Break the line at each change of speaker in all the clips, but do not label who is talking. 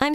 I'm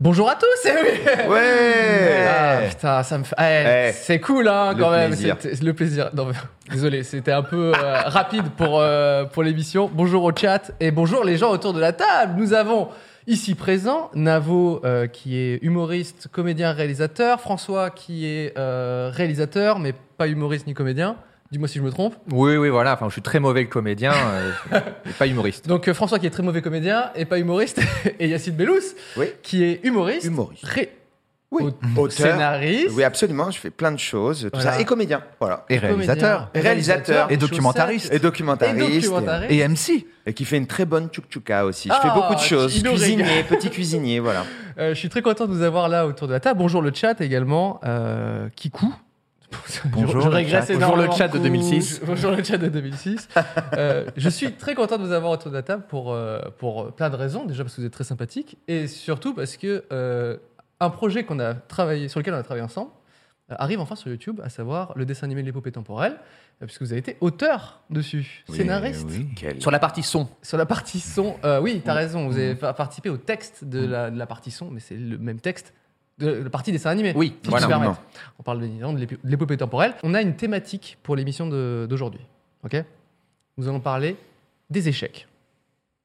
Bonjour à tous! eh oui.
Ouais
Ah, putain, ça me fait. eh,
Eh.
c'est cool, hein,
Le
quand même.
plaisir.
C'était- Le plaisir. Non, mais- désolé, c'était un peu euh, rapide pour, euh, pour l'émission. Bonjour au chat et bonjour les gens autour de la table. Nous avons ici présent Navo, euh, qui est humoriste, comédien, réalisateur. François, qui est euh, réalisateur, mais pas humoriste ni comédien. Dis-moi si je me trompe.
Oui, oui, voilà. Enfin, je suis très mauvais comédien, euh, et pas humoriste.
Donc, euh, François, qui est très mauvais comédien et pas humoriste. et Yacine Bellous,
Oui.
qui est humoriste.
Humoriste.
ré-
Oui.
au- Scénariste.
Oui, absolument. Je fais plein de choses, tout
Voilà.
ça. Et comédien. Voilà.
Et réalisateur.
comédien,
Réalisateur.
Et
chaussette.
documentariste.
Et documentariste.
Et documentariste.
Et MC.
Et qui fait une très bonne tchouk-tchouka aussi.
Ah,
je fais beaucoup de choses.
il nous
Cuisinier,
régale.
petit cuisinier, voilà.
Euh, je suis très content de vous avoir là autour de la table. Bonjour le chat également. Euh, Kikou. Je-
Bonjour
je
le
régresse
chat.
énormément.
Bonjour le chat de
Kikou.
2006.
Bonjour le chat de 2006. Euh, je suis très content de vous avoir autour de la table pour, euh, pour plein de raisons. Déjà parce que vous êtes très sympathique et surtout parce que euh, un projet qu'on a travaillé, sur lequel on a travaillé ensemble euh, arrive enfin sur YouTube, à savoir le dessin animé de l'épopée temporelle, euh, puisque vous avez été auteur dessus, scénariste.
Quel-
Sur la partie son.
Sur la partie son, euh, oui, t'as raison, vous avez fa- participé au texte de la, de la partie son, mais c'est le même texte de la partie dessin animé.
Oui,
si
voilà.
je peux me permettre. On parle bien évidemment de l'ép- de l'épopée temporelle. On a une thématique pour l'émission de- d'aujourd'hui, ok Nous allons parler des échecs.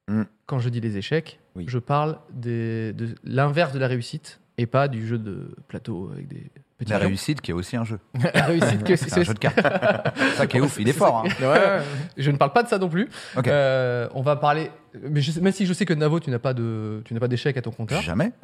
Mm.
Quand je dis les échecs,
Oui.
je parle des- de l'inverse de la réussite et pas du jeu de plateau avec des petits
La
pions.
réussite qui est aussi un jeu.
La réussite que
C'est un jeu de cartes. C'est ça qui est ouf. Il est fort. hein.
Je ne parle pas de ça non plus.
Ok.
Euh, on va parler. Mais je sais- même si je sais que Navo, tu n'as pas de, tu n'as pas d'échec à ton compteur.
Jamais.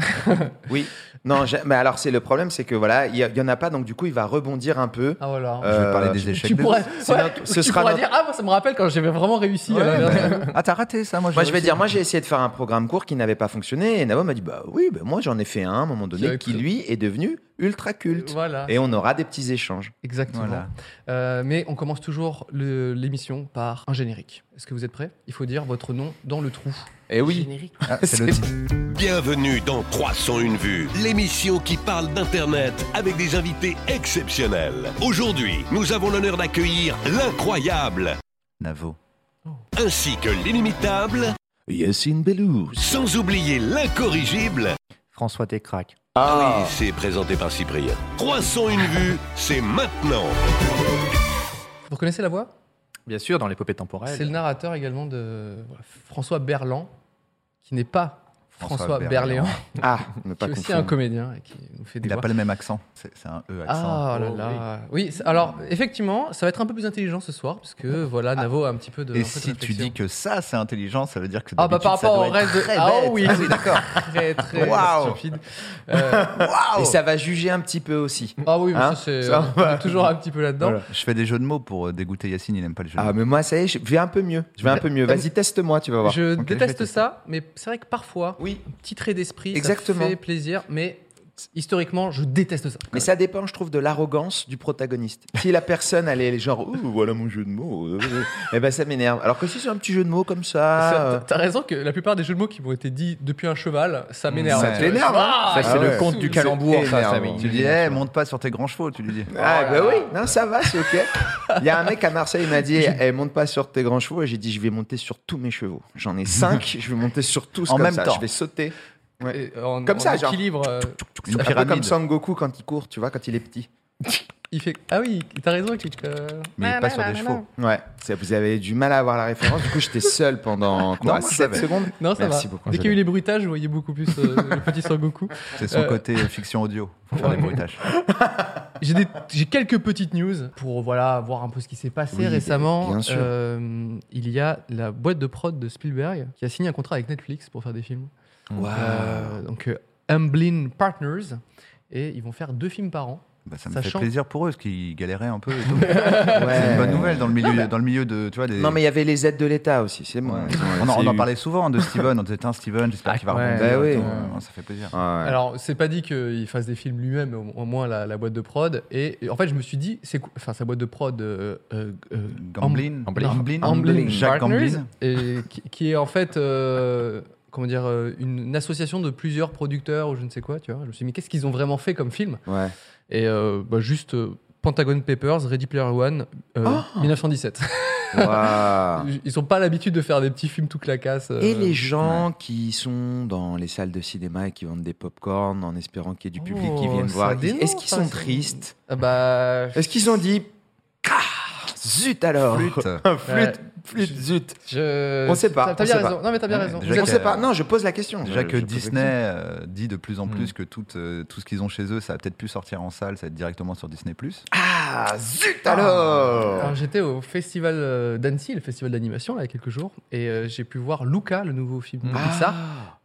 Oui. Non, j'ai- mais alors, c'est le problème, c'est que voilà, il y, a- il y en a pas, donc du coup, il va rebondir un peu.
Ah voilà.
Je vais
Euh,
parler des échecs.
tu
des
pourrais,
autres.
C'est
ouais,
notre- ce
tu
sera
pourrais
notre-
dire ah moi ça me rappelle quand j'avais vraiment réussi. euh, à
Ouais,
l'inverse.
bah, Ah, t'as raté ça, moi. j'ai
Moi, je vais
réussi.
dire, moi, j'ai essayé de faire un programme court qui n'avait pas fonctionné. Et Navo m'a dit, bah oui, bah, moi, j'en ai fait un à un moment
Qui a
donné qui,
été-
lui, est devenu ultra culte.
Voilà.
Et on aura des petits échanges.
Exactement.
Voilà.
Euh, mais on commence toujours le- l'émission par un générique. Est-ce que vous êtes prêts Il faut dire votre nom dans le trou.
Et oui.
Générique.
Ah, c'est le titre.
Bienvenue dans 301 vues, l'émission qui parle d'Internet avec des invités exceptionnels. Aujourd'hui, nous avons l'honneur d'accueillir l'incroyable
Navo.
ainsi que l'inimitable,
Yassine Bellous.
sans oublier l'incorrigible.
François Técrac.
Ah oui, c'est présenté par Cyprien. 301 vues, c'est maintenant.
Vous connaissez la voix
Bien sûr, dans l'épopée temporelle.
C'est le narrateur également de voilà, François Berland, qui n'est pas François,
François
Berléand,
Berléand.
Ah, ne
qui
pas
est aussi
confondre.
un comédien et qui nous fait des
Il n'a
voix.
pas le même accent. C'est c'est un E accent.
Ah là là. Oui, c'est- alors effectivement, ça va être un peu plus intelligent ce soir parce que voilà, Navo a un petit peu de. un
Ah. Et
peu de
si tu
réflexion.
dis que ça, c'est intelligent, ça veut dire que.
Ah bah par
d'habitude, ça
rapport au
doit être
reste de.
très
Ah
bête.
oui,
Ah oui, d'accord.
Très très
Waouh.
stupide. Euh,
Waouh.
Et ça va juger un petit peu aussi.
ah oui, mais
Hein
ça c'est
Ça
on est toujours un petit peu là-dedans.
Voilà. Je fais des jeux de mots pour euh, dégoûter Yacine, il n'aime pas les jeux de
Ah,
mots.
mais moi, ça y est, je vais un peu mieux. Je vais un peu mieux. Vas-y, teste-moi, tu vas voir.
Je
Ok, je vais
déteste
tester.
ça, mais c'est vrai que parfois,
Oui,
un petit trait d'esprit, ça
Exactement.
fait plaisir, mais historiquement, je déteste ça.
mais ça dépend, je trouve, de l'arrogance du protagoniste. Si la personne, elle est genre, Ouh, voilà mon jeu de mots, euh, euh, eh ben ça m'énerve. Alors que si c'est un petit jeu de mots comme ça.
Ça-
euh,
T'as raison que la plupart des jeux de mots qui m'ont été dits depuis un cheval, ça m'énerve.
Ça
tu vois.
t'énerve, hein
Ah,
Ça, c'est
ça
le
me
conte
saoule.
du calembour, ça,
énorme.
ça. oui. Tu lui dis, eh, monte pas sur tes grands chevaux, tu lui dis.
Ah, bah oui, non, ça va, c'est ok. Il y a un mec à Marseille, il m'a dit, eh, monte pas sur tes grands chevaux. Et j'ai dit, je vais monter sur tous mes chevaux. J'en ai cinq, je vais monter sur tous
En
comme
même
ça.
temps.
Je vais sauter.
Et en-
Comme
en
ça, genre.
équilibre, euh,
Une
Un peu comme
pyramide.
Sangoku quand il court, tu vois, quand il est petit.
il fait. Ah oui, t'as raison, tu. euh,
Mais pas sur des chevaux.
Ouais, ça, vous avez du mal à avoir la référence. Du coup, j'étais seul pendant quoi,
moi, je
7
savais.
secondes.
Non, ça
Merci
va.
beaucoup,
Dès qu'il y a eu
Angèle.
les bruitages, vous voyez beaucoup plus euh, le petit Sangoku.
C'est son
Euh,
côté euh, fiction audio. Faut faire
ouais.
des bruitages.
J'ai des- j'ai quelques petites news pour voilà voir un peu ce qui s'est passé
Oui,
récemment.
bien sûr.
Euh, il y a la boîte de prod de Spielberg qui a signé un contrat avec Netflix pour faire des films. Euh, donc euh, Amblin Partners et ils vont faire deux films par an
Bah, ça me
Ça
fait
chante.
plaisir pour eux, parce qu'ils galéraient un peu. et tout. C'est une bonne nouvelle dans le milieu, dans le milieu de, tu vois, des.
Non, mais il y avait les aides de l'État aussi, c'est bon.
Ouais,
Ils ont-
on, en- on
c'est
en
eu-
parlait souvent hein, de Steven. On disait, tiens, Steven, j'espère
Ah,
qu'il va
ouais.
rebondir.
Bah oui.
et tout. Ouais, Ça fait plaisir.
Ouais, ouais.
Alors, c'est pas dit qu'il fasse des films lui-même, mais au au moins la, la boîte de prod. Et et en fait, je me suis dit, c'est quoi- enfin sa boîte de prod, euh, euh, euh,
Gamblin.
Gamblin.
Gamblin.
Amblin
Jacques
Partners,
Gamblin.
et qui, qui est en fait, euh, comment dire, euh, une association de plusieurs producteurs ou je ne sais quoi, tu vois. Je me suis dit, mais qu'est-ce qu'ils ont vraiment fait comme film
Ouais.
Et euh, bah, juste euh, Pentagon Papers, Ready Player One, euh,
Ah.
1917.
Waouh.
Ils sont pas l'habitude de faire des petits films tout clacasse. euh,
Ah. Et les gens qui sont dans les salles de cinéma et qui vendent des pop-corn en espérant qu'il y ait du public qui
Oh,
vienne
ça
voir, ils-
dénonce,
est-ce qu'ils
hein,
sont
c'est-
tristes
ah bah,
Est-ce qu'ils ont dit Ah, Zut alors
Flûte.
Flûte, flûte,
Je-
zut
je-
On sait pas,
t'as-
on
T'as bien
sait pas.
raison. Non mais t'as bien
Ouais,
raison.
déjà
Vous
Je
qu'il
ne
êtes-
y
sais
a-
pas. Non, je pose la question.
Déjà
Je-
que
je pose la
euh, Disney
question.
euh, dit de
Hmm.
plus en plus que tout, euh, tout ce qu'ils ont chez eux, ça va peut-être plus sortir en salle, ça va être directement sur Disney.
Ah, zut alors
Ah.
Alors, j'étais au festival euh, d'Annecy, le festival d'animation, là, il y a quelques jours, et euh, j'ai pu voir Luca, le nouveau film
Ah.
de Pixar,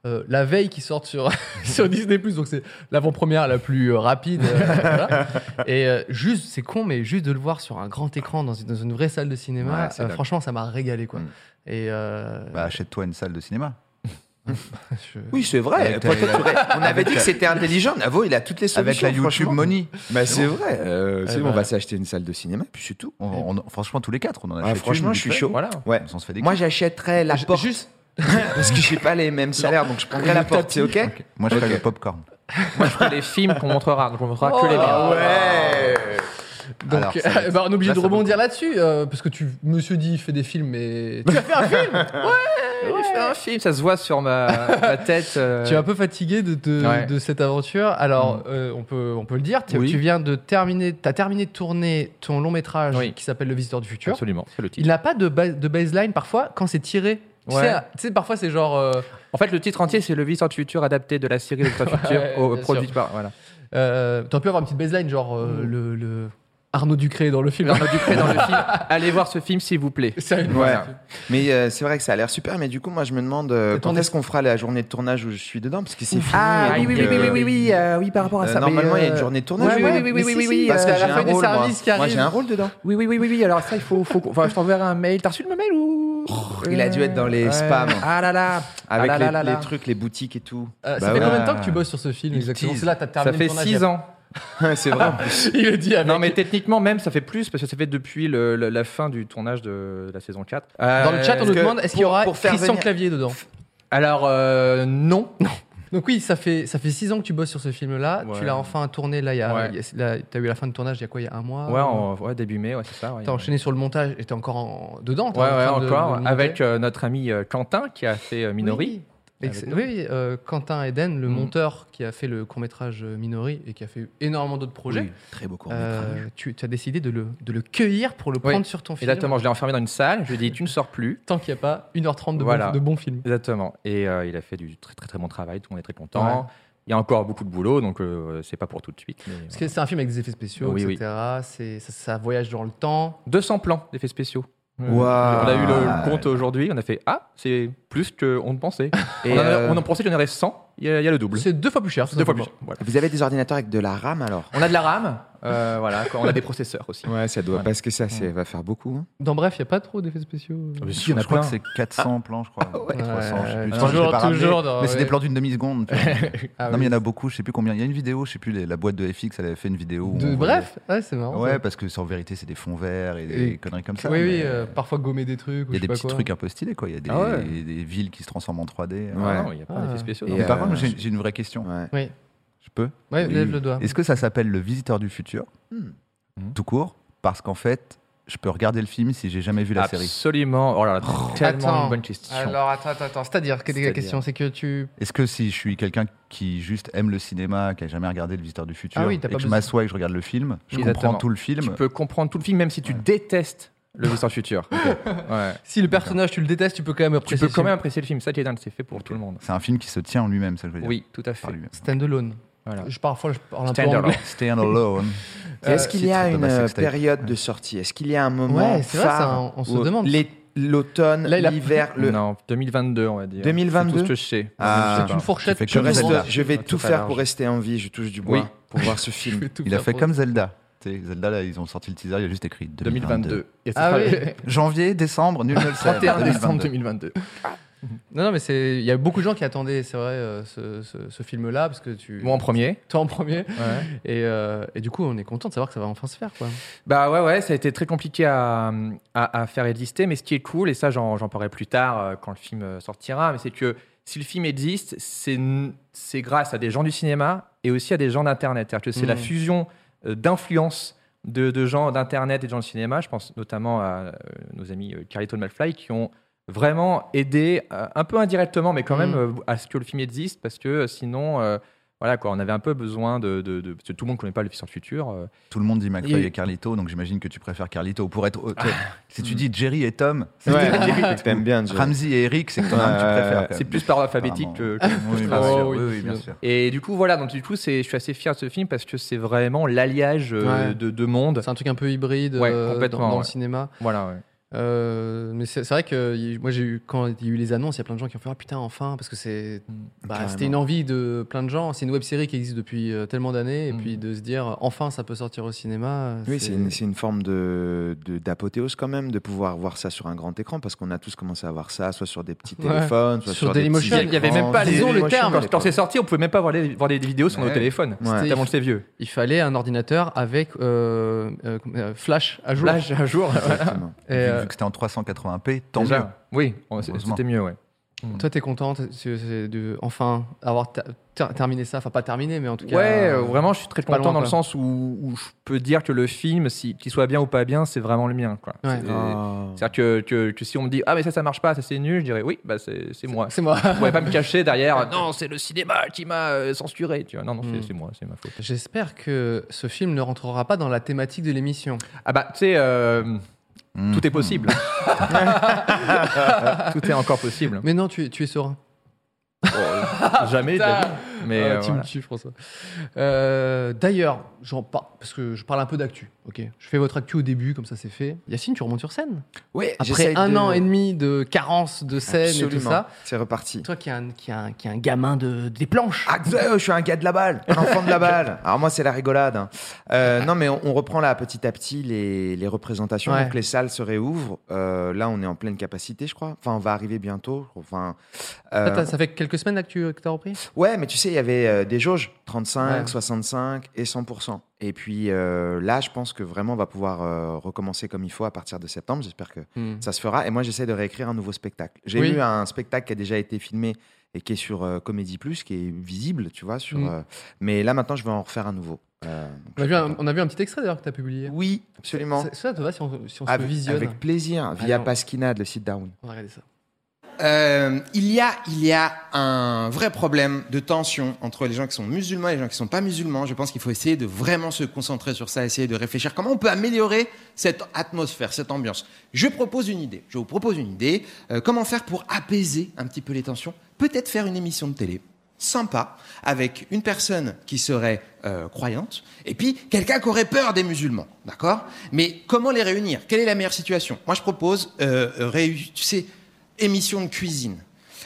euh, la veille qui sort sur, sur Disney+, donc c'est l'avant-première la plus euh, rapide. euh, voilà. Et euh, juste, c'est con, mais juste de le voir sur un grand écran, dans une, dans une vraie salle de cinéma,
Ouais, c'est
euh,
dingue.
franchement, ça m'a régalé, quoi.
Mm.
Et euh,
Bah, achète-toi une salle de cinéma.
je-
Oui, c'est vrai.
Avec ta-
Peut-être tu aurais- On avait dit que c'était intelligent. Navo, il a toutes les
Avec
solutions.
la YouTube
franchement.
Money.
Bah, c'est vrai. euh, c'est
Eh
bon, on
ben.
va s'acheter une salle de cinéma, puis c'est tout.
On- on- franchement, tous les quatre, on en
Ah,
achète une,
franchement,
vite
je suis
fait.
chaud.
Voilà.
Ouais.
On s'en se fait des
Hmm. Moi, j'achèterais la
Ju-
porte.
Juste,
Parce que j'ai pas les mêmes salaires, donc je prendrais la porte. C'est ok
Ok. Moi, je fais le popcorn.
Ah,
Moi, je ferai les films qu'on montrera. Je montrera
Oh,
que les miens.
Ah ouais
donc,
Alors, ça va être-
bah, on est obligé
là,
de
ça vaut
rebondir là-dessus, euh, parce que tu, monsieur dit, il fait des films, mais tu as fait un film
Ouais, je fais un film, ça se voit sur ma, ma tête. euh,
Tu es un peu fatigué de, de-
Ouais. Mm.
de cette aventure. Alors, euh, on, peut, on peut le dire, tu,
Oui.
tu viens de terminer, tu as terminé de tourner ton long métrage
Oui.
qui s'appelle Le Visiteur du Futur.
Absolument, c'est le
Il
titre.
n'a pas de, ba- de baseline parfois quand c'est tiré. Tu
Ouais.
sais, Tu sais, parfois c'est genre. euh,
En fait, le titre entier, c'est Le Visiteur du Futur adapté de la série Le Visiteur du Futur
Ouais,
au
bien
produit
sûr.
par. Voilà.
euh, T'aurais pu avoir une petite baseline, genre euh, le, le Arnaud Ducré dans le film.
Mm. Arnaud Dupré dans le film. Allez voir ce film, s'il vous plaît.
Sérieux.
Ouais. Mais euh, c'est vrai que ça a l'air super, mais du coup, moi, je me demande euh,
C'est
quand
ton
est-ce qu'on fera la journée de tournage où je suis dedans Parce que c'est fini.
Ah, oui,
donc,
oui, oui, oui,
euh,
oui, oui, oui, euh, oui, par rapport à
euh,
ça. mais,
normalement, il y a
euh,
une journée de tournage.
oui,
ouais.
oui, oui, oui,
Mais
oui,
si,
oui,
si,
oui,
parce
euh,
que
j'ai
j'ai
la
un
feuille de
rôle, moi.
service qui
Moi,
arrive.
j'ai un rôle dedans.
Oui, oui, oui, oui, oui. Alors ça, il faut, faut qu'on- enfin, je t'enverrai un mail. T'as reçu le mail ou
il a dû être dans les spams.
Ah là là. Ah
Avec
là
les,
là là
les
là.
trucs, les boutiques et tout.
Euh, ça
Bah
fait
ouais.
combien de temps que tu bosses sur ce film
Il
exactement
tease.
C'est là, t'as
Ça
terminé
fait
le tournage,
6
il y a-
ans.
c'est vrai.
Il le dit avec.
Non, mais techniquement, même, ça fait plus parce que ça fait depuis le- le- la fin du tournage de la saison 4. Euh,
Dans le chat, on nous
que
demande est-ce qu'il y
pour-
aura
pour faire
Christian
venir-
Clavier dedans
Alors, euh, non.
Donc oui, ça fait ça fait six ans que tu bosses sur ce film-là.
Ouais.
Tu l'as enfin tourné là. Il y a,
Ouais.
il y a- là, t'as eu la fin de tournage il y a quoi Il y a un mois.
Ouais, en- ouais, début mai, ouais, c'est ça. ouais.
T'as enchaîné sur le montage. Et t'es encore en- dedans. t'es
Ouais,
en
ouais,
train de-
encore.
de le monter.
avec euh, notre ami euh, Quentin qui a fait euh, Minori.
Oui,
Avec
Ex-
nous.
oui, oui, euh, Quentin Eden, le
Mm.
monteur qui a fait le court métrage Minori et qui a fait énormément d'autres projets.
Très beau court
Euh, tu, tu as décidé de le, de le cueillir pour le
Oui.
prendre sur ton film.
Exactement, je l'ai enfermé dans une salle. Je lui ai dit, tu ne sors plus.
Tant qu'il n'y a pas 1h30 de,
Voilà.
bon, de bons films.
Exactement. Et euh, il a fait du très très très bon travail. Tout le monde est très content. Il y a encore beaucoup de boulot, donc euh, c'est pas pour tout de suite. mais euh,
Parce
voilà.
que c'est un film avec des effets spéciaux,
Oui, oui.
etc. C'est, ça, ça voyage dans le temps.
200 plans d'effets spéciaux. Euh,
Waouh.
On a eu le, le compte aujourd'hui. On a fait, ah, c'est plus qu'on ne pensait. on, en a-
euh,
on en pensait qu'il y en aurait 100. Il y, a il y a le double.
C'est deux fois plus cher.
C'est deux fois plus.
simplement.
Voilà.
Vous avez des ordinateurs avec de la RAM alors
On a de la RAM. euh, voilà, quoi. on a des processeurs aussi.
Ouais, ça doit.
Voilà.
Parce que ça, c'est va faire beaucoup. hein.
Dans Bref, il n'y a pas trop d'effets spéciaux.
Mais si,
Je
on a
crois que
plein.
c'est 400 plans, je crois.
Ah. ouais.
300, je sais
Ouais,
plus.
ouais,
Putain, je l'ai
toujours,
pas ramené.
toujours dans-
Mais c'est
ouais.
des plans d'une demi-seconde. tu vois.
Ah
non, mais il y
oui.
en a beaucoup, je sais plus combien. Il y a une vidéo, je sais plus, les- la boîte de FX, elle avait fait une vidéo. où
De,
on
bref, ouais, c'est marrant.
voyait-
ça.
Ouais, parce que c'est- en vérité, c'est des fonds verts et des
Et-
conneries comme ça.
oui, oui,
mais
euh, parfois gommer des trucs. ou
Il y
je sais
a des
pas
petits
quoi.
trucs un peu stylés, quoi. Il y a des,
Ah ouais.
des villes qui se transforment en hein. 3D.
Ouais.
Ah non, il y a plein
Ah.
d'effets spéciaux.
Et
dans
Mais
le-
par
euh,
contre, j'ai j'ai une vraie question.
Ouais.
Oui,
Je peux
Ouais,
Oui.
lève le doigt.
Est-ce que ça s'appelle Le Visiteur du Futur
Hmm.
Tout court Parce qu'en fait, je peux regarder le film si j'ai jamais vu la série.
Absolument. Oh là là, tellement
Attends.
une bonne question.
Alors, attends, attends, attends. C'est-à-dire, quelle est la
C'est-à-dire
question C'est que tu.
Est-ce que si je suis quelqu'un qui juste aime le cinéma, qui a jamais regardé Le Visiteur du Futur,
Ah oui,
et
t'as
que
pas
je
besoin-
m'assois et que je regarde le film, je
Exactement.
comprends tout le film
tu peux comprendre tout le film, même si tu détestes le Visiteur Futur. Ouais.
Si le personnage, tu le détestes, tu peux quand même
Tu
apprécier.
peux quand même apprécier le film. Ça qui est dingue, c'est fait pour tout le monde.
C'est un film qui se tient en lui-même, ça je veux dire.
Oui, tout à fait.
Par lui-même.
Stand alone.
Voilà.
Je, parfois, je parle un peu
Stand-alone.
anglais.
Stand alone.
Et Est-ce qu'il y a
titre de
une
ma
euh,
sextape.
période de sortie Est-ce qu'il y a un moment
Ouais, c'est vrai,
phare
ça, on- on se
où
demande.
l'é- L'automne,
Là, il a-
l'hiver, le.
Non, 2022, on va dire.
2022?
C'est tout ce que je sais.
Ah.
Je sais
C'est
pas.
une fourchette.
Tu fais
tu
Je,
comme
me
reste-
Zelda.
demandes.
je vais
Ah,
tout
tout à
faire
l'heure.
pour rester en vie. Je touche du bois.
Oui,
pour voir ce
Je
film.
vais tout
Il a
faire
fait
pour-
comme Zelda. Tu sais, Zelda, là, ils ont sorti le teaser, il a juste écrit 2022.
2022. Et ça
Ah
sera-
oui.
Janvier, décembre, nul ne le sait.
31 décembre
2022.
2022.
Non, non, mais c'est. Il y a beaucoup de gens qui attendaient, c'est vrai, euh, ce, ce- ce film-là, parce que tu.
Moi en premier.
toi en premier.
Ouais.
Et, euh, et du coup, on est content de savoir que ça va enfin se faire, quoi.
Bah ouais, ouais, ça a été très compliqué à, à, à faire exister, mais ce qui est cool, et ça j'en j'en parlerai plus tard euh, quand le film euh, sortira, mais c'est que si le film existe, c'est n- c'est grâce à des gens du cinéma et aussi à des gens d'Internet. C'est-à-dire que c'est la
Mhm.
fusion euh, d'influences de, de gens d'Internet et de gens du cinéma. Je pense notamment à euh, nos amis euh, Carlito de Malfly qui ont vraiment aidé, euh, un peu indirectement, mais quand même, euh, à ce que le film existe, parce que euh, sinon... euh, voilà quoi, on avait un peu besoin de, de, de- parce que tout le monde connaît pas le film sur le futur. euh,
Tout le monde dit
Il y
McFly
a eu-
et Carlito, donc j'imagine que tu préfères Carlito. Pour être. euh, toi,
Ah.
si tu dis Jerry et Tom, c'est
Ouais, t'aimes bien, Jerry.
Ramsey et Eric, c'est que t'en as un que tu
Ouais,
préfères. quand
Euh, C'est
même.
plus par ordre alphabétique que. que-
Apparemment. Oui, bien
Oh,
sûr.
oui,
Oui, oui, bien
bien
sûr.
Et du coup, voilà, donc du coup, c'est- je suis assez fier de ce film parce que c'est vraiment l'alliage euh,
Ouais.
de deux mondes.
C'est un truc un peu hybride
Ouais,
euh, dans,
complètement,
dans le
ouais.
cinéma.
Voilà, ouais.
Euh, mais c'est c'est vrai que y- moi, j'ai eu, quand il y a eu les annonces, il y a plein de gens qui ont fait Ah putain, enfin, parce que c'est. bah,
carrément.
C'était une envie de plein de gens. C'est une web série qui existe depuis euh, tellement d'années. Et
Mm.
puis de se dire Enfin, ça peut sortir au cinéma.
Oui, c'est une, c'est une forme de de- d'apothéose quand même de pouvoir voir ça sur un grand écran parce qu'on a tous commencé à voir ça soit sur des petits
Ouais.
téléphones, soit
Sur
sur, des petits
Dailymotion,
Il y avait même pas
écrans.
les.
Disons le terme.
Quand, quand c'est sorti, on pouvait même pas voir les, voir les vidéos sur nos
Ouais.
téléphones.
Ouais.
C'était Tellement c'est vieux.
Il fallait un ordinateur avec euh, euh, euh, Flash à jour.
Flash à jour.
Exactement.
Et,
Vu-
euh,
Vu que c'était en 380p, tant
Déjà.
mieux.
Oui, on- c'est-
Heureusement.
c'était mieux, ouais.
Toi, t'es contente c'est- c'est de enfin avoir ter- ter- terminé ça, enfin pas terminé, mais en tout cas.
Ouais,
euh,
euh, vraiment, je suis très
pas
content
loin,
dans le
quoi.
sens où, où je peux dire que le film, si, qu'il soit bien ou pas bien, c'est vraiment le mien. quoi.
Ouais.
C'est-
Oh.
C'est-à-dire que, que- que si on me dit Ah, mais ça, ça marche pas, ça, c'est nul, je dirais Oui, bah, c'est c'est moi.
C'est moi.
Je pourrais pas me cacher derrière Non, c'est le cinéma qui m'a euh, censuré. Tu vois. Non, non, c'est-
Hmm.
c'est moi, c'est ma faute.
J'espère que ce film ne rentrera pas dans la thématique de l'émission.
Ah bah, tu sais, euh,
Mm.
tout est possible. tout est encore possible.
Mais non, tu, es- tu es serein.
Jamais de la vie. Mais
Ah,
euh,
tu
voilà.
me tues, François. Euh, D'ailleurs, j'en parle parce que je parle un peu d'actu. Ok, je fais votre actu au début, comme ça c'est fait. Yacine, tu remontes sur scène
Ouais,
après
j'essaye
un
de-
an et demi de carence de scène et tout
Absolument.
ça.
C'est reparti.
Toi qui es un, qui est un, qui est un gamin de, des planches.
Ah, euh, je suis un gars de la balle, un enfant de la balle. Alors moi, c'est la rigolade. hein. Euh, non, mais on, on reprend là petit à petit les, les représentations.
Ouais.
Donc les salles se réouvrent. Euh, là, on est en pleine capacité, je crois. Enfin, on va arriver bientôt. Enfin, euh,
Toi, t'as- ça fait quelques semaines là que tu as repris
ouais, mais tu sais, il y avait euh, des jauges 35,
Ouais.
65 et 100 Et puis euh, là, je pense que vraiment, on va pouvoir euh, recommencer comme il faut à partir de septembre. J'espère que ça se fera. Et moi, j'essaie de réécrire un nouveau spectacle. J'ai
Oui.
eu un spectacle qui a déjà été filmé et qui est sur euh, Comédie Plus, qui est visible, tu vois. Sur,
Mm.
euh, mais là, maintenant, je vais en refaire un nouveau. Euh, donc,
On
je
a,
suis
vu un,
content.
on a vu un petit extrait d'ailleurs que tu as publié.
Oui, absolument.
Ça, ça te va si on, si on se
Avec,
visionne
avec plaisir, via
Alors-
Pasquinade, le site Darwin.
On va regarder ça.
Euh, il y a, il y a un vrai problème de tension entre les gens qui sont musulmans et les gens qui sont pas musulmans. Je pense qu'il faut essayer de vraiment se concentrer sur ça, essayer de réfléchir comment on peut améliorer cette atmosphère, cette ambiance. Je propose une idée. Je vous propose une idée. Euh, comment faire pour apaiser un petit peu les tensions Peut-être faire une émission de télé sympa avec une personne qui serait euh, croyante et puis quelqu'un qui aurait peur des musulmans, d'accord Mais comment les réunir Quelle est la meilleure situation Moi, je propose, euh, euh, réu- tu sais, émission de cuisine.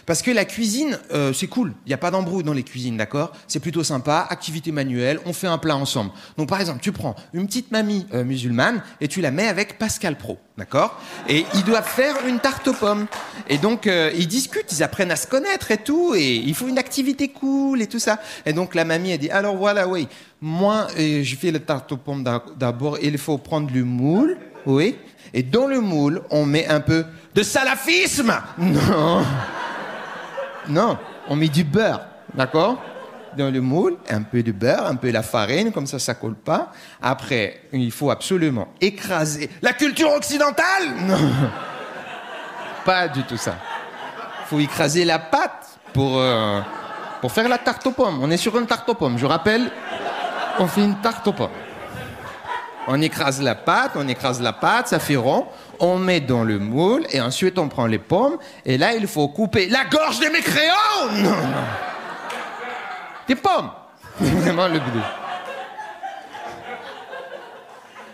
Parce que la cuisine, euh, c'est cool. Il n'y a pas d'embrouille dans les cuisines, d'accord C'est plutôt sympa. Activité manuelle, on fait un plat ensemble. Donc, par exemple, tu prends une petite mamie euh, musulmane et tu la mets avec Pascal Pro, d'accord Et ils doivent faire une tarte aux pommes. Et donc, euh, ils discutent, ils apprennent à se connaître et tout. Et il faut une activité cool et tout ça. Et donc, la mamie, elle dit Alors voilà, oui, moi, euh, je fais la tarte aux pommes d'a- d'abord. Il faut prendre le moule, oui. Et dans le moule, on met un peu de salafisme Non non, on met du beurre, d'accord Dans le moule, un peu de beurre, un peu de la farine, comme ça, ça colle pas. Après, il faut absolument écraser. La culture occidentale Non Pas du tout ça. faut écraser la pâte pour, euh, pour faire la tarte aux pommes. On est sur une tarte aux pommes, je rappelle, on fait une tarte aux pommes. On écrase la pâte, on écrase la pâte, ça fait rond. On met dans le moule et ensuite on prend les pommes. Et là, il faut couper la gorge des mécréants Non, non. Des pommes Vraiment le boulot.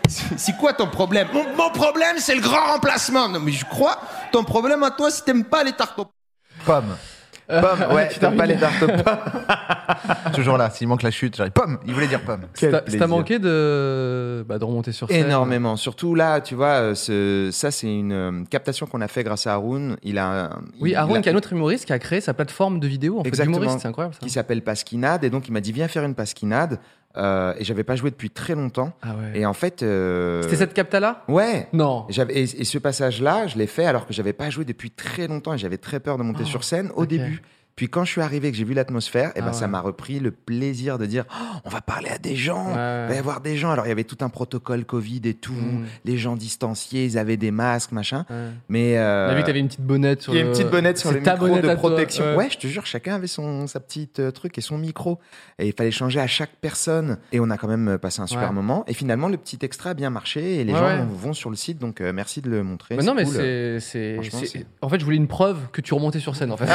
C'est- C'est quoi ton problème mon, mon problème, c'est le grand remplacement. Non, mais je crois, ton problème à toi, si t'aimes pas les tartes aux
Pomme.
Pomme, ouais,
Euh, Tu
t'as
t'arrives.
pas les tartes aux pommes.
Toujours là, s'il manque la chute, j'arrive. Pomme Il voulait dire pomme.
Quel
Ça
plaisir.
t'a manqué de, bah, de remonter sur scène
Énormément. Surtout là, tu vois, euh, ce- ça, c'est une euh, captation qu'on a fait grâce à Haroun. Il a, un-
Oui,
il-
Aaron,
il a-
qui est un autre humoriste, qui a créé sa plateforme de vidéos en fait,
Exactement.
d'humoriste. C'est incroyable ça.
qui s'appelle Pasquinade. Et donc, il m'a dit, viens faire une Pasquinade. Euh, et j'avais pas joué depuis très longtemps.
Ah ouais.
Et en fait. euh,
C'était cette capta-là
Ouais.
Non.
J'avais- Et, et ce passage-là, je l'ai fait alors que j'avais pas joué depuis très longtemps et j'avais très peur de monter
Oh,
sur scène au
ok.
début. Puis quand je suis arrivé et que j'ai vu l'atmosphère, et ben
Ah
ça
ouais.
m'a repris le plaisir de dire Oh, on va parler à des gens,
Ouais, ouais.
il va y avoir des gens. Alors il y avait tout un protocole Covid et tout,
Mm.
les gens distanciés, ils avaient des masques, machin.
Ouais.
Mais euh,
On a vu que t'avais une petite bonnette sur
il y a
le-
une petite bonnette sur
C'est
le
ta
micro
bonnette
de
à toi,
protection. ouais. je te jure, chacun avait son sa petite euh, truc et son micro et il fallait changer à chaque personne et on a quand même euh, passé un super
Ouais.
moment et finalement le petit extrait a bien marché et les
Ouais,
gens
ouais.
vont- vont sur le site donc euh, merci de le montrer.
Bah non, mais
cool.
c'est- c'est.
Franchement,
c'est-
c'est- Ah.
En fait, je voulais une preuve que tu remontais sur scène, en fait.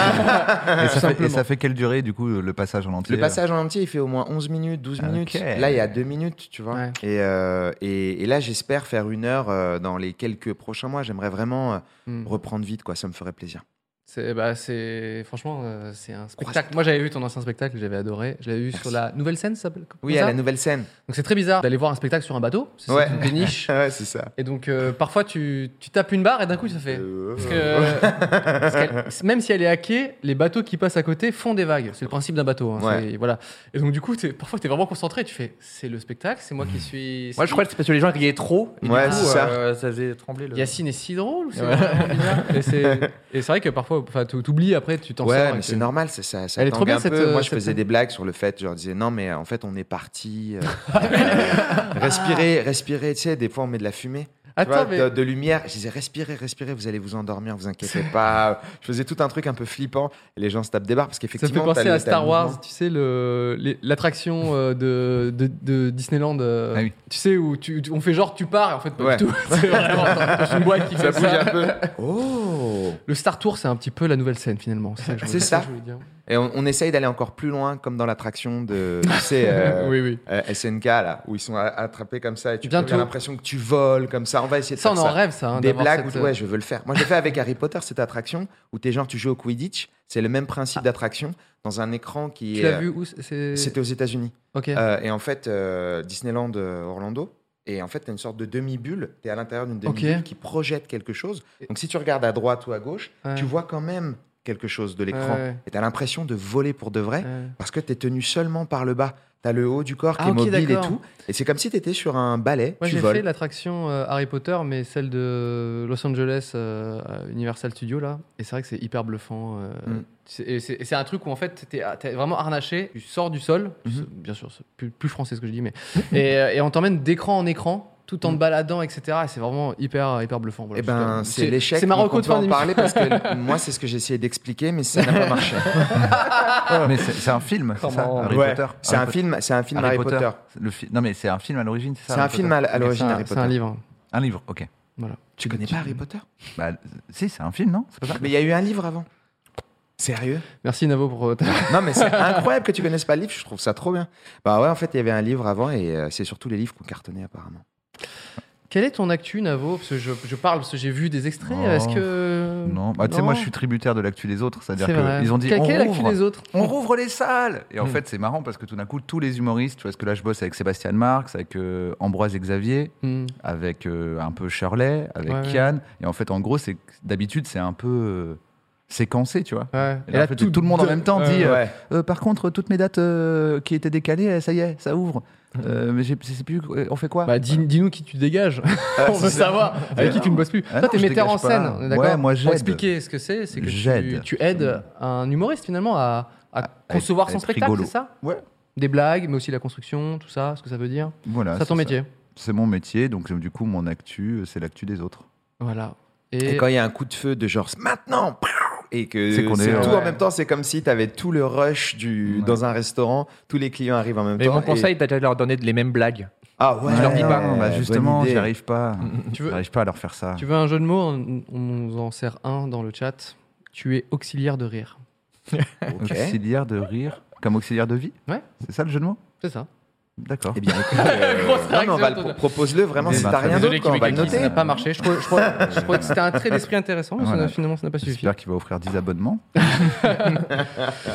Et ça, fait, et
simplement.
ça fait quelle durée, du coup, le passage en entier euh,
Le
euh,
passage en entier, il fait au moins 11 minutes, 12
Ah,
minutes.
ok.
Là, il y a 2 minutes, tu vois.
Ouais.
Et, euh, et, et là, j'espère faire une heure euh, dans les quelques prochains mois. J'aimerais vraiment euh,
Hmm.
reprendre vite, quoi. Ça me ferait plaisir.
C'est bah c'est franchement euh, c'est un spectacle. Moi j'avais vu ton ancien spectacle, j'avais adoré. Je l'avais vu sur la nouvelle scène, ça s'appelle. comme
Oui,
ça
à la nouvelle scène.
Donc c'est très bizarre d'aller voir un spectacle sur un bateau, c'est
Ouais.
c'est une péniche.
ouais, c'est ça.
et donc euh, parfois tu, tu tapes une barre et d'un coup ça fait.
Euh,
Parce euh, que parce qu'elle- même si elle est hackée, les bateaux qui passent à côté font des vagues. C'est le principe d'un bateau. hein.
Ouais.
C'est- Voilà. Et donc du coup t'es- parfois t'es vraiment concentré. Tu fais c'est le spectacle, c'est moi qui suis.
Moi, je crois que c'est parce que les gens riaient trop. Et
Ouais,
du coup,
Ah, c'est ça.
euh, ça faisait trembler le.
Yacine est si drôle. c'est vraiment bizarre. Et c'est et c'est vrai que parfois enfin tu oublies après tu t'en sors.
Ouais,
et
mais
tu-
c'est normal, ça, ça, ça
Elle est
tangue
trop bien,
un
cette,
peu. Moi,
euh,
je faisais
cette-
des blagues sur le fait, je leur disais non, mais euh, en fait, on est parti. euh, respirez, respirez, tu sais, des fois, on met de la fumée. tu vois,
Attends Ah, mais
de, de lumière. Je disais respirez, respirez, vous allez vous endormir, vous inquiétez pas. Je faisais tout un truc un peu flippant. Et les gens se tapent des barres parce
Ça me fait
qu'effectivement, t'as
penser
le-
à
t'as
Star
le
Wars,
mouvement.
tu sais, le- les- l'attraction euh, de, de, de Disneyland. euh,
Ah oui.
Tu sais, où tu, tu- on fait genre tu pars et en fait, pas
Ouais.
du tout. c'est vraiment t'as une boîte qui
Ça
fait
bouge
ça.
un peu. Oh
Le Star Tour, c'est un petit peu la nouvelle scène finalement. C'est ça. que je voulais-
Ah, C'est ça.
que je voulais dire.
Et on, on essaye d'aller encore plus loin, comme dans l'attraction de tu sais, euh,
oui, oui.
euh, SNK, là, où ils sont a- attrapés comme ça et tu as
Bientôt.
l'impression que tu voles comme ça. On va essayer de
Ça, on
faire
en
ça.
rêve, ça. hein,
Des
d'avoir
blagues
cette,
où, ouais, je veux le faire. Moi, j'ai fait avec Harry Potter cette attraction où t'es genre, tu joues au Quidditch. C'est le même principe d'attraction dans un écran qui
Ah. Tu
est. euh,
l'as vu euh, où c'est-
C'était aux États-Unis.
Ok.
Euh, et en fait, euh, Disneyland euh, Orlando. Et en fait, t'as une sorte de demi-bulle. T'es à l'intérieur d'une
Ok.
demi-bulle qui projette quelque chose. Donc, si tu regardes à droite ou à gauche,
Ouais.
tu vois quand même quelque chose de l'écran.
Ouais.
Et t'as l'impression de voler pour de vrai
Ouais.
parce que t'es tenu seulement par le bas. T'as le haut du corps qui
Ah,
est
ok,
mobile et
d'accord.
tout. Et c'est comme si t'étais sur un balai.
Moi,
tu
j'ai
voles.
fait l'attraction euh, Harry Potter, mais celle de Los Angeles euh, à Universal Studios, là. Et c'est vrai que c'est hyper bluffant. euh,
Mm.
tu sais, et c'est- et c'est un truc où, en fait, t'es ah, t'es vraiment harnaché, tu sors du sol,
Mhm.
c'est- bien sûr, c'est plus, plus français ce que je dis, mais. et, euh, et on t'emmène d'écran en écran, tout en te baladant, etc. Et c'est vraiment hyper, hyper bluffant. Voilà,
Mm. Eh
je te-
ben, c'est l'échec.
C'est ma
donc
reco
on
de
peut
fin
en
d'émission.
parler parce que moi, c'est ce que j'ai essayé d'expliquer, mais ça n'a pas marché.
Mais c'est c'est un film, c'est ça
Comment-
Harry
Ouais.
Potter
C'est un
Harry Po-
film, c'est un film Harry Potter.
Le fi- Non, mais c'est un film à l'origine, c'est ça
C'est un
Harry
film à,
Potter
l- à
C'est
l'origine
un,
Harry
c'est
Potter.
un livre.
Un livre, ok.
Voilà.
Tu connais pas Harry Potter
Bah, si, c'est un film, non C'est pas ça
Mais il y a eu un livre avant. Sérieux
Merci Navo pour euh, ta-
Non, mais c'est incroyable que tu connaisses pas le livre. Je trouve ça trop bien. Bah ouais, en fait, il y avait un livre avant et euh, c'est surtout les livres qu'on cartonnait apparemment.
Quelle est ton actu, Navo Parce que je, je parle, parce que j'ai vu des extraits.
Oh.
Est-ce que.
Non, bah, tu sais, moi je suis tributaire de l'actu des autres,
C'est
c'est-à-dire
vrai.
qu'ils ont dit
Quelle,
on
quelle actu
rouvre,
des autres
on rouvre les salles Et en
Hmm.
fait, c'est marrant parce que tout d'un coup, tous les humoristes, tu vois, parce que là je bosse avec Sébastien Marx, avec euh, Ambroise Xavier,
Hmm.
avec euh, un peu Shirley, avec
Ouais, ouais.
Kian, et en fait, en gros, c'est d'habitude, c'est un peu euh, séquencé, tu vois.
Ouais.
Et, là, en fait, tout, le monde en même temps dit
Ouais.
euh, Euh, par contre, toutes mes dates euh, qui étaient décalées, euh, ça y est, ça ouvre. Euh, mais j'ai- je sais plus, euh, on fait quoi
Bah, dis- dis-nous qui tu dégages. on veut savoir avec qui tu ne bosses plus. Toi,
Ah non,
t'es
je
metteur en
dégage
scène,
pas.
on est d'accord
Ouais, moi,
Pour
j'aide.
expliquer ce que c'est, c'est que tu,
J'aide. Ah,
tu aides un humoriste finalement à, à concevoir
à
son
être
spectacle,
rigolo.
c'est ça
Ouais.
Des blagues, mais aussi la construction, tout ça, ce que ça veut dire.
Voilà,
ça, ton
Ah, c'est
métier.
C'est mon métier, donc euh, du coup, mon actu, euh, c'est l'actu des autres.
Voilà.
Et,
Et,
quand il y a un coup de feu de genre maintenant pow et que c'est
C'est qu'on est,
tout
ouais.
en même temps, c'est comme si tu avais tout le rush du,
Ouais.
dans un restaurant, tous les clients arrivent en même
Mais
temps.
mon
et-
conseil, t'as de leur donner les mêmes blagues.
Ah ouais,
je leur dis pas,
ouais,
bah,
bonne
justement,
idée.
j'y arrive pas.
tu, veux,
J'arrive pas à leur faire ça.
tu veux un jeu de mots On on nous en sert un dans le chat. Tu es auxiliaire de rire.
Ok.
Auxiliaire de rire, comme auxiliaire de vie
Ouais.
C'est ça le jeu de mots
C'est ça.
D'accord.
Eh bien, écoute, euh,
Grosse
non, mais on va
réaction,
le bah,
toi.
propose-le vraiment
Eh
si
ben,
t'as
très
rien
bien.
d'autre,
Désolé,
quoi, on va
Québec
le
Geek, ça
noter.
n'a pas marché. Je crois, je crois- je crois que c'était un trait d'esprit intéressant, mais ça n'a-
Voilà.
finalement, ça n'a pas suffi.
J'espère qu'il va offrir 10 abonnements.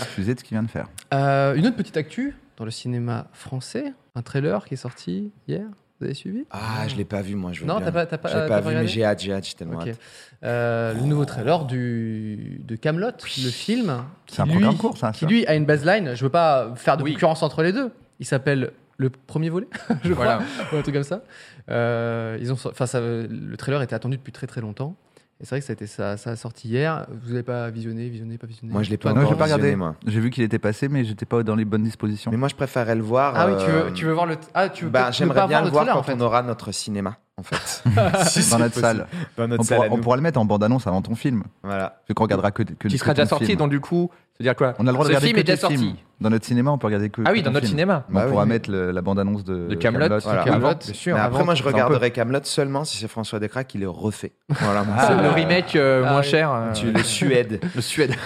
Excusez de ce qu'il vient de faire.
Euh, une autre petite actu dans le cinéma français, un trailer qui est sorti hier. Vous avez suivi
Ah, je l'ai pas vu, moi. Je veux
Non,
bien.
t'as pas- t'as pas- euh,
Je l'ai
t'as
pas
pas
vu, mais
regardé
j'ai hâte, j'ai hâte, j'ai tellement
Ok.
hâte.
Euh, le nouveau trailer du, de Camelot, le film.
C'est
qui,
un programme court, ça,
Qui
ça.
lui a une baseline. Je veux pas faire de
Oui.
concurrence entre les deux. Il s'appelle le premier volet, je crois,
Voilà.
ou un truc comme ça. Euh, ils ont, so- enfin, ça, le trailer était attendu depuis très très longtemps. Et c'est vrai que ça a été ça, ça a sorti hier. Vous n'avez pas visionné, visionné, pas visionné.
Moi, je l'ai pas
Bah non, j'ai
encore
pas
visionné,
regardé.
moi.
J'ai vu qu'il était passé, mais j'étais pas dans les bonnes dispositions.
Mais moi, je préférerais le voir.
Ah oui, tu
euh,
veux, tu veux voir le. Ah, tu veux
bah,
peut-être ne
J'aimerais
pas
bien
voir
le
le
voir
trailer
quand
en fait.
on aura notre cinéma, en fait.
Dans notre salle.
Dans
On
notre salle.
pourra,
à
on
nous.
pourra le mettre en bande-annonce avant ton film.
Voilà.
Vu qu'on regardera que, que
Qui
que
sera déjà
ton
sorti,
film.
donc du coup, c'est-à-dire quoi
On a le droit de
Ce
regarder
film
que
est déjà
tes films.
sorti.
Dans notre cinéma, on peut regarder que.
Ah
que
oui,
ton
dans notre
film.
cinéma.
Mais
Bah
on
oui,
pourra
mais-
mettre le- la bande-annonce de,
De Kaamelott.
Kaamelott.
Voilà.
Kaamelott,
Camelot.
bien sûr.
Mais
avant.
après, moi, je
C'est un peu-
regarderai Camelot seulement si c'est François Descraques qui le refait. Voilà. moi,
Ah,
c'est
le remake euh,
Ah
moins
oui.
cher. euh,
Tu le Suède. Ah
le Suède.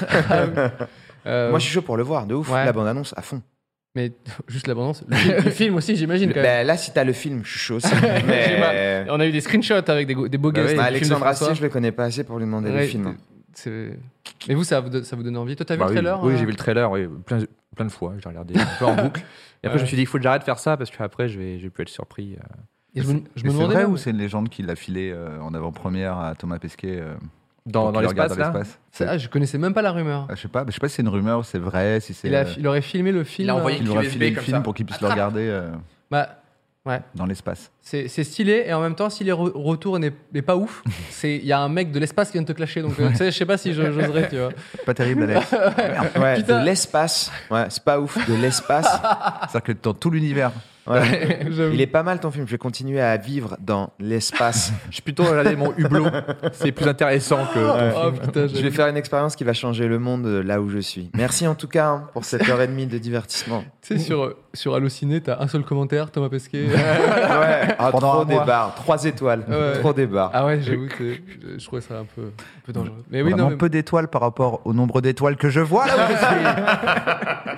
Euh,
Moi, je suis chaud pour le voir, de ouf.
Ouais.
La bande-annonce à fond.
Mais juste l'abondance. Le, film- le film aussi, j'imagine quand même.
Bah, là, si t'as le film, je suis chaud aussi.
J'ai
Mais.
pas- On a eu des screenshots avec des, go- des beaux
Bah
guests.
ben,
du
oui,
film de
Alexandre
François.
Astier, je le connais pas assez pour lui demander le
Ouais,
film.
c'est- Mais vous, ça vous, donne- ça vous donne envie Toi, t'as vu
Bah
le
oui,
trailer
Oui,
euh
j'ai vu le trailer, oui, plein, plein de fois. Je l'ai regardé un peu en boucle. Et après,
Ouais.
je me suis dit, il faut que j'arrête de faire ça parce qu'après, je vais, je vais plus être surpris. euh.
Et Je me, je me
Mais C'est
demandais.
vrai
même-
ou c'est une légende qui l'a filé euh, en avant-première à Thomas Pesquet euh,
Dans,
pour
dans
qu'il le regarde
l'espace, là
dans l'espace C'est-
Ah, je connaissais même pas la rumeur.
Ah, Je sais pas, je sais pas si c'est une rumeur, si c'est vrai, si c'est.
Il, a-
euh,
il aurait filmé le film.
Il a envoyé-
euh,
qu'il leur a
clé
filé
USB
le
comme
film
ça.
pour qu'ils puissent le regarder euh,
bah,
dans l'espace.
c'est c'est stylé et en même temps, si les re- retours n'est n'est pas ouf, c'est- il y a un mec de l'espace qui vient de te clasher. Donc, euh, tu sais, je sais pas si je- j'oserais, tu vois.
Pas terrible, Alex. Merde.
Ouais,
Putain.
de l'espace. Ouais, c'est pas ouf, de l'espace.
C'est-à-dire que dans tout l'univers,
Ouais.
J'avoue.
Il est pas mal ton film. Je vais continuer à vivre dans l'espace.
Je suis plutôt regardé mon hublot. C'est plus intéressant que.
Oh putain,
je vais faire une expérience qui va changer le monde euh, là où je suis. Merci en tout cas hein, pour cette heure et demie de divertissement.
Tu sais, sur, sur Allociné, t'as un seul commentaire, Thomas Pesquet.
Ouais, ah,
Pendant
trop
un mois.
débarre, trois étoiles,
Ouais.
trop débarre.
ah ouais, j'avoue, tu sais, je, je trouvais ça un peu, un peu dangereux. Mais oui,
vraiment
non, mais-
peu d'étoiles par rapport au nombre d'étoiles que je vois là où je suis.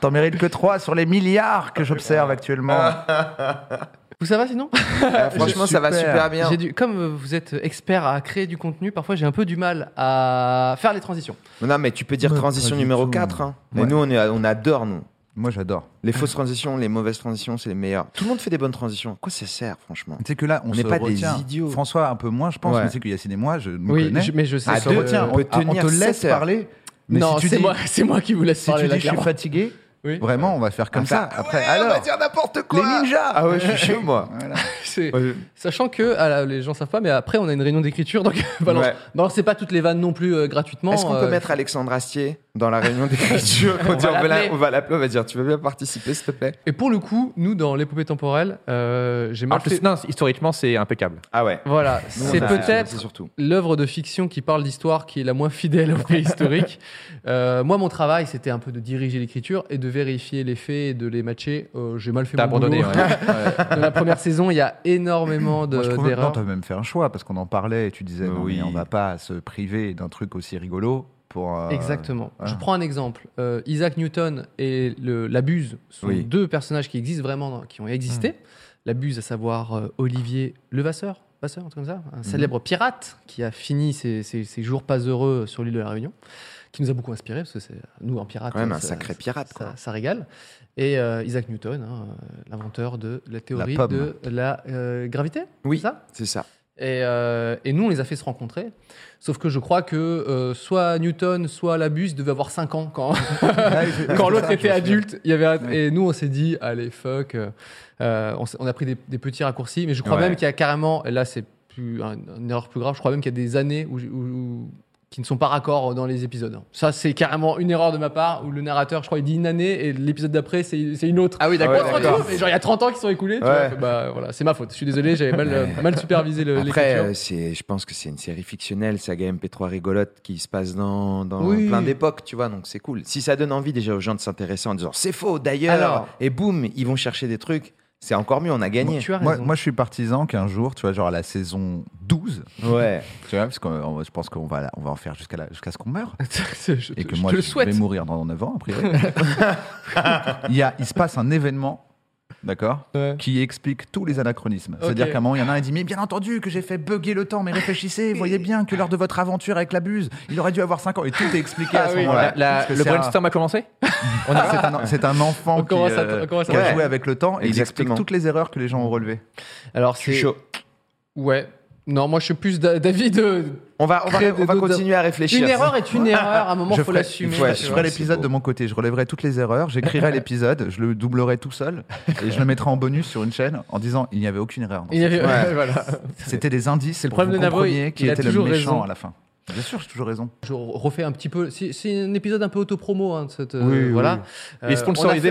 T'en mérites que 3 sur les milliards que j'observe actuellement.
Vous, ça va sinon
Ah, franchement, ça va
Super.
super bien.
J'ai du- Comme euh, vous êtes expert à créer du contenu, parfois j'ai un peu du mal à faire les transitions.
Non, mais tu peux dire
Ouais,
transition
pas du
numéro
tout.
4. Hein.
Ouais.
Mais nous, on, est- on adore, nous.
Moi j'adore.
Les fausses transitions, les mauvaises transitions, c'est les meilleures. Tout le monde fait des bonnes transitions. À quoi ça sert, franchement
Tu sais que là, on,
On
se
n'est pas des
retient.
idiots.
François, un peu moins, je pense,
Ouais.
mais c'est qu'il y a ciné, moi, je nous
oui,
connais.
je- mais je sais.
Ah,
que-
On se retient,
euh,
on,
peut
on
tenir
te laisse
sept heures.
parler. Mais
non,
si tu
c'est
dis,
moi, c'est moi qui vous laisse
si
parler
tu
là.
dis je suis
clairement.
fatigué,
Oui.
vraiment, on va faire comme ça. Après,
Ouais,
alors,
on va dire n'importe
les
quoi.
ninjas
Ah ouais, je suis chaud, moi.
Voilà.
C'est-
Ouais.
Sachant que ah là, les gens savent pas, mais après on a une réunion d'écriture, donc balance.
Ouais.
Balance, c'est pas toutes les vannes non plus euh, gratuitement.
Est-ce qu'on peut
euh,
mettre Alexandre Astier dans la réunion d'écriture
On
On, dit,
va
on va la-
l'appeler.
on va l'appeler, on va dire Tu veux bien participer, s'il te plaît
Et pour le coup, nous dans l'épopée temporelle, euh, j'ai mal
Alors que-
fait.
non, historiquement, Ah, c'est impeccable.
Ah ouais.
Voilà,
Nous,
c'est
on a-
peut-être
c'est surtout.
l'œuvre de fiction qui parle d'histoire qui est la moins fidèle au fait historique. Euh, moi, mon travail, c'était un peu de diriger l'écriture et de vérifier les faits et de les matcher. Euh, J'ai mal fait
T'as
mon
abandonné.
boulot.
ouais. Ouais.
Dans la première saison, il y a énormément de-
Moi, je trouve maintenant,
d'erreurs.
t'as même fait un choix parce qu'on en parlait et tu disais
Mais
non, mais
oui.
on va pas se priver d'un truc aussi rigolo pour. euh,
Exactement.
hein.
voilà.
Je prends un exemple. Euh, Isaac Newton et le- la Buse sont
Oui. Mmh.
deux personnages qui existent vraiment, dans- qui ont existé. La Buse, à savoir euh, Olivier Levasseur, Vasseur, un truc comme ça,
Mmh.
un célèbre pirate qui a fini ses, ses- ses jours pas heureux sur l'île de la Réunion, qui nous a beaucoup inspiré parce que c'est nous en pirate.
Quand même
euh,
un
ça-
sacré pirate,
Ça,
quoi.
ça régale. Et euh, Isaac Newton, hein, euh, l'inventeur de la théorie
pomme.
de la euh, gravité.
Oui.
c'est ça
C'est ça.
et, euh, et nous, on les a fait se rencontrer. Sauf que je crois que euh, soit Newton, soit la buse devait avoir 5 ans quand,
Ah, oui, c'est- oui,
quand
c'est
l'autre
ça,
était
je me souviens.
adulte. Il y avait un-
Ouais.
Et nous, on s'est dit, allez, fuck. euh, euh, on, s'est- on a pris des, des petits raccourcis, mais je crois
Ouais.
même qu'il y a carrément, et là, c'est plus un- une erreur plus grave, je crois même qu'il y a des années où, où- où- qui ne sont pas raccords dans les épisodes. Ça, c'est carrément une erreur de ma part où le narrateur, je crois, il dit une année et l'épisode d'après, c'est c'est une autre.
Ah oui,
On
d'accord.
se retrouve,
d'accord.
mais genre, il y a 30 ans qui sont écoulés. tu
Ouais.
vois, bah, voilà, c'est ma faute. Je suis désolé, j'avais mal, euh, mal supervisé le-
Après,
l'écriture.
euh, c'est, je pense que c'est une série fictionnelle, saga MP3 rigolote qui se passe dans, dans
Oui.
plein d'époques, tu vois, donc c'est cool. Si ça donne envie déjà aux gens de s'intéresser en disant c'est faux d'ailleurs,
Alors-
et boum, ils vont chercher des trucs, c'est encore mieux, on a gagné.
Tu as
Moi,
raison.
moi, je suis partisan qu'un jour, tu vois, genre à la saison 12,
Ouais.
tu vois, parce que je pense qu'on va, on va en faire jusqu'à la- jusqu'à ce qu'on meure.
je, je
Et
te-
que
je
moi,
te le
je vais
souhaite.
mourir dans 9 ans, a priori. il, y a, il se passe un événement d'accord
Ouais.
Qui explique tous les anachronismes. C'est-à-dire qu'à un moment, il y en a un qui dit Mais bien entendu que j'ai fait bugger le temps, mais réfléchissez, voyez bien que lors de votre aventure avec la buse, il aurait dû avoir 5 ans. Et tout est expliqué
Ah
à ce moment-là.
La- la-
Parce que
Bah, le
c'est un-
brainstorm a commencé
on a- c'est un- C'est un enfant
On
qui,
commence à-
euh,
on commence à-
qui a
Ouais.
joué avec le temps et il explique
Exactement.
toutes les erreurs que les gens ont relevées.
Alors,
Je
c'est.
suis chaud.
Ouais. Non, moi, je suis plus d'a- d'avis de.
On va, on va,
Créer des
on va
doutes.
continuer à réfléchir.
Une erreur est une erreur. À un moment,
Je
faut
ferai-
l'assumer.
Ouais,
tu
Je
c'est
vois.
ferai
vrai.
l'épisode
beau.
de mon côté, je relèverai toutes les erreurs, j'écrirai l'épisode, je le doublerai tout seul et je le mettrai en bonus sur une chaîne en disant il n'y avait aucune erreur. dans
Il y avait.
Ouais.
voilà.
ça. C'était des indices
le
pour
problème
que
de
vous
Navo, il-
compreniez qui
il a
était le
toujours
méchant
raison.
à la fin. Bien sûr, j'ai toujours raison.
Je refais un petit peu. C'est c'est un épisode un peu autopromo, hein, de cette. euh,
Oui, oui,
voilà.
oui. Il est sponsorisé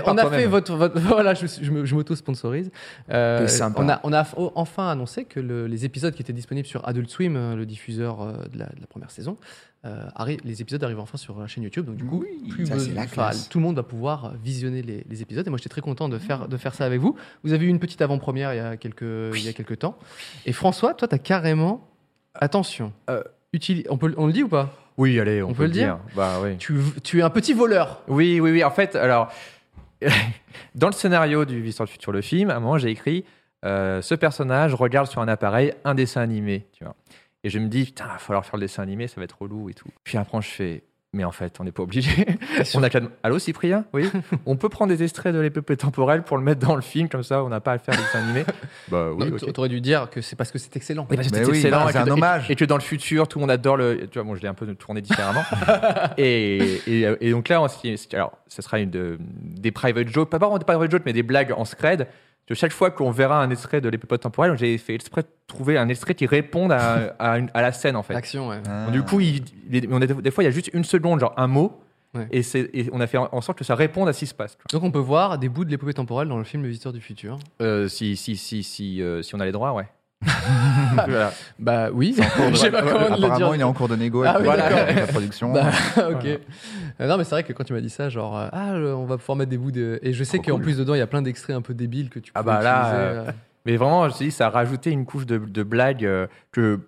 on a fait,
par
on a
toi-même.
fait votre, votre- Voilà, je, me suis- je me- je m'auto-sponsorise. Euh,
T'es sympa.
on a, on a f- oh, enfin annoncé que le- les épisodes qui étaient disponibles sur Adult Swim, euh, le diffuseur euh, de la, de la première saison, euh, arrivent- les épisodes arrivent enfin sur la chaîne YouTube. Donc, du coup, plus
ça,
besoin-
c'est la
enfin,
classe.
tout le monde va pouvoir visionner les, les épisodes. Et moi, j'étais très content de faire, de faire ça avec vous. Vous avez eu une petite avant-première il y a quelques, il y a quelques temps. Et François, toi, tu as carrément. Attention.
Euh,
utili- on, peut, on le dit ou pas
Oui, allez,
on peut le dire.
Bah oui.
tu, tu es un petit voleur.
Oui, oui, oui. En fait, alors, dans le scénario du Vistor du futur, le film, à un moment, j'ai écrit euh, ce personnage regarde sur un appareil un dessin animé, tu vois. Et je me dis putain, il va falloir faire le dessin animé, ça va être relou et tout. Puis après, je fais. Mais en fait, on n'est pas obligé. on a qu'à. Allô, Cyprien Oui On peut prendre des extraits de l'épopée temporelle pour le mettre dans le film, comme ça, on n'a pas à le faire le dessin animé. bah
Non, t- T'aurais dû dire que c'est parce que c'est excellent.
Oui, parce que
Mais
c'était
oui,
excellent
bah,
et
c'est
que-
un
et-
hommage.
Et, que dans le futur, tout le monde adore le. Tu vois, bon, je l'ai un peu tourné différemment. et, et- euh, et donc là, on, s'y- s'y- alors, ça sera une de- des private jokes, pas vraiment des private jokes, mais des blagues en scred. Que chaque fois qu'on verra un extrait de l'épopée temporelle, j'ai fait exprès de trouver un extrait qui réponde à, à une- à la scène, en fait.
L'action, ouais.
Ah.
Du coup, il- il- on a- des fois, il y a juste une seconde, genre un mot.
Ouais.
Et, c'est- et on a fait en en sorte que ça réponde à ce qui se passe. tu
Donc on peut voir des bouts de l'épopée temporelle dans le film Le Visiteur du Futur.
vois. Euh, si, si, si, si, euh, si on a les droits, ouais. Voilà.
Bah oui, je sais pas comment le
Apparemment,
dire.
il est en cours de négo
Ah
avec
oui,
la-
d'accord.
avec la production.
Bah, ok. Euh, non, mais c'est vrai que quand tu m'as dit ça, genre, euh, ah, le- on va pouvoir mettre des bouts de. Et je sais qu'en plus dedans, il y a plein d'extraits un peu débiles que tu peux
Ah bah là,
utiliser, euh.
Mais vraiment, je te dis, ça a rajouté une couche de, de blagues euh, que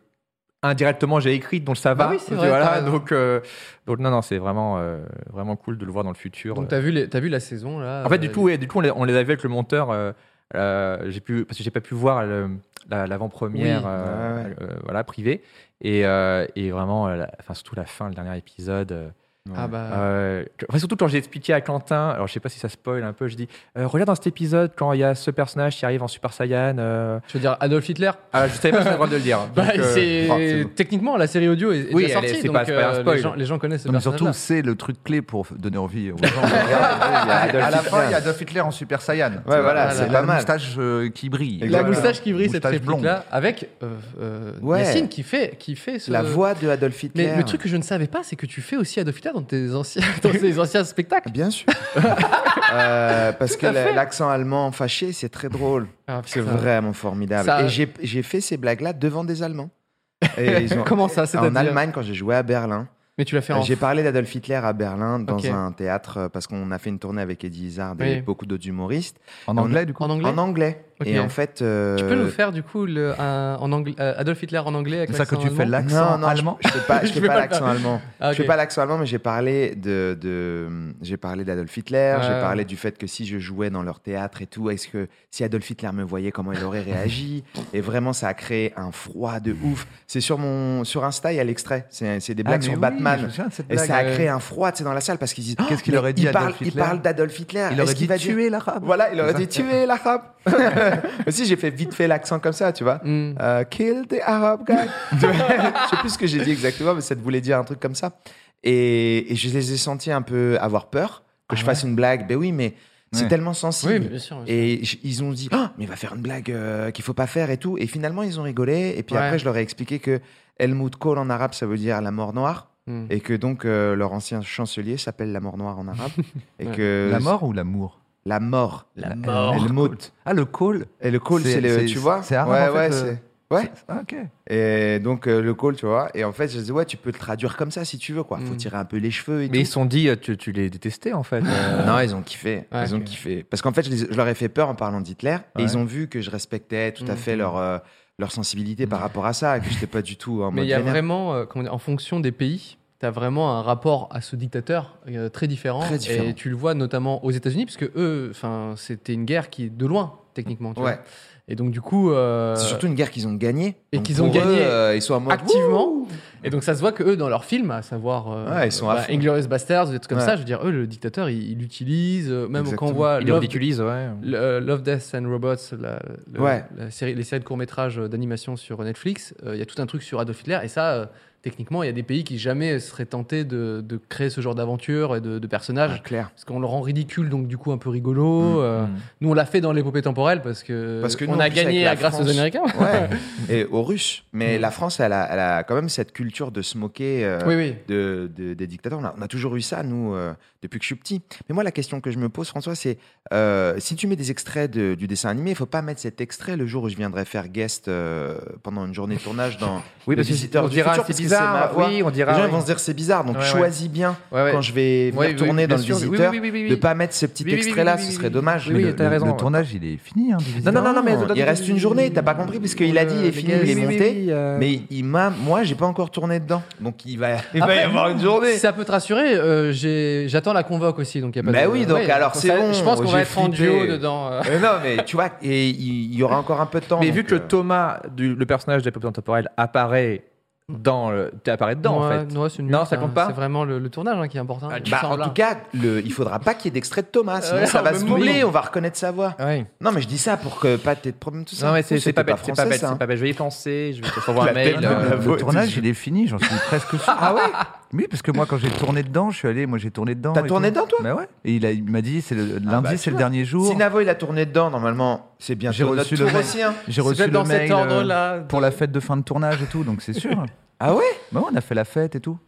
indirectement j'ai écrites, donc ça va.
Bah oui, c'est vrai,
Voilà,
t'as raison.
donc, euh, donc non, non, c'est vraiment, euh, vraiment cool de le voir dans le futur.
Donc t'as vu, les- t'as vu la saison, là
euh, en fait, du
euh,
coup, ouais, du coup, on les, on les a vus avec le monteur. euh, euh, j'ai pu, parce que j'ai pas pu voir le- la- l'avant-première,
Oui.
euh,
Ouais, ouais.
euh, voilà, privée, et, euh, et vraiment, euh, la- enfin surtout la fin, le dernier épisode. euh,
Ah bah.
euh, que- enfin, surtout quand j'ai expliqué à Quentin, alors je sais pas si ça spoil un peu, je dis euh, regarde dans cet épisode quand il y a ce personnage qui arrive en Super Saiyan. euh,
Tu veux dire Adolf Hitler
ah, je savais pas si j'avais le droit de le dire. Donc,
Bah,
euh,
c'est.
oh, c'est bon.
Techniquement, la série audio est, est
Oui,
déjà
elle est-
sortie,
c'est
donc
pas- c'est pas un
euh,
spoil.
les, gens, les gens connaissent ce
Non, mais
personnage.
surtout, c'est le truc clé pour f- donner envie aux gens. Regardez, il y a- à la fin, il y a Adolf Hitler en Super Saiyan.
Ouais, voilà,
la-
c'est
la
pas mal.
moustache euh, qui brille.
La
La
Voilà.
moustache qui brille, cette
Moustache blonde.
réplique-là, avec euh, euh,
Ouais.
Yacine qui fait, qui fait ce...
La voix de Adolf Hitler.
Mais le truc que je ne savais pas, c'est que tu fais aussi Adolf Hitler dans tes anciens, dans tes anciens spectacles.
Bien sûr. Euh, parce que la- l'accent allemand fâché, c'est très drôle.
Ah,
C'est vraiment formidable.
Ça-
Et j'ai- j'ai fait ces blagues-là devant des Allemands. Et ils ont-
Comment ça c'est
en Allemagne, quand j'ai joué à Berlin, euh,
Mais tu l'as fait en...
j'ai parlé d'Adolf Hitler à Berlin dans
Ok.
un théâtre euh, parce qu'on a fait une tournée avec Eddie Izzard et
Oui.
beaucoup d'autres humoristes
En anglais, du coup.
En anglais
en anglais.
Ok.
Et en fait, euh,
Tu peux nous faire du coup le, un- en anglais, euh, Adolf Hitler en anglais avec
C'est ça que
l'accent
tu fais
allemand
l'accent
non, non,
allemand
Je, je fais pas, je
Je
fais
vais
pas
pas le
l'accent
faire.
allemand.
Ah, ok.
Je fais pas l'accent allemand, mais j'ai parlé de, de- j'ai parlé d'Adolf Hitler.
Ah.
Ouais.
J'ai parlé du fait que si je jouais dans leur théâtre et tout, est-ce que si Adolf Hitler me voyait, comment il aurait réagi Et vraiment, ça a créé un froid de ouf. C'est sur mon, sur Insta, il y a l'extrait. C'est, c'est des
Ah,
blagues
mais
sur
oui, je me
Batman.
souviens de cette
Et ça a
blague. Euh,
créé un froid, c'est dans la salle parce qu'ils disent. Ah,
Qu'est-ce qu'il
mais
aurait dit,
il
Adolf
parle,
Hitler
Il parle d'Adolf Hitler.
Il
Est-ce
aurait
qu'il
dit
va dire-
tuer l'arabe.
Voilà, il aurait
C'est
dit tuer l'arabe. Aussi, j'ai fait vite fait l'accent comme ça, tu vois.
Mm.
Euh, kill the Arab guy. Tu vois, je sais plus ce que j'ai dit exactement, mais ça te voulait dire un truc comme ça. Et, et je les ai sentis un peu avoir peur que je fasse une blague. Ben oui, mais c'est
Ah Ouais.
tellement
Oui,
sensible.
bien sûr. bien sûr.
et j- ils ont dit, Ah, mais il va faire une blague euh, qu'il faut pas faire et tout. Et finalement, ils ont rigolé. Et puis
Ouais.
après, je leur ai expliqué que Helmut Kohl en arabe, ça veut dire la mort noire.
Hmm.
Mm.
Et que donc euh, leur ancien chancelier s'appelle la mort noire en arabe. et que
La mort ou l'amour
La mort.
La mort.
Helmut.
Ah, le call
Et le Kohl,
C'est-
c'est le.
c'est-
Tu vois
c'est arabe,
Ouais,
en fait,
ouais,
euh,
c'est- Ouais.
Ah, Ok.
Et donc euh, le call, tu vois. Et en fait, je dis ouais, tu peux le traduire comme ça si tu veux, quoi. Faut
Mm.
tirer un peu les cheveux et
Mais ils
tout.
se sont dit, euh, tu, tu les détestais en fait. euh.
Non, ils ont kiffé.
Ouais,
ils ont
ok.
kiffé. Parce qu'en fait, je, les- je leur ai fait peur en parlant d'Hitler
Ouais.
et ils ont vu que je respectais tout à
Mm.
fait leur euh, leur sensibilité par rapport à ça, que j'étais pas du tout en
Hmm. Mais
mode.
il y a
vénère.
vraiment, euh, comment dire, en fonction des pays, tu as vraiment un rapport à ce dictateur euh, très différent.
Très différent.
Et tu le vois notamment aux États-Unis, puisque eux, enfin, c'était une guerre qui est de loin, techniquement. tu
Ouais.
vois. Et donc, du coup. euh,
C'est surtout une guerre qu'ils ont gagnée.
et
Donc,
qu'ils ont
pour eux,
gagnée
euh, ils sont en mode,
activement. Et donc ça se voit que eux dans leurs films, à savoir euh,
Ouais, ils sont à fond.
Inglourious Basterds, des trucs comme
Ouais.
ça, je veux dire, eux, le dictateur, il il l'utilise, euh, même quand on
Exactement.
voit
Il le
Love,
ridiculise, ouais.
le- euh, Love, Death and Robots, la, le-
Ouais.
la série, les séries de courts-métrages euh, d'animation sur Netflix, euh, il y a tout un truc sur Adolf Hitler, et ça, euh, techniquement, il y a des pays qui jamais seraient tentés de, de créer ce genre d'aventure et de, de
Ah,
personnages.
clair.
Parce qu'on le rend ridicule, donc du coup un peu rigolo. euh,
Mm.
Nous, on l'a fait dans l'épopée temporelle parce que,
Mmh, Parce que nous,
on
en
a
plus, avec
gagné
la
à grâce aux
France-
Américains.
Ouais. Et aux Russes. Mais la France, elle a, elle a quand même cette culture de se moquer. euh,
Hmm. Oui, oui.
de, de- des dictateurs. On a, on a toujours eu ça, nous, euh, depuis que je suis petit. Mais moi, la question que je me pose, François, c'est euh, si tu mets des extraits de- du dessin animé, il faut pas mettre cet extrait le jour où je viendrai faire guest euh, pendant une journée de tournage dans
Oui,
Le
parce que
Visiteur
on
du
dira
Futur,
c'est
parce que c'est ma
bizarre.
voix.
Oui, on
Les
dira.
gens
oui.
vont se dire c'est bizarre, donc
Ouais, ouais.
choisis bien
Ouais, ouais.
quand je vais venir
Ouais, oui,
tourner
bien
dans le
sûr, oui, oui,
visiteur,
oui, oui, oui, oui.
de pas mettre ce petit
Oui, oui, oui,
extrait-là,
oui, oui,
ce
oui,
serait
oui.
dommage.
Oui,
Mais
oui,
le-
t'as raison,
Le
ouais.
tournage, il est fini. Hein, du
non,
visiteur.
non, non, non, mais
Non,
il reste une journée, t'as pas compris, parce qu'il a dit, il est fini, il est monté,
euh,
mais il m'a, moi, j'ai pas encore tourné dedans, donc il va, il va y
Après,
avoir une journée.
Si ça peut te rassurer, euh, j'ai- j'attends la convoque aussi. Donc y a pas
Bah
de-
oui, donc
ouais,
alors c'est
ça-
bon.
Je pense qu'on
j'ai
va être en
flippé.
duo dedans. euh.
Euh, non, mais tu vois, et il il y aura encore un peu de temps.
Mais
donc,
vu que
euh,
Thomas, du- le personnage d'Épopée temporelle, apparaît dans le. apparaît dedans, en
Ouais,
fait.
ouais, c'est nul,
Non, ça compte pas
C'est vraiment le, le tournage hein, qui est important.
Ah,
Il
bah,
sort
en
là.
tout cas, le, il faudra pas qu'il y ait d'extrait de Thomas, sinon
Ouais,
ça va
au
se
même
doubler,
moment.
on va reconnaître sa voix.
Ouais.
Non, mais je dis ça pour que pas t'aies de problème, tout ça.
Non, mais c'est
Ouh,
c'est pas bête, c'est pas
français,
bête,
ça, hein.
c'est pas bête. Je vais y penser, je vais te renvoyer
La
un mail.
peine,
euh,
la
Le,
voix,
tournage,
tu-
il est fini, j'en suis presque sûr. Ah ouais Oui, parce que moi, quand j'ai tourné dedans, je suis allé, moi j'ai tourné dedans.
T'as
et
tourné
tout.
dedans, toi
Bah ouais. Et il a- il m'a dit, c'est le, lundi,
bah, tu
c'est le
vois.
dernier jour.
Si Navo il a tourné dedans, normalement, c'est bien
J'ai reçu le
tour
mail.
aussi. hein.
J'ai
C'est
reçu
peut-être
le
dans
mail
cet
euh,
Oh
ordre-là.
pour la fête de fin de tournage et tout, donc c'est sûr.
Ah ouais
bah ouais, on a fait la fête et tout.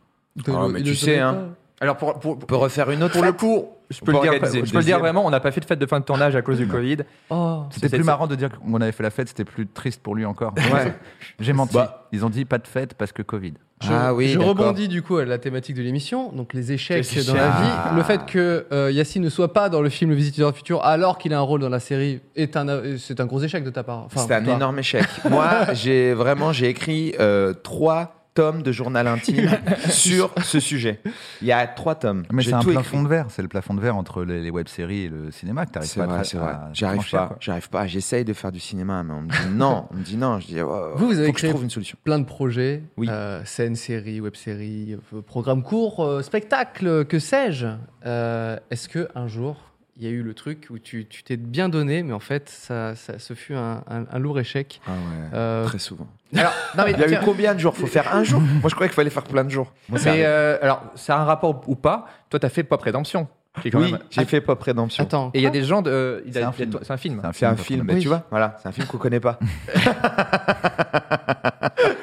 Ah, mais
Il
tu
le
sais,
tournait
hein.
Alors, pour, pour,
On peut refaire une autre.
pour le
fête.
coup, je
On
peux
peut
le dire,
organiser une
je peux le dire
deuxième.
vraiment, on n'a pas fait de fête de fin de tournage à cause du Covid.
pas. Oh.
C'était
C'est-
plus
c'est-
marrant de dire qu'on avait fait la fête, c'était plus triste pour lui encore.
Ouais.
J'ai menti.
Bah.
Ils ont dit pas de fête parce que Covid.
Je,
Ah oui,
je
d'accord.
rebondis du coup à la thématique de l'émission, donc les échecs
Les échecs.
dans la vie.
Ah.
Le fait que euh, Yacine ne soit pas dans le film Le Visiteur du Futur alors qu'il a un rôle dans la série, est un, euh, c'est un gros échec de ta part. Enfin,
C'est un
pour toi.
énorme échec. Moi, j'ai vraiment j'ai écrit euh, trois tomes de journal intime sur ce sujet. Il y a trois tomes.
Ah, Mais
J'ai
c'est un
tout
plafond
écrit.
de verre, c'est le plafond de verre entre les, les web-séries et le cinéma que t'arrives
C'est
pas à
vrai,
tra-
c'est vrai.
à
J'arrive
franchir,
pas,
quoi.
j'arrive pas. J'essaye de faire du cinéma, mais on me dit non. On me dit non. Je dis, oh,
Vous, vous avez
faut que je
créé-
trouve une solution.
plein de projets,
Oui.
euh, scènes, séries, web-séries, euh, programmes courts, euh, spectacles, que sais-je. Euh, Est-ce que un jour, il y a eu le truc où tu tu t'es bien donné, mais en fait, ça, ça- ce fut un, un- un lourd échec
Ah ouais,
Euh,
très souvent.
Alors, non, mais,
Il y a eu
tiens,
combien de jours Faut faire un jour Moi, je croyais qu'il fallait faire plein de jours. Moi, ça
mais,
arrive.
euh, alors, ça a un rapport ou pas Toi, t'as fait Pop Rédemption. qui est quand
oui,
même-
j'ai fait Pop Redemption.
Attends,
Et il y a des gens. de- il a-
C'est
il
un
a-
film.
C'est un film.
C'est un
Pop
film,
Redemption.
mais tu vois, voilà, c'est un film qu'on connaît pas.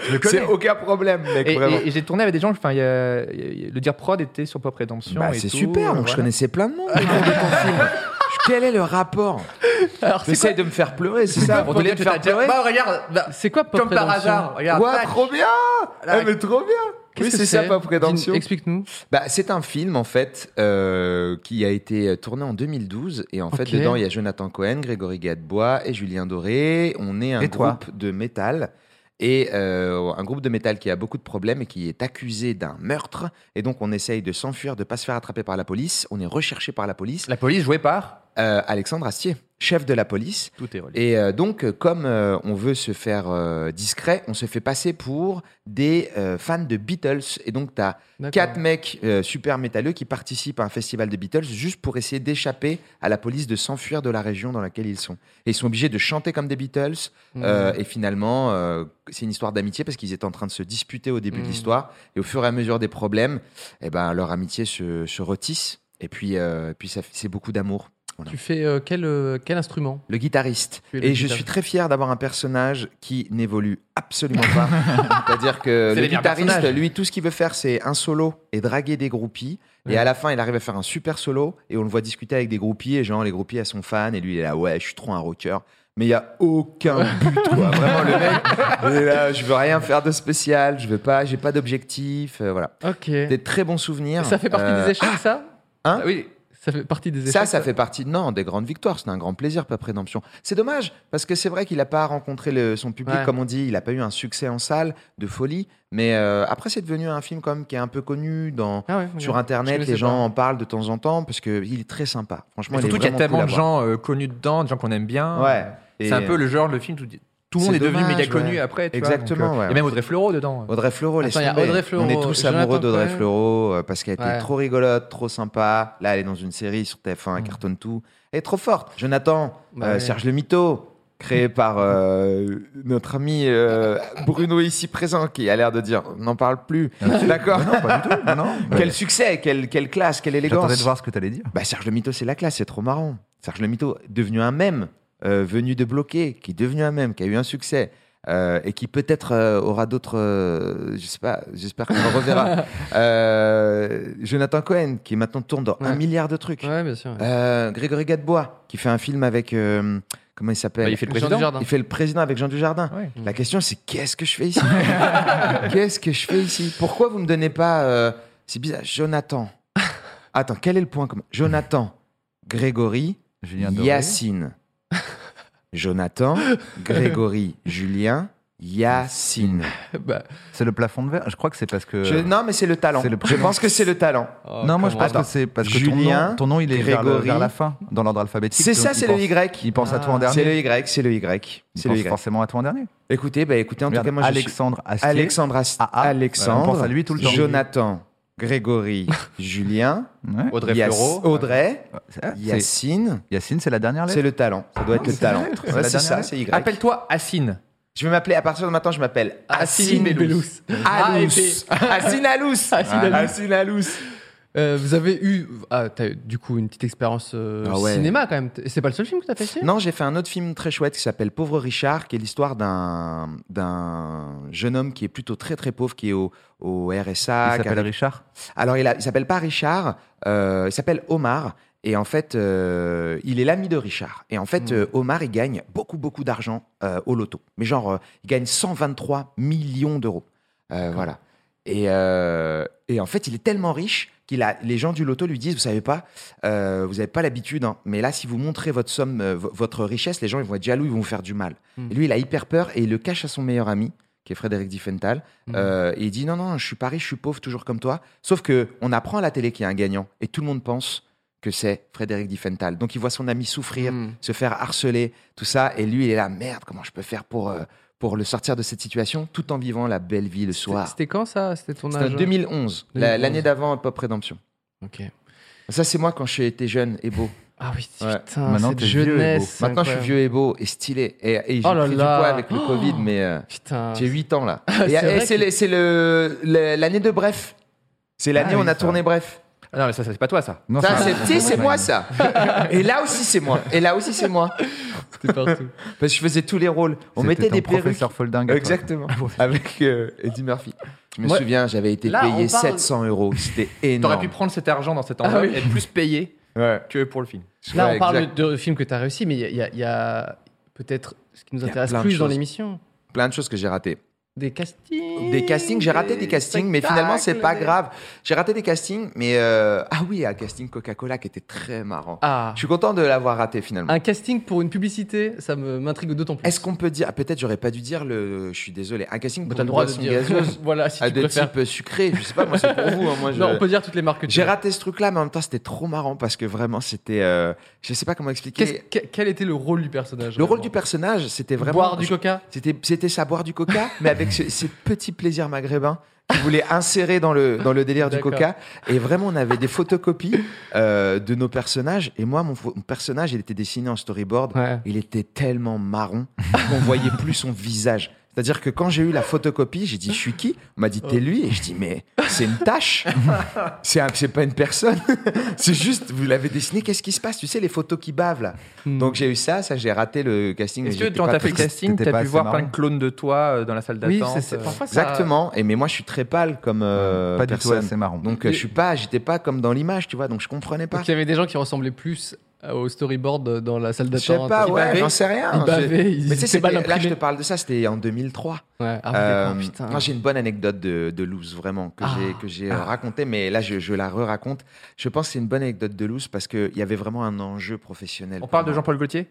Je
C'est
le connais.
aucun problème, mec,
Et,
vraiment.
et- et j'ai tourné avec des gens. Enfin, il y a- il y a- le dire prod était sur Pop Redemption.
Bah,
et
c'est
tout,
super, donc
voilà.
je connaissais plein de monde autour de ton film. Quel est le rapport J'essaie de me faire pleurer, c'est ça
Pour
Au
te
lieu
dire
de
que
faire
t'as déjà-
pleurer
Bah, regarde, bah,
c'est quoi Pop
comme par
Redemption
hasard. Regarde.
Ouah,
tac.
trop bien Eh, mais trop bien
Qu'est-ce
Oui,
que
c'est ça, Pop Redemption.
Dis- Explique-nous.
Bah, c'est un film, en fait, euh, qui a été tourné en 2012. Et en fait,
Ok.
dedans, il y a Jonathan Cohen, Grégory Gadebois et Julien Doré. On est un
Et toi
groupe de métal. Et euh, un groupe de métal qui a beaucoup de problèmes et qui est accusé d'un meurtre. Et donc, on essaye de s'enfuir, de pas se faire attraper par la police. On est recherché par la police.
La police jouée par.
Euh, Alexandre Astier, chef de la police.
Tout est relié.
Et euh, donc, euh, comme euh, on veut se faire euh, discret, on se fait passer pour des euh, fans de Beatles. Et donc, tu as
D'accord.
quatre mecs euh, super métalleux qui participent à un festival de Beatles juste pour essayer d'échapper à la police, de s'enfuir de la région dans laquelle ils sont. Et ils sont obligés de chanter comme des Beatles.
Mmh. Hmm.
euh, et finalement, euh, c'est une histoire d'amitié parce qu'ils étaient en train de se disputer au début
Mm.
de l'histoire. Et au fur et à mesure des problèmes, eh ben, leur amitié se, se retisse. Et puis, euh, puis ça fait- c'est beaucoup d'amour.
Tu fais euh, quel, euh, quel instrument
Le guitariste.
Tu es
Et
le
je
guitariste.
suis très fier d'avoir un personnage qui n'évolue absolument pas. C'est-à-dire que
C'est
le
les meilleurs
guitariste,
personnages.
lui, tout ce qu'il veut faire, c'est un solo et draguer des groupies.
Ouais.
Et à la fin, il arrive à faire un super solo et on le voit discuter avec des groupies et genre les groupies, elles sont fans et lui, il est là, ouais, je suis trop un rocker. Mais il n'y a aucun but, quoi. Vraiment, le mec, il est là, je veux rien faire de spécial, je veux pas, j'ai pas d'objectif, euh, voilà.
Ok.
Des très bons souvenirs.
Ça fait partie
Euh,
des échecs, ça
Hein
Ah oui.
Ça fait partie des échecs.
Ça, ça fait partie non, des grandes victoires. C'est un grand plaisir, Peuple Prédemption. C'est dommage, parce que c'est vrai qu'il n'a pas rencontré le- son public,
Ouais.
comme on dit. Il n'a pas eu un succès en salle de folie. Mais euh, après, c'est devenu un film quand même qui est un peu connu dans,
Ah ouais, ok.
sur
Je
Internet.
connaissais
Les gens
pas.
en parlent de temps en temps, parce qu'il est très sympa. Franchement,
surtout
il
qu'il
est
y a
vraiment
tellement
cool
de
à voir.
gens euh, connus dedans, des gens qu'on aime bien.
Ouais. Et-
C'est un peu le genre, le film, tout,
C'est
tout le monde est devenu
dommage,
méga
ouais.
connu après. tu vois,
Exactement,
donc, euh,
ouais.
Et même Audrey Fleurot dedans.
Audrey Fleurot, laisse
Attends, il y a
tomber.
Audrey Fleurot,
On est tous
Jonathan
amoureux d'Audrey
Cohen.
Fleurot euh, parce qu'elle était
Ouais.
trop rigolote, trop sympa. Là, elle est dans une série sur TF1, elle cartonne tout. Elle est trop forte. Jonathan,
Mm. Bah
euh,
ouais.
Serge Le Mito, créé par euh, notre ami euh, Bruno ici présent qui a l'air de dire on n'en parle plus. D'accord
Ah, Non, pas du tout. Non, non.
Quel succès, euh, quelle, quelle classe, quelle
J'attendais
élégance.
de voir ce que t'allais dire.
Bah, Serge Le Mito, c'est la classe, c'est trop marrant. Serge Le Mito, devenu un mème, euh, venu de bloquer, qui est devenu un mème, qui a eu un succès. euh, et qui peut-être euh, aura d'autres, euh, je sais pas, j'espère qu'on le reverra. Euh, Jonathan Cohen qui maintenant tourne dans un
Ouais.
milliard de trucs.
Ouais, bien sûr.
Euh, Grégory Gadebois qui fait un film avec euh, comment il s'appelle
Bah, il fait le
Jean
président.
Dujardin.
Il fait le président avec Jean Dujardin.
Ouais.
La question c'est qu'est-ce que je fais ici Qu'est-ce que je fais ici Pourquoi vous me donnez pas euh, C'est bizarre. Jonathan. Attends, quel est le point commun Jonathan, Grégory,
Julien Doré.
Yacine. Jonathan, Grégory, Julien, Yacine.
Bah,
C'est le plafond de verre. Je crois que c'est parce que.
Je- non, mais c'est le talent.
Euh, C'est le Ah,
je
prénom.
pense que c'est le talent.
oh,
Non, moi je
comment-
pense que c'est parce que ton,
Julien,
nom, ton nom, il est vers, le-
Grégory.
vers la fin, dans l'ordre alphabétique.
C'est
donc
ça,
il
c'est le
pense-
Y.
Il pense à toi en
C'est
dernier.
le Y, c'est le Y.
Il
C'est le
pense
Y.
forcément à toi en dernier.
Écoutez, bah écoutez, en tout
Regarde,
cas, moi je suis-
Alexandre Astier.
Alexandre, Ast-
Ah, ah.
Alexandre,
On pense à lui tout le temps.
Jonathan, Grégory, Julien,
Ouais.
Audrey
Yac-
Fleurot.
Audrey,
C'est- c'est-
Yacine.
Yacine, c'est la dernière
C'est
lettre.
le talent. Ça doit être le talent.
lettre,
Ouais,
c'est la
c'est ça,
dernière
c'est Y.
Appelle-toi Assine.
Je vais m'appeler à partir de maintenant, je m'appelle
Assine Bellous. Ah,
Ah,
Alous. Assine Alous.
Alous.
Assine Alous.
Euh, vous avez eu, ah, t'as eu, du coup une petite expérience euh,
Ah ouais.
cinéma quand même. T- C'est pas le seul film que t'as fait ici
Non, j'ai fait un autre film très chouette qui s'appelle Pauvre Richard, qui est l'histoire d'un d'un jeune homme qui est plutôt très très pauvre, qui est au, au
Il
RSA. qui
s'appelle
a-
Richard.
Alors, il, a- il s'appelle pas Richard, euh, il s'appelle Omar. Et en fait, euh, il est l'ami de Richard. Et en fait,
Mm.
euh, Omar, il gagne beaucoup, beaucoup d'argent euh, au loto. Mais genre, euh, il gagne 123 millions d'euros. Euh, voilà. Et, euh, et en fait, il est tellement riche qu'il a les gens du loto lui disent, vous savez pas, euh, vous n'avez pas l'habitude, hein, mais là, si vous montrez votre somme, euh, v- votre richesse, les gens ils vont être jaloux, ils vont vous faire du mal.
Mm.
Et lui, il a hyper peur et il le cache à son meilleur ami, qui est Frédéric Diffenthal. Euh, et il dit non, non, je suis pas riche, je suis pauvre, toujours comme toi. Sauf que on apprend à la télé qu'il y a un gagnant et tout le monde pense que c'est Frédéric Diffenthal. Donc il voit son ami souffrir,
Mm.
se faire harceler, tout ça, et lui, il est là, merde, comment je peux faire pour euh, pour le sortir de cette situation, tout en vivant la belle vie le
C'était-
soir.
C'était hein. quand ça C'était ton
C'était
âge
en 2011, la-
2011.
l'année d'avant Pop Redemption.
Ok.
Ça, c'est moi quand j'étais jeune et beau.
Ah oui,
Ouais.
putain,
Maintenant,
cette
t'es vieux et beau.
jeunesse. c'est
Maintenant, je suis
incroyable.
vieux et beau et stylé. Et, et j'ai
Oh là
pris du
là.
poids avec le
Oh.
Covid, mais euh,
Putain.
j'ai 8 ans là.
C'est
Et, et
vrai
c'est
que-
le- c'est le- le- l'année de Bref. C'est l'année
Ah
où
oui,
on a
ça.
tourné Bref.
Ah non, mais ça, ça, c'est pas toi, ça.
Non,
Ça,
c'est-
c'est- tu sais, c'est moi ça. Et là aussi, c'est moi. Et là aussi, c'est moi.
C'était partout.
Parce que je faisais tous les rôles. On
c'était
mettait
ton
des perruques.
professeur Folding. à toi.
Exactement. Avec euh, Eddie Murphy. Je me
Ah Ouais.
souviens, j'avais été
Là,
payé
on parle-
700 euros. C'était
T'aurais
énorme.
pu prendre cet argent dans cet
Ah
enveloppe
oui.
et être plus payé
Ouais.
que pour le film.
Là,
Ouais,
on parle
exact.
de films que t'as réussi, mais il y a- il y a, il y a peut-être ce qui nous
Il y a
intéresse
plein de
plus dans
choses.
l'émission.
Plein de choses que j'ai ratées.
Des castings.
Des castings, j'ai raté des castings, mais finalement, c'est pas
spectacles,
grave. J'ai raté des castings, mais. euh, Ah oui, un casting Coca-Cola qui était très marrant.
Ah,
Je suis content de l'avoir raté finalement.
un casting pour une publicité, ça me- m'intrigue d'autant plus.
Est-ce qu'on peut dire. ah, Peut-être j'aurais pas dû dire le. Je suis désolé. Un casting
Bah,
pour
T'as
une
le droit de
boisson
dire.
gazeuse.
voilà, si
à
tu
de
préfères.
type sucré. Je sais pas, moi c'est pour vous. hein, moi, je-
Non, on peut dire toutes les marques que tu
J'ai
veux.
raté ce truc-là, mais en même temps c'était trop marrant parce que vraiment c'était. euh, Je sais pas comment
Qu'est-ce-
expliquer.
que- Quel était le rôle du personnage
Le rôle
vraiment
du personnage, c'était vraiment.
Boire du coca
C'était, c'était ça, boire du coca, mais avec ce, ces petits plaisirs maghrébins qu'il voulait insérer dans le, dans le délire du
D'accord.
coca. Et vraiment, on avait des photocopies euh, de nos personnages. Et moi, mon, fo- mon personnage, il était dessiné en storyboard.
Ouais.
Il était tellement marron qu'on voyait plus son visage. C'est-à-dire que quand j'ai eu la photocopie, j'ai dit je suis qui On m'a dit t'es lui et je dis mais c'est une tâche, c'est un- c'est pas une personne, c'est juste vous l'avez dessiné. Qu'est-ce qui se passe Tu sais les photos qui bavent là.
Hmm.
Donc j'ai eu ça, ça j'ai raté le casting.
Est-ce
mais
que
j'étais
quand
pas
t'as fait le
triste.
casting,
t'étais
t'as
pas
pu
assez
voir plein
marrant.
de clones de toi euh, dans la salle
Oui,
d'attente
c'est- c'est
euh,
parfois ça.
Exactement. Et mais moi je suis très pâle comme euh,
Pas du tout,
personne.
c'est marrant.
Donc euh, je suis pas, j'étais pas comme dans l'image, tu vois. Donc je comprenais pas.
Donc il y avait des gens qui ressemblaient plus euh, au storyboard euh, dans la salle
Je sais
d'attente
pas,
Ils
ouais,
bavaient.
j'en sais rien.
Ils bavaient,
Je-
ils
Mais tu sais,
étaient mal
c'était- là, je
imprimés.
te parle de ça, c'était en 2003.
Ouais, ah,
Euh,
d'accord, putain.
moi, j'ai une bonne anecdote de, de loose, vraiment, que
Ah.
j'ai, que j'ai euh,
Ah.
racontée, mais là, je, je la re-raconte. Je pense que c'est une bonne anecdote de loose parce qu'il y avait vraiment un enjeu professionnel.
On
pour
parle de
moi.
Jean-Paul Gaultier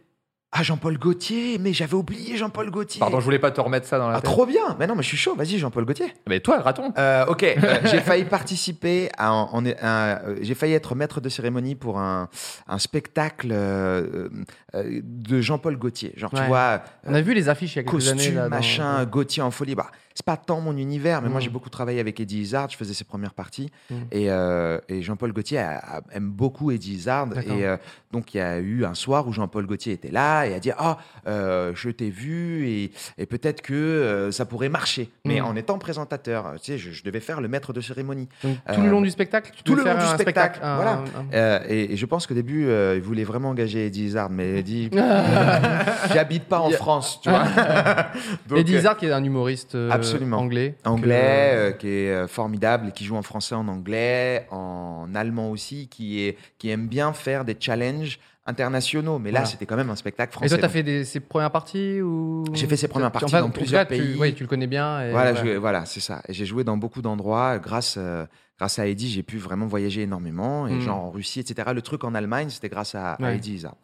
Ah, Jean-Paul Gaultier, mais j'avais oublié Jean-Paul Gaultier.
Pardon, je voulais pas te remettre ça dans la
Ah,
tête.
trop bien Mais non, mais je suis chaud, vas-y, Jean-Paul Gaultier.
Mais toi, le raton
Euh, ok, euh, j'ai failli participer à, un- en- à- euh, j'ai failli être maître de cérémonie pour un, un spectacle euh, euh, de Jean-Paul Gaultier. Genre, tu
Ouais.
vois,
On a vu les affiches il y a quelques
costume,
années. là, dans-
machin, Gauthier en folie. Bah, c'est pas tant mon univers, mais moi
Mm.
j'ai beaucoup travaillé avec Eddie Izzard, je faisais ses premières parties.
Mm.
Et, euh, et Jean-Paul Gaultier a- a- aime beaucoup Eddie Izzard.
D'accord.
Et euh, donc il y a eu un soir où Jean-Paul Gaultier était là et a dit Ah, euh, je t'ai vu et, et peut-être que euh, ça pourrait marcher. Mais
Mm.
en étant présentateur, euh, tu sais, je, je devais faire le maître de cérémonie.
Donc, tout le
Euh,
long du spectacle tu
tout
devais
le long
faire
du
un
spectacle,
un-
voilà.
un-
Euh, et, et je pense qu'au début, euh, il voulait vraiment engager Eddie Izzard, mais il a dit J'habite pas en France, tu vois. Donc,
Eddie
euh,
Izzard, qui est un humoriste euh,
Absolument.
anglais.
anglais
que-
euh, qui est euh, formidable et qui joue en français en anglais en allemand aussi qui est qui aime bien faire des challenges internationaux mais là
Voilà.
c'était quand même un spectacle français
Et toi, t'as
donc-
fait des- ses premières parties ou
J'ai fait ses premières
T'as-
parties
enfin,
dans
en tout
plusieurs
cas, tu-
pays.
ouais, tu le connais bien. et
voilà
voilà.
je- voilà c'est ça et j'ai joué dans beaucoup d'endroits grâce euh, grâce à Eddie j'ai pu vraiment voyager énormément et
Mm.
genre en Russie etc le truc en Allemagne c'était grâce à, à
Ouais.
Eddie Izzard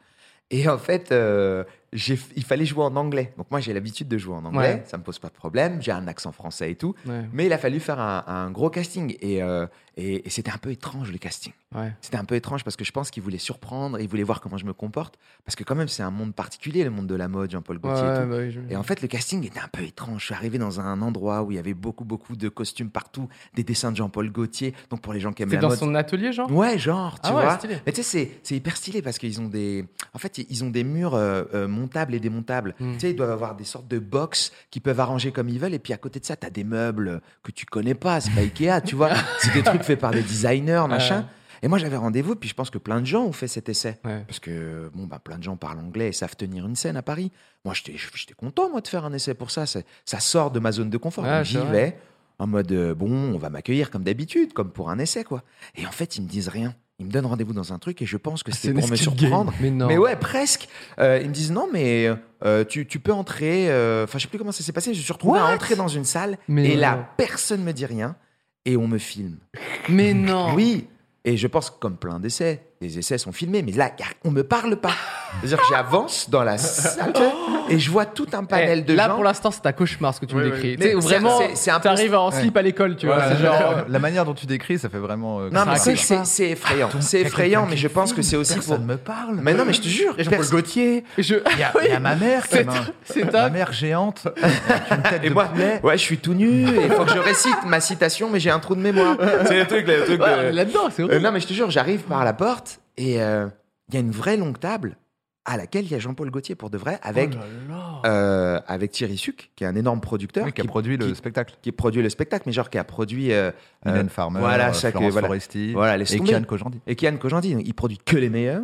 et en fait euh, j'ai- il fallait jouer en anglais donc moi j'ai l'habitude de jouer en anglais
Ouais.
ça me pose pas de problème j'ai un accent français et tout
Ouais,
mais il a fallu faire un, un gros casting et, euh, et- et c'était un peu étrange le casting.
ouais.
C'était un peu étrange parce que je pense qu'il voulait surprendre, il voulait voir comment je me comporte parce que quand même c'est un monde particulier le monde de la mode, Jean-Paul
Ouais,
Gaultier et tout.
bah oui, je-
Et en fait, le casting était un peu étrange. Je suis arrivé dans un endroit où il y avait beaucoup, beaucoup de costumes partout, des dessins de Jean-Paul Gaultier. Donc, pour les gens qui aiment
C'était dans
la mode.
son atelier, genre
Ouais, genre, tu
Ah ouais,
vois.
stylé.
Mais tu sais, c'est- c'est hyper stylé parce qu'ils ont des. En fait, ils ont des murs euh, euh, montables et démontables.
Mm.
Tu sais, ils doivent avoir des sortes de box qu'ils peuvent arranger comme ils veulent. Et puis à côté de ça, t'as des meubles que tu connais pas. C'est pas Ikea, tu vois. C'est des trucs faits par des designers,
Ah.
machin. Et moi, j'avais rendez-vous. Puis je pense que plein de gens ont fait cet essai.
Ouais.
Parce que, bon, bah, plein de gens parlent anglais et savent tenir une scène à Paris. Moi, j'étais j'étais content, moi, de faire un essai pour ça. C'est- Ça sort de ma zone de confort.
Ouais,
Donc,
c'est
J'y
vrai.
vais en mode, euh, bon, on va m'accueillir comme d'habitude, comme pour un essai, quoi. Et en fait, ils me disent rien. Ils me donnent rendez-vous dans un truc et je pense que c'est
Ah, une
pour me
escape
surprendre.
game. Mais non.
Mais ouais, presque. Euh, ils me disent non, mais euh, tu, tu peux entrer. euh, Enfin, je sais plus comment ça s'est passé. Je suis retrouvé à entrer dans une salle
Mais
et
non.
là, personne me dit rien et on me filme.
Mais non.
Oui. Et je pense que comme plein d'essais, les essais sont filmés, mais là, y a- on me parle pas. C'est-à-dire que j'avance dans la salle et je vois tout un
Eh,
panel de
là,
gens.
pour l'instant, c'est un cauchemar ce que tu me
Ouais,
décris.
ouais.
Tu sais,
Mais c'est-
vraiment,
c'est- c'est un peu-
t'arrives en slip à l'école, tu vois.
Voilà,
C'est genre.
la- la manière dont tu décris, ça fait vraiment. euh,
Non, mais c'est-
craquer.
c'est c'est
Ah,
effrayant. C'est effrayant, mais je pense que c'est aussi pour.
Personne me parle.
Mais non, mais je te jure.
Jean-Paul
perso-
Gaultier.
Je...
Il y, a-
Oui.
il y a ma mère,
C'est-
quand même.
c'est
ma
top.
mère géante. avec une tête
Et
de
moi,
poulet.
ouais, je suis tout nu et il faut que je récite ma citation, mais j'ai un trou de mémoire. C'est le truc, le truc de-
Ouais, on est là-dedans, c'est
Euh,
horrible.
non, mais je te jure, j'arrive par la porte et euh, il y a une vraie longue table à laquelle il y a Jean-Paul Gaultier pour de vrai avec,
Oh
euh, avec Thierry Suc, qui est un énorme producteur
Oui, qui a produit le
qui-
spectacle.
qui produit le spectacle, mais genre qui a produit euh, euh,
Mylène Farmer,
voilà,
euh,
ça que-
Florence
voilà.
Foresti
Voilà,
et
laisse tomber.
Kian Kojandi.
et Kian Kojandi. Il produit que les meilleurs.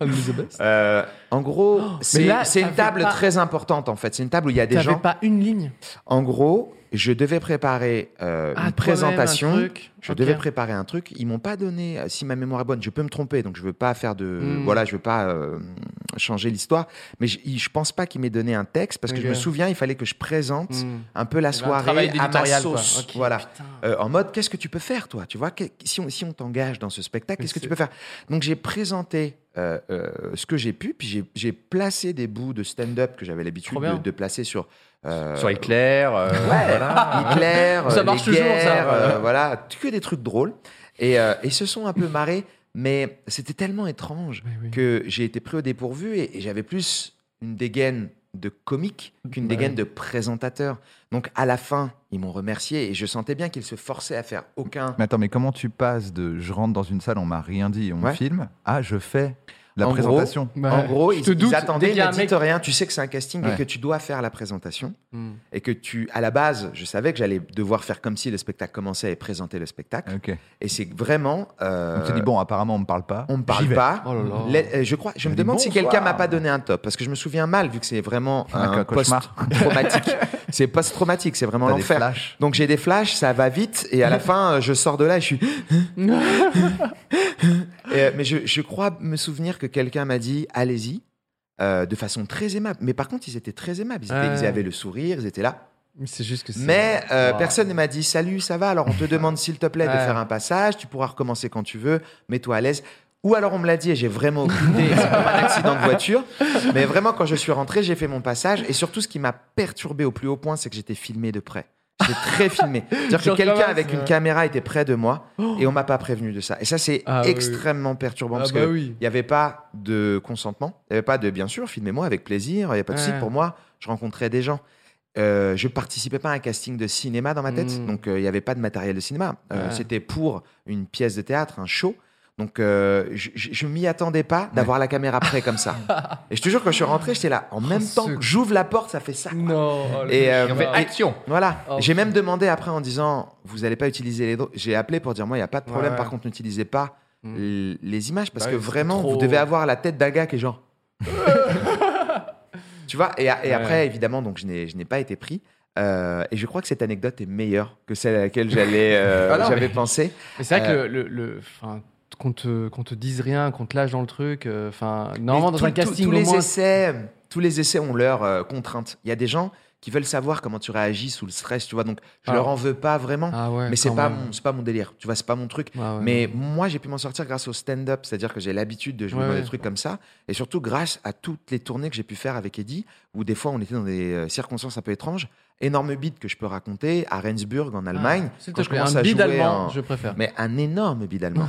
Elizabeth.
Euh, en gros,
Oh,
c'est
là,
c'est une
t'avais
table
pas-
très importante en fait. C'est une table où il y a des
T'avais
gens.
pas une ligne.
En gros, je devais préparer
Ah,
euh, une
toi-même,
présentation.
un truc.
Je
Ok.
devais préparer un truc. Ils m'ont pas donné, euh, si ma mémoire est bonne, je peux me tromper, donc je veux pas faire de,
Hmm.
voilà, je veux pas euh, changer l'histoire. Mais je, il- je pense pas qu'il m'ait donné un texte parce que
Ok.
je me souviens, il fallait que je présente
Hmm.
un peu la
Il y avait un travail
soirée à ma
d'éditorial, quoi.
sauce,
Ok,
voilà.
putain.
Euh, en mode, qu'est-ce que tu peux faire, toi Tu vois, que- si on, si on t'engage dans ce spectacle,
Mais
qu'est-ce que
c'est-
tu peux faire Donc j'ai présenté euh, euh, ce que j'ai pu, puis j'ai- j'ai placé des bouts de stand-up que j'avais l'habitude
Trop bien.
de, de placer sur. euh,
Sur Hitler. euh,
Ouais,
voilà.
Hitler,
Ça
euh,
marche
les
toujours, ça.
guerres, euh, voilà, que des trucs drôles. Et euh, ils se sont un peu marrés, mais c'était tellement étrange
Oui, oui.
que j'ai été pris au dépourvu et, et j'avais plus une dégaine de comique qu'une
Bah
dégaine
oui.
de présentateur. Donc à la fin, ils m'ont remercié et je sentais bien qu'ils se forçaient à faire aucun.
Bah,
Mais attends, mais comment tu passes de je rentre dans une salle, on m'a rien dit, on me
Ouais.
filme, à je fais La
En gros,
présentation.
En gros,
bah, je
ils,
te
ils
doute, dès
attendaient,
qu'il y a
ne
un mec-
dites rien. Tu sais que c'est un casting
Ouais.
et que tu dois faire la présentation.
Hmm.
Et que tu, à la base, je savais que j'allais devoir faire comme si le spectacle commençait et présenter le spectacle.
Ok.
Et c'est vraiment. euh,
On s'est dit, bon, apparemment, on me parle pas.
on me
J'y
parle
vais.
pas.
Oh là là.
Les- euh, je crois, je
On
me
dit
demande si quelqu'un
bonsoir.
m'a pas donné un top parce que je me souviens mal vu que c'est vraiment
Un
un,
co- cauchemar.
post-traumatique. c'est post-traumatique, c'est vraiment
T'as des
l'enfer.
flashs.
Donc j'ai des flashs, ça va vite et à la fin euh, je sors de là et je suis. Et, euh, mais je, je crois me souvenir que quelqu'un m'a dit allez-y euh, de façon très aimable. Mais par contre ils étaient très aimables, ils, étaient-
Ouais.
ils avaient le sourire, ils étaient là.
Mais c'est juste que c'est.
Mais euh,
Wow.
personne ne m'a dit salut, ça va. Alors on te demande s'il te plaît de
Ouais.
faire un passage. Tu pourras recommencer quand tu veux. Mets-toi à l'aise. Ou alors on me l'a dit et j'ai vraiment aucune idée. C'est comme un accident de voiture. Mais vraiment quand je suis rentré, j'ai fait mon passage. Et surtout ce qui m'a perturbé au plus haut point, c'est que j'étais filmé de près. J'étais très filmé. C'est-à-dire que
Genre
quelqu'un
comme ça,
avec
ouais.
une caméra était près de moi et on m'a pas prévenu de ça. Et ça c'est
Oh. Ah oui.
extrêmement perturbant
Ah
parce
bah
que
oui.
il n'y avait pas de consentement, il n'y avait pas de bien sûr, filmez-moi avec plaisir, il n'y a pas de souci.
Ouais.
Pour moi, je rencontrais des gens. Euh, je participais pas à un casting de cinéma dans ma tête,
Mm.
donc euh, il n'y avait pas de matériel de cinéma. Euh,
Ouais.
C'était pour une pièce de théâtre, un show. Donc euh, je- je je m'y attendais pas d'avoir la caméra près comme ça. Et je te jure, quand je suis rentré, j'étais là. En même temps
Oh, ce-
que j'ouvre la porte, ça fait ça. quoi.
Non.
Et, euh,
Et on fait
Ah.
action.
Voilà.
Oh.
J'ai même demandé après en disant Vous n'allez pas utiliser les drones. J'ai appelé pour dire Moi, il n'y a pas de problème.
Ouais, ouais.
Par contre, n'utilisez pas
Mm.
l- les images parce
Bah
que
oui, c'est
vraiment, vous
trop-
devez avoir la tête d'un gars qui est genre. tu vois Et, a- et
Ouais.
après, évidemment, donc je n'ai je n'ai pas été pris. Euh, et je crois que cette anecdote est meilleure que celle à laquelle j'allais euh,
Ah non,
j'avais
mais-
pensé.
Mais c'est vrai
Euh.
que le. le, le- enfin, qu'on te, qu'on te dise rien, qu'on te lâche dans le truc. euh, Enfin, normalement,
Mais
dans
tout-
un
tout-
casting,
tous
au
les
moins.
essais, tous les essais ont leurs euh, contraintes. Il y a des gens qui veulent savoir comment tu réagis sous le stress, tu vois. Donc je
Ah.
leur en veux pas vraiment.
Ah ouais,
mais c'est
quand
pas
même.
mon- c'est pas mon délire. Tu vois, c'est pas mon truc.
Ah ouais.
Mais moi, j'ai pu m'en sortir grâce au stand-up, c'est-à-dire que j'ai l'habitude de jouer
Ouais,
dans des
ouais.
trucs comme ça, et surtout grâce à toutes les tournées que j'ai pu faire avec Eddie, où des fois on était dans des euh, circonstances un peu étranges. Énorme bide que je peux raconter à Rendsburg en Allemagne.
Ah, s'il te
quand je
plaît,
commence à
un bid
jouer
allemand,
en-
je préfère.
Mais un énorme bide allemand.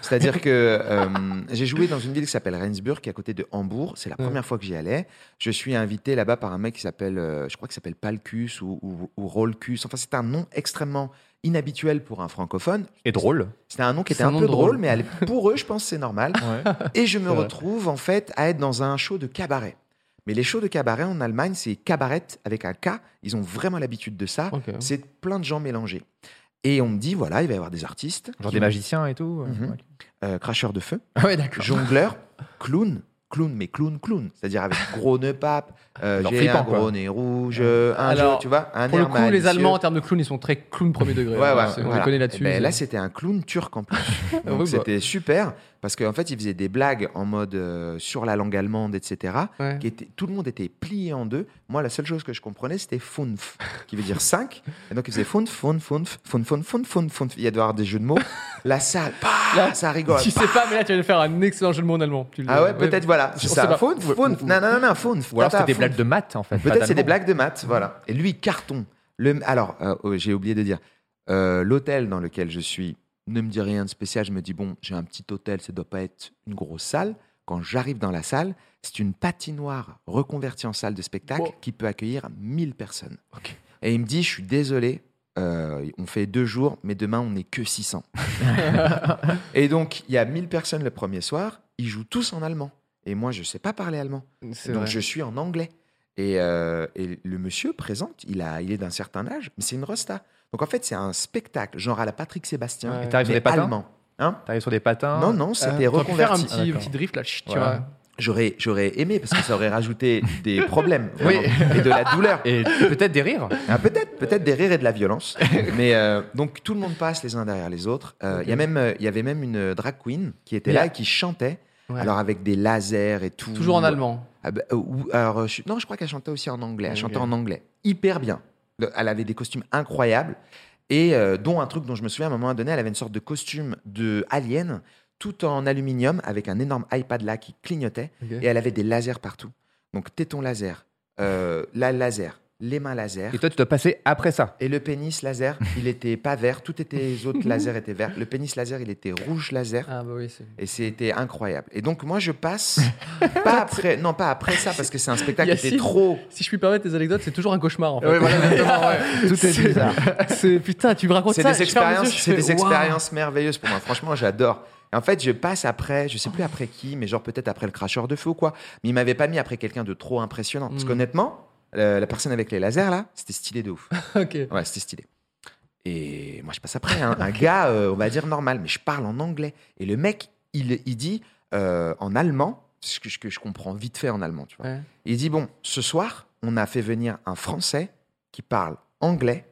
C'est-à-dire que euh, j'ai joué dans une ville qui s'appelle Rendsburg, qui est à côté de Hambourg. C'est la première fois que j'y allais. Je suis invité là-bas par un mec qui s'appelle, euh, je crois qu'il s'appelle Palcus ou, ou, ou Rolcus. Enfin, c'est un nom extrêmement inhabituel pour un francophone.
Et drôle.
C'était un nom qui
C'est
était
un
un,
nom
peu drôle,
drôle.
mais à l- pour eux, je pense que c'est normal. Et je me
vrai.
retrouve en fait à être dans un show de cabaret. Mais les shows de cabaret en Allemagne, c'est cabaret avec un K. Ils ont vraiment l'habitude de ça.
Ok.
C'est plein de gens mélangés. Et on me dit, voilà, il va y avoir des artistes,
Genre des magiciens et tout.
Mhm.
Ouais.
euh, cracheurs de feu,
Ah ouais, d'accord.
jongleurs, clowns, clown, mais clown, clown. C'est-à-dire avec gros nœud pape, euh,
Genre
j'ai
flippant,
un
quoi.
gros nez rouge, euh, un
Alors,
jeu, tu vois, un
Pour le
air
coup, les
malicieux.
Allemands, en termes de clown, ils sont très clown premier degré.
Ouais,
hein,
ouais,
c'est- on
voilà.
les connaît là-dessus.
Eh ben,
c'est-
là, c'était un clown turc en plus. Donc,
Oui, bah.
c'était super parce qu'en fait, il faisait des blagues en mode euh, sur la langue allemande, etc.
Ouais.
Qui était, tout le monde était plié en deux. Moi, la seule chose que je comprenais, c'était funf, qui veut dire 5. Et donc, il faisait funf, funf, funf, funf, funf, funf, funf, funf. Il y a de avoir des jeux de mots. La salle, bah, ça rigole.
Tu sais pas, mais là, tu viens de faire un excellent jeu de mots en allemand. Tu le-
Ah ouais, peut-être, voilà. C'est
On
ça.
sait pas.
Funf, funf. Non, non, non, non, funf.
Ou alors
Tata,
c'était des
funf.
blagues de maths en fait. pas
Peut-être c'est des
d'allemand.
blagues de maths, voilà. Et lui, carton. Le, alors, euh, oh, j'ai oublié de dire, euh, l'hôtel dans lequel je suis ne me dit rien de spécial. Je me dis, bon, j'ai un petit hôtel, ça doit pas être une grosse salle. Quand j'arrive dans la salle, c'est une patinoire reconvertie en salle de spectacle
Wow.
qui peut accueillir 1000 personnes.
Ok.
Et il me dit, je suis désolé, euh, on fait deux jours, mais demain, on n'est que 600. Et donc, il y a 1000 personnes le premier soir, ils jouent tous en allemand. Et moi, je sais pas parler allemand.
C'est
Donc
vrai.
je suis en anglais. Et, euh, et le monsieur présente, il, a, il est d'un certain âge, mais c'est une rosta. Donc en fait, c'est un spectacle, genre à la Patrick Sébastien,
Ouais. Et
t'arrives sur
mais
des patins
allemand. Hein
T'arrives sur des patins.
non, non, c'était
Euh, t'aurais pu faire un
reconverti.
petit,
Ah,
petit drift là. chut, Tu
Voilà.
vois.
J'aurais, j'aurais aimé, parce que ça aurait rajouté des problèmes,
Oui.
vraiment, et de la douleur.
Et peut-être des rires.
Ah, peut-être, peut-être des rires et de la violence. Mais euh, donc tout le monde passe les uns derrière les autres. Euh, Il y a même, euh, il y avait même une drag queen qui était
Mais-
là, et qui chantait,
Ouais.
alors avec des lasers et tout.
Toujours en allemand.
Ah bah, euh, ou- alors, euh, je- non, je crois qu'elle chantait aussi en anglais. Elle
Ok.
chantait en anglais. Hyper bien. Le- Elle avait des costumes incroyables. Et euh, dont un truc dont je me souviens à un moment donné, elle avait une sorte de costume de alien, tout en aluminium, avec un énorme iPad là qui clignotait.
Ok.
Et elle avait des lasers partout. Donc téton laser, euh, la laser, les mains laser.
Et toi, tu dois passer après ça.
Et le pénis laser, il était pas vert. Tous les autres lasers étaient verts. Le pénis laser, il était rouge laser.
Ah, bah oui, c'est.
Et c'était incroyable. Et donc, moi, je passe. pas après, non, pas après ça, parce que c'est un spectacle qui était
Yacine.
trop.
Si je puis me permettre tes anecdotes, c'est toujours un cauchemar en fait.
Tout est bizarre.
C'est putain, tu me racontes
C'est
ça.
des
je ferme les yeux,
expériences,
je
c'est
fais,
des
waouh.
expériences merveilleuses pour moi. Franchement, j'adore. Et En fait, je passe après, je sais plus après qui, mais genre peut-être après le cracheur de feu ou quoi. Mais il m'avait pas mis après quelqu'un de trop impressionnant. Parce
Mm.
qu'honnêtement, euh, la personne avec les lasers là, c'était stylé de ouf.
Ok.
Ouais, c'était stylé. Et moi, je passe après hein, un gars, euh, on va dire normal, mais je parle en anglais. Et le mec, il, il dit euh, en allemand, ce que, ce que je comprends vite fait en allemand, tu vois.
Ouais.
Il dit Bon, ce soir, on a fait venir un Français qui parle anglais.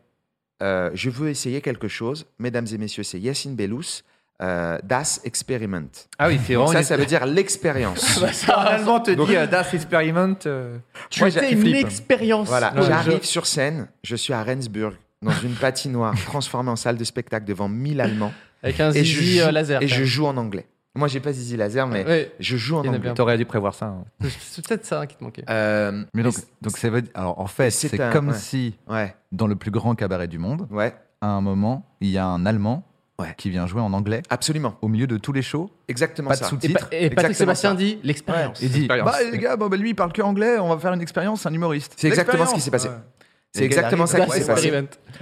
Euh, je veux essayer quelque chose. Mesdames et messieurs, c'est Yacine Bellous. euh, das Experiment.
Ah oui, c'est
Donc
vraiment.
ça, ça veut dire l'expérience.
Bah,
Allemand te
Donc-
dit euh, Das Experiment. euh,
Tu
j'ai-
C'était
tu
une
flippes.
expérience. euh,
Voilà,
Ouais,
j'arrive sur scène, je suis à Rendsburg, dans une patinoire transformée en salle de spectacle devant 1000 Allemands.
Avec un
Et je,
zizi
joue,
euh, laser.
et je joue en anglais. Moi, j'ai pas Zizi Laser, mais
Ouais,
je joue en
Il y en a
anglais.
bien.
T'aurais dû prévoir ça. hein.
Bah, c'est peut-être ça qui te manquait.
Euh,
Mais donc, donc ça veut dire- alors en fait,
c'est
c'est
un-
comme
ouais.
si
ouais,
dans le plus grand cabaret du monde,
ouais,
à un moment, il y a un Allemand
Ouais.
qui vient jouer en anglais
absolument,
au milieu de tous les shows,
exactement
pas de
ça.
Et,
sous-titres.
Pa- et Patrick
exactement
Sébastien
ça.
dit l'expérience.
Il dit
Expérience.
Bah les gars, bon, bah, lui il parle que anglais, on va faire une expérience, c'est un humoriste.
C'est exactement ce qui s'est
L'expérience.
passé.
Ouais.
C'est
Les gars,
exactement
ils
ça qui
arrivent,
s'est
ouais,
passé.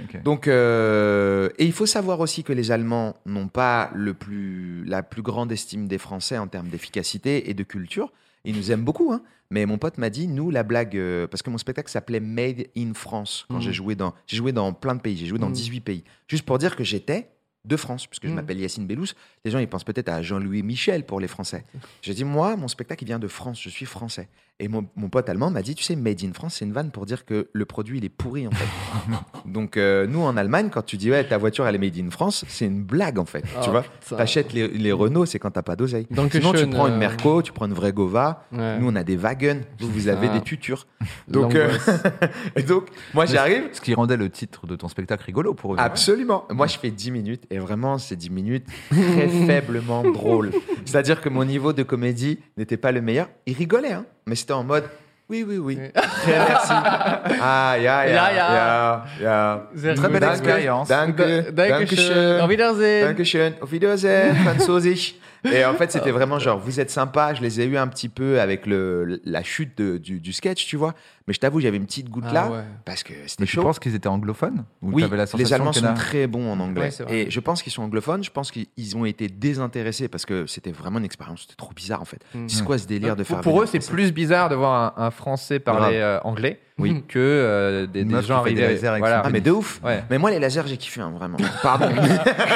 Experiment.
Donc, euh, et il faut savoir aussi que les Allemands n'ont pas le plus, la plus grande estime des Français en termes d'efficacité et de culture. Ils nous aiment beaucoup, hein. Mais mon pote m'a dit, nous, la blague, euh, parce que mon spectacle s'appelait Made in France quand
Mm.
j'ai joué dans, j'ai joué dans plein de pays, j'ai joué dans
Mm.
18 pays, juste pour dire que j'étais de France, puisque je
Mm.
m'appelle Yacine Bellous. Les gens, ils pensent peut-être à Jean-Louis Michel pour les Français. J'ai dit, moi, mon spectacle, il vient de France, je suis français. Et mon, mon pote allemand m'a dit, tu sais, Made in France, c'est une vanne pour dire que le produit, il est pourri, en fait. Donc, euh, nous, en Allemagne, quand tu dis, ouais, ta voiture, elle est Made in France, c'est une blague, en fait. tu
Ah,
vois
putain.
T'achètes les, les Renault, c'est quand t'as pas d'oseille.
Dans le
Sinon, tu
cushion,
prends
euh,
une Merco, tu prends une vraie Gova.
Ouais.
Nous, on a des Wagen. Vous, vous avez
Ah.
des tutures. Donc, euh, et donc moi, j'arrive.
Ce qui rendait le titre de ton spectacle rigolo pour eux.
Absolument. Moi, je fais 10 minutes et vraiment, c'est 10 minutes très faiblement drôles. C'est-à-dire que mon niveau de comédie n'était pas le meilleur. Ils rigolaient, hein, mais c'était en mode oui, oui, oui.
Oui.
Très merci. Ah, ya,
Ya,
ya,
ya.
ya, ya.
Sehr
Très
gut.
belle
Danke.
expérience. Danke.
Danke, Dankeschön. Auf Wiedersehen.
Dankeschön. Auf Wiedersehen. Französisch. Et en fait, c'était vraiment genre, vous êtes sympa. Je les ai eu un petit peu avec le, la chute de- du, du sketch, tu vois. Mais je t'avoue, j'avais une petite goutte
Ah
là
ouais.
parce que c'était
Mais tu
chaud.
penses qu'ils étaient anglophones Ou
Oui,
t'avais la sensation
les Allemands
qu'il y
sont
en a-
très bons en anglais.
Ouais, c'est vrai.
et je pense qu'ils sont anglophones. Je pense qu'ils ont été désintéressés parce que c'était vraiment une expérience. C'était trop bizarre en fait.
Mhm.
C'est quoi ce délire de
Pour-
faire
pour
venir
eux, c'est
un Français
plus bizarre de voir un, un Français parler euh, anglais
Oui.
que euh, des,
Une
des
meuf
gens
qui fait des
arrivés.
lasers avec
voilà.
son
Ah mais de ouf.
Ouais.
Mais moi les lasers j'ai kiffé hein, vraiment. Pardon.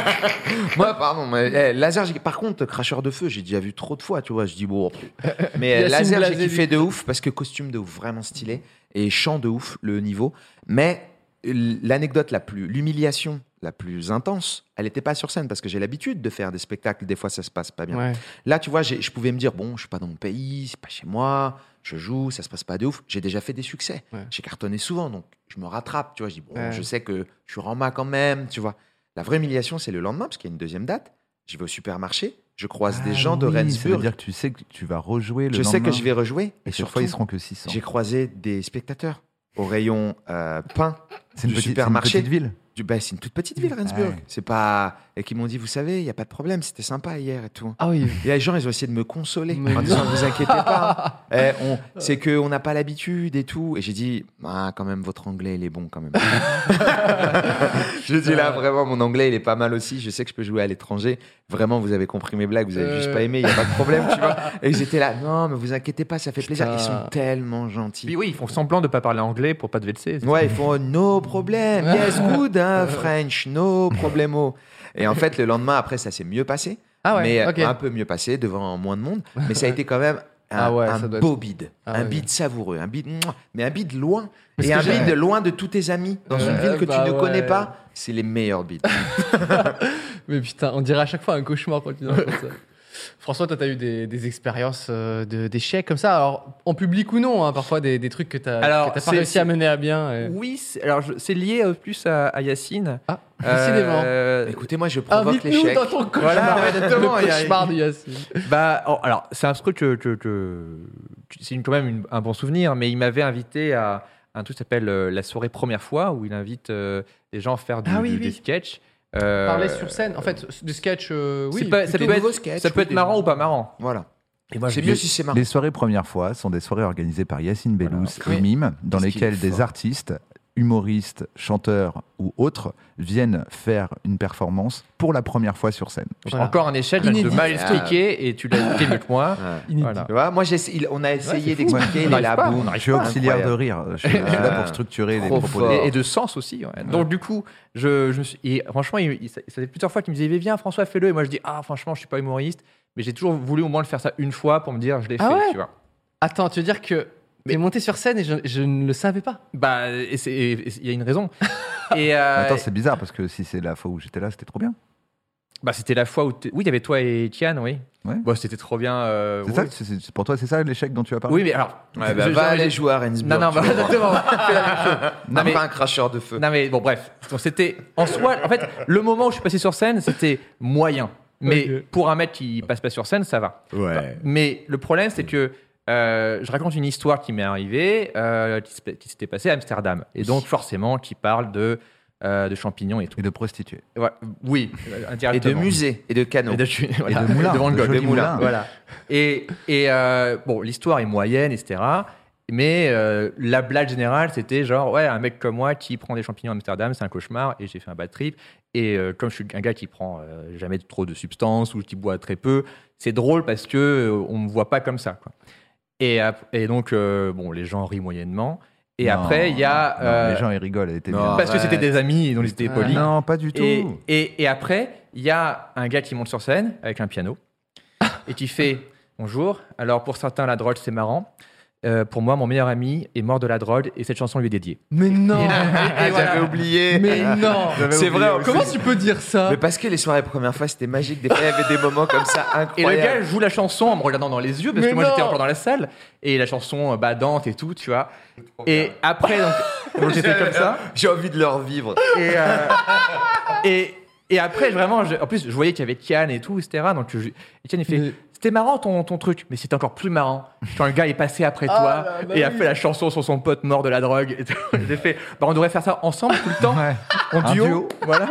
moi pardon. Mais, eh, laser, j'ai- par contre cracheur de feu j'ai déjà vu trop de fois tu vois. Je dis bon. pff. Mais eh,
Yacine
laser j'ai
Blasé,
kiffé de ouf parce que costume de ouf vraiment stylé et chant de ouf le niveau. Mais l- l'anecdote la plus l'humiliation la plus intense elle n'était pas sur scène parce que j'ai l'habitude de faire des spectacles des fois ça se passe pas bien.
Ouais.
Là, tu vois, j'ai- je pouvais me dire, bon, je suis pas dans mon pays, c'est pas chez moi, je joue, ça se passe pas de ouf. J'ai déjà fait des succès.
Ouais.
J'ai cartonné souvent, donc je me rattrape. Tu vois, je dis, bon,
Ouais.
je sais que je suis Rama quand même, tu vois. La vraie humiliation, c'est le lendemain, parce qu'il y a une deuxième date. Je vais au supermarché, je croise des
Ah
gens de
oui, Ça veut
Rendsburg.
dire que tu sais que tu vas rejouer le
Je sais que
lendemain.
je vais rejouer.
Et
Et
cette
surtout,
fois, ils seront que 600.
j'ai croisé des spectateurs au rayon euh, pain
C'est
du
une, petite- c'est une
supermarché.
petite ville.
du bah, C'est une toute petite ville, Rendsburg.
Ouais.
C'est pas. Et qui m'ont dit, vous savez, il n'y a pas de problème, c'était sympa hier et tout.
Ah oui.
Et les gens, ils ont essayé de me consoler
Mais
en disant Vous inquiétez pas, hein. Eh, on- c'est qu'on n'a pas l'habitude et tout. Et j'ai dit Ah, quand même, votre anglais, il est bon quand même. je dis là, vraiment, mon anglais, il est pas mal aussi. Je sais que je peux jouer à l'étranger. Vraiment, vous avez compris mes blagues, vous avez juste
Euh.
pas aimé, il n'y a pas de problème, tu vois. Et ils étaient là Non, mais vous inquiétez pas, ça fait plaisir. Ils
Putain.
sont tellement gentils.
Puis oui, ils font semblant de pas parler anglais pour pas te vexer. c'est
Ouais, ils font no problem, yes good, hein, French, no problemo. Et en fait, le lendemain après, ça s'est mieux passé.
Ah ouais,
mais
ok.
un peu mieux passé devant moins de monde. Mais ça a été quand même un,
Ah ouais,
un
ça doit
beau bide,
Ah
un
ouais.
bide savoureux, un bide, mouah, mais un bide loin.
Parce
et
que
un
j'ai-
bide loin de tous tes amis dans
Euh,
une ville que
bah
tu ne connais
ouais.
pas. C'est les meilleurs bides.
Mais putain, on dirait à chaque fois un cauchemar quand tu dis ça. François, toi, tu as eu des, des expériences euh, de- d'échecs comme ça, alors en public ou non, hein, parfois des, des trucs que tu
Alors,
n'as pas
c'est-
réussi à mener à bien. et-
Oui, c'est- alors je- c'est lié euh, plus à, à Yacine.
Ah, décidément.
Euh,
Écoutez, moi, je provoque
Invite-nous
l'échec.
dans ton cauchemar.
Voilà, exactement,
Le
il y a-
cauchemar de Yacine.
Bah, oh, alors, c'est un truc que. que- que- c'est une- quand même une- un bon souvenir, mais il m'avait invité à un truc qui s'appelle euh, La soirée première fois, où il invite euh, les gens à faire du,
Ah oui,
du-
oui.
des sketchs. Euh,
Parler sur scène, en fait, du sketch, euh,
c'est
oui.
pas- ça
plutôt
peut
nouveau
être,
sketch,
ça peut
oui,
être marrant
déjà.
ou pas marrant.
Voilà.
Et moi,
C'est
je-
mieux si c'est marrant.
Les soirées première fois sont des soirées organisées par Yacine Bellous
Oui.
et Mime, dans
Qu'est-ce qu'il est
lesquelles des
fort.
artistes, humoristes, chanteurs ou autres viennent faire une performance pour la première fois sur scène.
Voilà.
Encore un échec, je viens de
Inédit.
mal expliqué, et tu l'as expliqué mieux que moi.
Ouais.
inédit.
Voilà.
Tu vois, moi, j'essa- il- on a essayé
c'est fou.
d'expliquer
On
les
n'arrive pas,
labos.
on
Je suis auxiliaire
Incroyable.
de rire. Je suis, je suis là pour structurer les
Trop
propos.
fort.
des-
Euh, et, et de sens aussi. ouais. Donc du coup, je, je me suis, et franchement, il, il- ça ça fait plusieurs fois qu'il me disait, Mais viens François, fais-le. Et moi, je dis, ah franchement, je suis pas humoriste, mais j'ai toujours voulu au moins le faire ça une fois pour me dire, je l'ai
Ah
fait.
ouais
Tu vois.
Attends, tu veux dire que t'es monté sur scène et je, je ne le savais pas
Bah, et c'est- et- et il y a une raison. et euh,
Attends, c'est bizarre parce que si c'est la fois où j'étais là, c'était trop bien.
bah, c'était la fois où, t'es- oui, il y avait toi et Tian, oui.
Ouais.
Bah, c'était trop bien. euh,
C'est
oui.
ça que- c'est- c'est- pour toi, c'est ça l'échec dont tu as parlé
Oui, mais alors,
Ouais, bah,
je-
va
je-
aller jouer à Rennes.
non, non, bah, exactement. Fais la même chose.
Non,
mais-
pas un cracheur de feu.
Non mais bon bref, Donc, c'était en soi en fait le moment où je suis passé sur scène, c'était moyen. Mais
Ok.
pour un mec qui passe pas sur scène, ça va.
Ouais.
Mais le problème c'est que euh, je raconte une histoire qui m'est arrivée, euh, qui se- qui s'était passée à Amsterdam. Et donc forcément qui parle de euh, de champignons et tout.
Et de prostituées.
Et voilà. Oui, euh,
Et de
indirectement.
musée, et de canon.
Et de, voilà.
de moulins,
Et de Van
de
Gogh.
jolis
Des moulins,
moulins.
Voilà. Et, et, euh, bon, l'histoire est moyenne, etc. Mais euh, la blague générale, c'était genre, ouais, un mec comme moi qui prend des champignons à Amsterdam, c'est un cauchemar, et j'ai fait un bad trip. Et euh, comme je suis un gars qui prend euh, jamais trop de substances ou qui boit très peu, c'est drôle parce que euh, on me voit pas comme ça. Quoi. Et, ap- et donc, euh, bon, les gens rient moyennement. Et
Non,
après, il y a.
non,
euh,
les gens, ils rigolent. Elle était
non,
bien.
parce que
Arrête.
c'était des amis, donc ils étaient
Ah,
polis.
Non, pas du tout.
Et, et- et après, il y a un gars qui monte sur scène avec un piano
Ah.
et qui fait Bonjour. Alors, pour certains, la drogue, c'est marrant. Euh, pour moi, mon meilleur ami est mort de la drogue et cette chanson lui est dédiée.
Mais non
Ah, j'avais oublié.
Mais non
C'est vrai, aussi.
Comment tu peux dire
Ah.
ça
Mais parce que les soirées première fois, c'était magique. Des fois, il y avait des moments comme ça
Et le
incroyables.
gars joue la chanson en me regardant dans les yeux parce
Mais
que moi
non.
j'étais encore dans la salle et la chanson euh, badante et tout, tu vois. Et après, donc, donc, j'étais comme ça.
J'ai envie de leur vivre.
Et, euh, et, et après, vraiment, je- en plus, je voyais qu'il y avait Kian et tout, etc. Donc, je, et Kian, il fait
Mais-
C'était marrant ton, ton truc, mais c'est encore plus marrant quand le gars est passé après
Ah
toi
là, bah
et a
oui.
fait la chanson sur son pote mort de la drogue. Et tout. J'ai fait Bah, on devrait faire ça ensemble tout le temps,
Ouais.
en
Un
duo.
duo.
Voilà.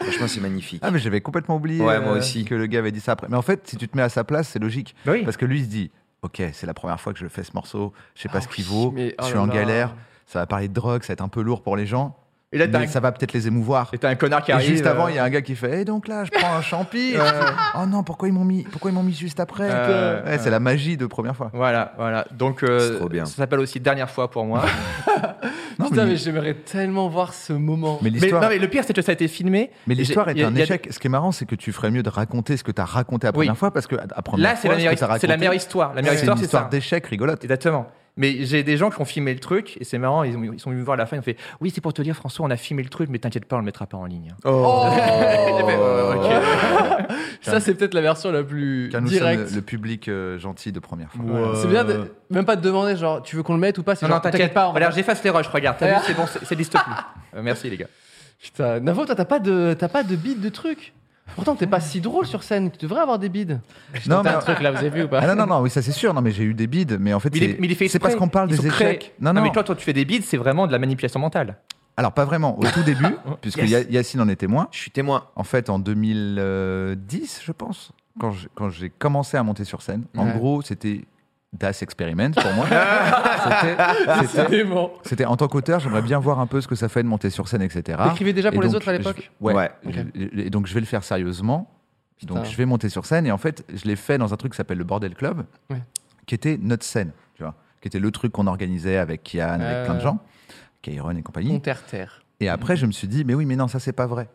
Franchement, c'est magnifique.
Ah, mais j'avais complètement oublié
Ouais, moi
euh,
aussi.
que le gars avait dit ça après. Mais en fait, si tu te mets à sa place, c'est logique.
Bah oui.
Parce que lui, il se dit Ok, c'est la première fois que je fais ce morceau, je sais pas
Ah
ce qu'il
oui,
vaut,
mais- oh
je suis
là
en
là.
galère, ça va parler de drogue, ça va être un peu lourd pour les gens,
Et là, t'as
mais
un,
ça va peut-être les émouvoir.
et t'as un connard qui
Et
arrive.
juste avant,
euh,
il y a un gars qui fait Et donc là, je prends un champi. Et tu fais, oh non, pourquoi ils m'ont mis, pourquoi ils m'ont mis juste après
Euh,
Ouais, C'est la magie de première fois.
Voilà, voilà. Donc, euh,
C'est trop bien.
ça s'appelle aussi Dernière fois pour moi.
Non,
Putain, mais
mais,
j'aimerais tellement voir ce moment.
mais
mais,
l'histoire.
non, mais le pire, c'est que ça a été filmé.
mais
Et
l'histoire
j'ai-
est
il y a-
un
il y a-
échec. Ce qui est marrant, c'est que tu ferais mieux de raconter ce que tu as raconté la
Oui.
première fois, parce que à- à première
Là, c'est
fois,
la,
ce
meilleure-
que t'as
c'est la
raconté,
meilleure histoire. La meilleure
c'est une
histoire, c'est
histoire
ça.
d'échec rigolote.
Exactement. Mais j'ai des gens qui ont filmé le truc, et c'est marrant, ils, ont- ils sont venus me voir à la fin, ils ont fait Oui, c'est pour te dire, François, on a filmé le truc, mais t'inquiète pas, on le mettra pas en ligne. hein.
Oh
J'ai fait, Euh, ok.
Ça, c'est peut-être la version la plus
Car nous
directe.
sommes le euh, public euh, gentil de première fois.
C'est bien de- même pas de demander, genre, tu veux qu'on le mette ou pas C'est
Non,
genre,
non, t'inquiète
pas.
pas.
on
Regarde,
va-
j'efface les rushs, regarde. T'as vu, c'est bon, c'est c'est dystopie. Euh, merci, les gars.
Putain, Navo, toi, t'as pas de, t'as pas de bide de truc. Pourtant, t'es pas si drôle sur scène. Tu devrais avoir des bides.
Non, mais-
T'as un truc là, vous avez vu ou pas
Ah non, non, non, oui, ça c'est sûr. Non, mais j'ai eu des bides, mais en fait,
Mais il est-
c'est-
mais il est fait
c'est parce
exprès.
qu'on parle
Ils
des
sont créés.
échecs. Non, non,
mais toi, toi, tu fais des bides, c'est vraiment de la manipulation mentale.
Alors, pas vraiment. Au tout début, puisque
Yes.
Ya- Yacine en est témoin,
Je suis témoin.
en fait, en 2010, je pense, quand j'ai- quand j'ai commencé à monter sur scène, en
Ouais.
gros, c'était Das Experiment pour moi.
Ah,
C'était- c'était-
Décidément.
C'était en tant qu'auteur, j'aimerais bien voir un peu ce que ça fait de monter sur scène, etc.
T'écrivais déjà pour
Ah. Et
les
donc,
autres à
je-
l'époque
Ouais.
Ouais.
Je- Et donc je vais le faire sérieusement. Donc
Putain.
je vais monter sur scène et en fait je l'ai fait dans un truc qui s'appelle le Bordel Club,
Ouais.
qui était notre scène, tu vois, qui était le truc qu'on organisait avec Kian,
Ouais,
avec plein de
ouais.
gens, Kairon et compagnie.
Mon terre-terre.
Et après je me suis dit mais oui mais non ça c'est pas vrai.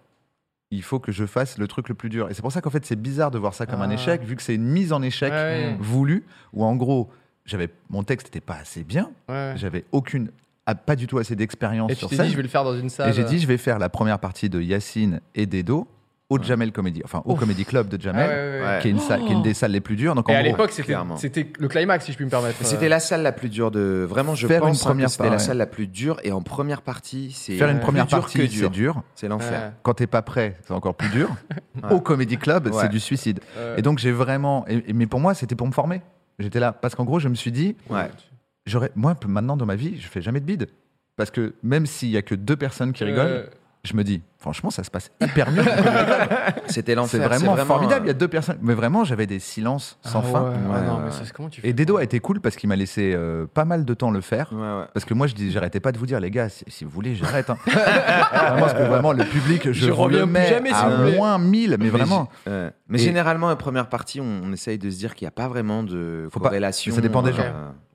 Il faut que je fasse le truc le plus dur. Et c'est pour ça qu'en fait c'est bizarre de voir ça comme un
Ah.
échec vu que c'est une mise en échec Mm.
Ouais, ouais.
voulue où en gros j'avais mon texte n'était pas assez bien,
Ouais.
j'avais aucune ah, pas du tout assez d'expérience
Et tu
sur
t'es
scène.
dit, je vais le faire dans une salle.
Et j'ai dit, je vais faire la première partie de Yacine et d'Edo au Jamel Comedy, enfin au
Ouf.
Comedy Club de
Ah ouais,
Jamel,
ouais, ouais.
Ouais.
qui est une salle, qui est une des salles les plus dures. Donc en
Et à
gros,
l'époque, c'était
clairement.
c'était le climax, si je puis me permettre.
Mais C'était la salle la plus dure de. Vraiment, je
Faire
pense
une
hein,
première
que c'était
part,
la
ouais.
salle la plus dure. Et en première partie, c'est. euh,
faire une
plus
première
dur
partie,
que
c'est
dur.
dur.
C'est l'enfer.
Quand t'es pas prêt, c'est encore plus dur.
Ouais.
Au Comedy Club,
Ouais.
c'est du suicide.
Euh,
Et donc j'ai vraiment, et- et- mais pour moi, c'était pour me former. J'étais là parce qu'en gros, je me suis dit,
Ouais.
j'aurais, moi maintenant dans ma vie, je fais jamais de bide. Parce que même s'il y a que deux personnes qui rigolent,
euh,
je me dis, franchement, ça se passe hyper bien.
C'était
c'est
l'enfer.
vraiment, formidable. Il y a
euh,
deux personnes. Mais vraiment, j'avais des silences sans
ah
fin.
ouais, ah
Ouais,
non,
ouais,
mais
ouais.
ça, comment tu fais
Et Dedo a été cool parce qu'il m'a laissé euh, pas mal de temps le faire.
euh, Ouais, ouais.
Parce que moi, je dis, j'arrêtais pas de vous dire, les gars, si, si vous voulez, j'arrête. hein. vraiment, parce que vraiment, le public, je,
Je
vous
reviens
le
plus
mets
jamais, s'il
à
vous plaît.
moins 1000, mais vraiment.
gé- ouais. Euh, Mais
Et-
généralement, en première partie, on, on essaye de se dire qu'il n'y a pas vraiment de
Faut pas-
corrélation.
mais ça dépend des
euh,
gens.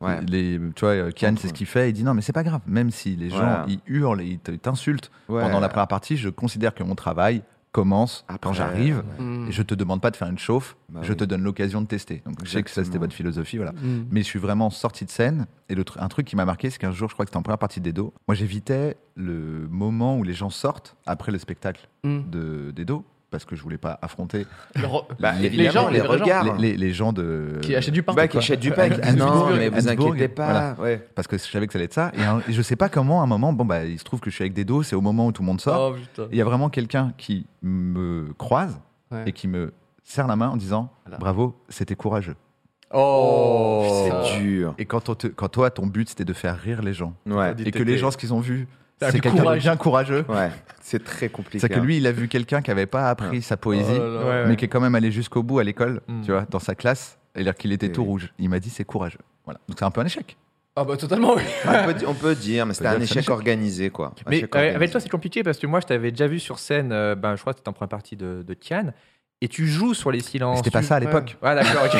ouais.
Les, tu vois, euh, Kian, c'est ce qu'il fait. Il dit non, mais c'est pas grave. Même si les
Voilà.
gens, ils hurlent, et ils te- ils t'insultent
Ouais.
pendant la première partie, je considère que mon travail commence
Ah,
quand
Après,
j'arrive.
Hmm.
Et je te demande pas de faire une chauffe,
Bah
je
oui.
te donne l'occasion de tester. Donc je sais que ça, c'était
Exactement.
votre philosophie, voilà.
Hmm.
Mais je suis vraiment sorti de scène. Et le tr- un truc qui m'a marqué, c'est qu'un jour, je crois que c'était en première partie d'Edo, moi j'évitais le moment où les gens sortent après le spectacle
Hmm.
de d'Edo, parce que je voulais pas affronter
Le re-
Bah,
Les-
les gens,
évidemment, les,
les vrais gens.
regards.
les, les- les gens de.
Ah, Qui achètent du pain.
Bah, qui
quoi.
achètent du pain.
Avec-
Ah non,
Habsbourg,
mais vous
Habsbourg,
inquiétez pas.
voilà.
Ouais.
Parce que je savais que ça allait être ça. Et, un- et je sais pas comment, à un moment, bon, bah, il se trouve que je suis avec Dedo, c'est au moment où tout le monde sort.
Oh putain.
Et Il y a vraiment quelqu'un qui me croise
Ouais.
et qui me serre la main en disant
Voilà.
bravo, c'était courageux.
Oh,
putain.
c'est dur.
Et quand, on te- quand toi, ton but, c'était de faire rire les gens
Ouais.
et que les gens, ce qu'ils ont vu,
T'as
c'est
le
quelqu'un de
courage.
bien courageux.
Ouais. C'est très compliqué.
C'est que
hein.
lui, il a vu quelqu'un qui avait pas appris sa
Oh
poésie,
là là.
Ouais,
mais qui est quand même allé jusqu'au bout à l'école,
Mm.
tu vois, dans sa classe, et alors qu'il était
Et
tout
oui.
rouge. Il m'a dit c'est courageux. Voilà. Donc c'est un peu un échec.
Ah bah totalement oui.
on, peut, di- on peut dire, mais c'était un
dire que c'est un
échec
échec.
organisé, quoi. Un
Mais
échec
euh,
organisé.
avec toi, c'est compliqué parce que moi, je t'avais déjà vu sur scène, euh, ben, je crois que c'était en première partie de, de Kian, et tu joues sur les
Mais
silences.
C'était pas
tu-
ça à l'époque.
Ouais, d'accord, ok.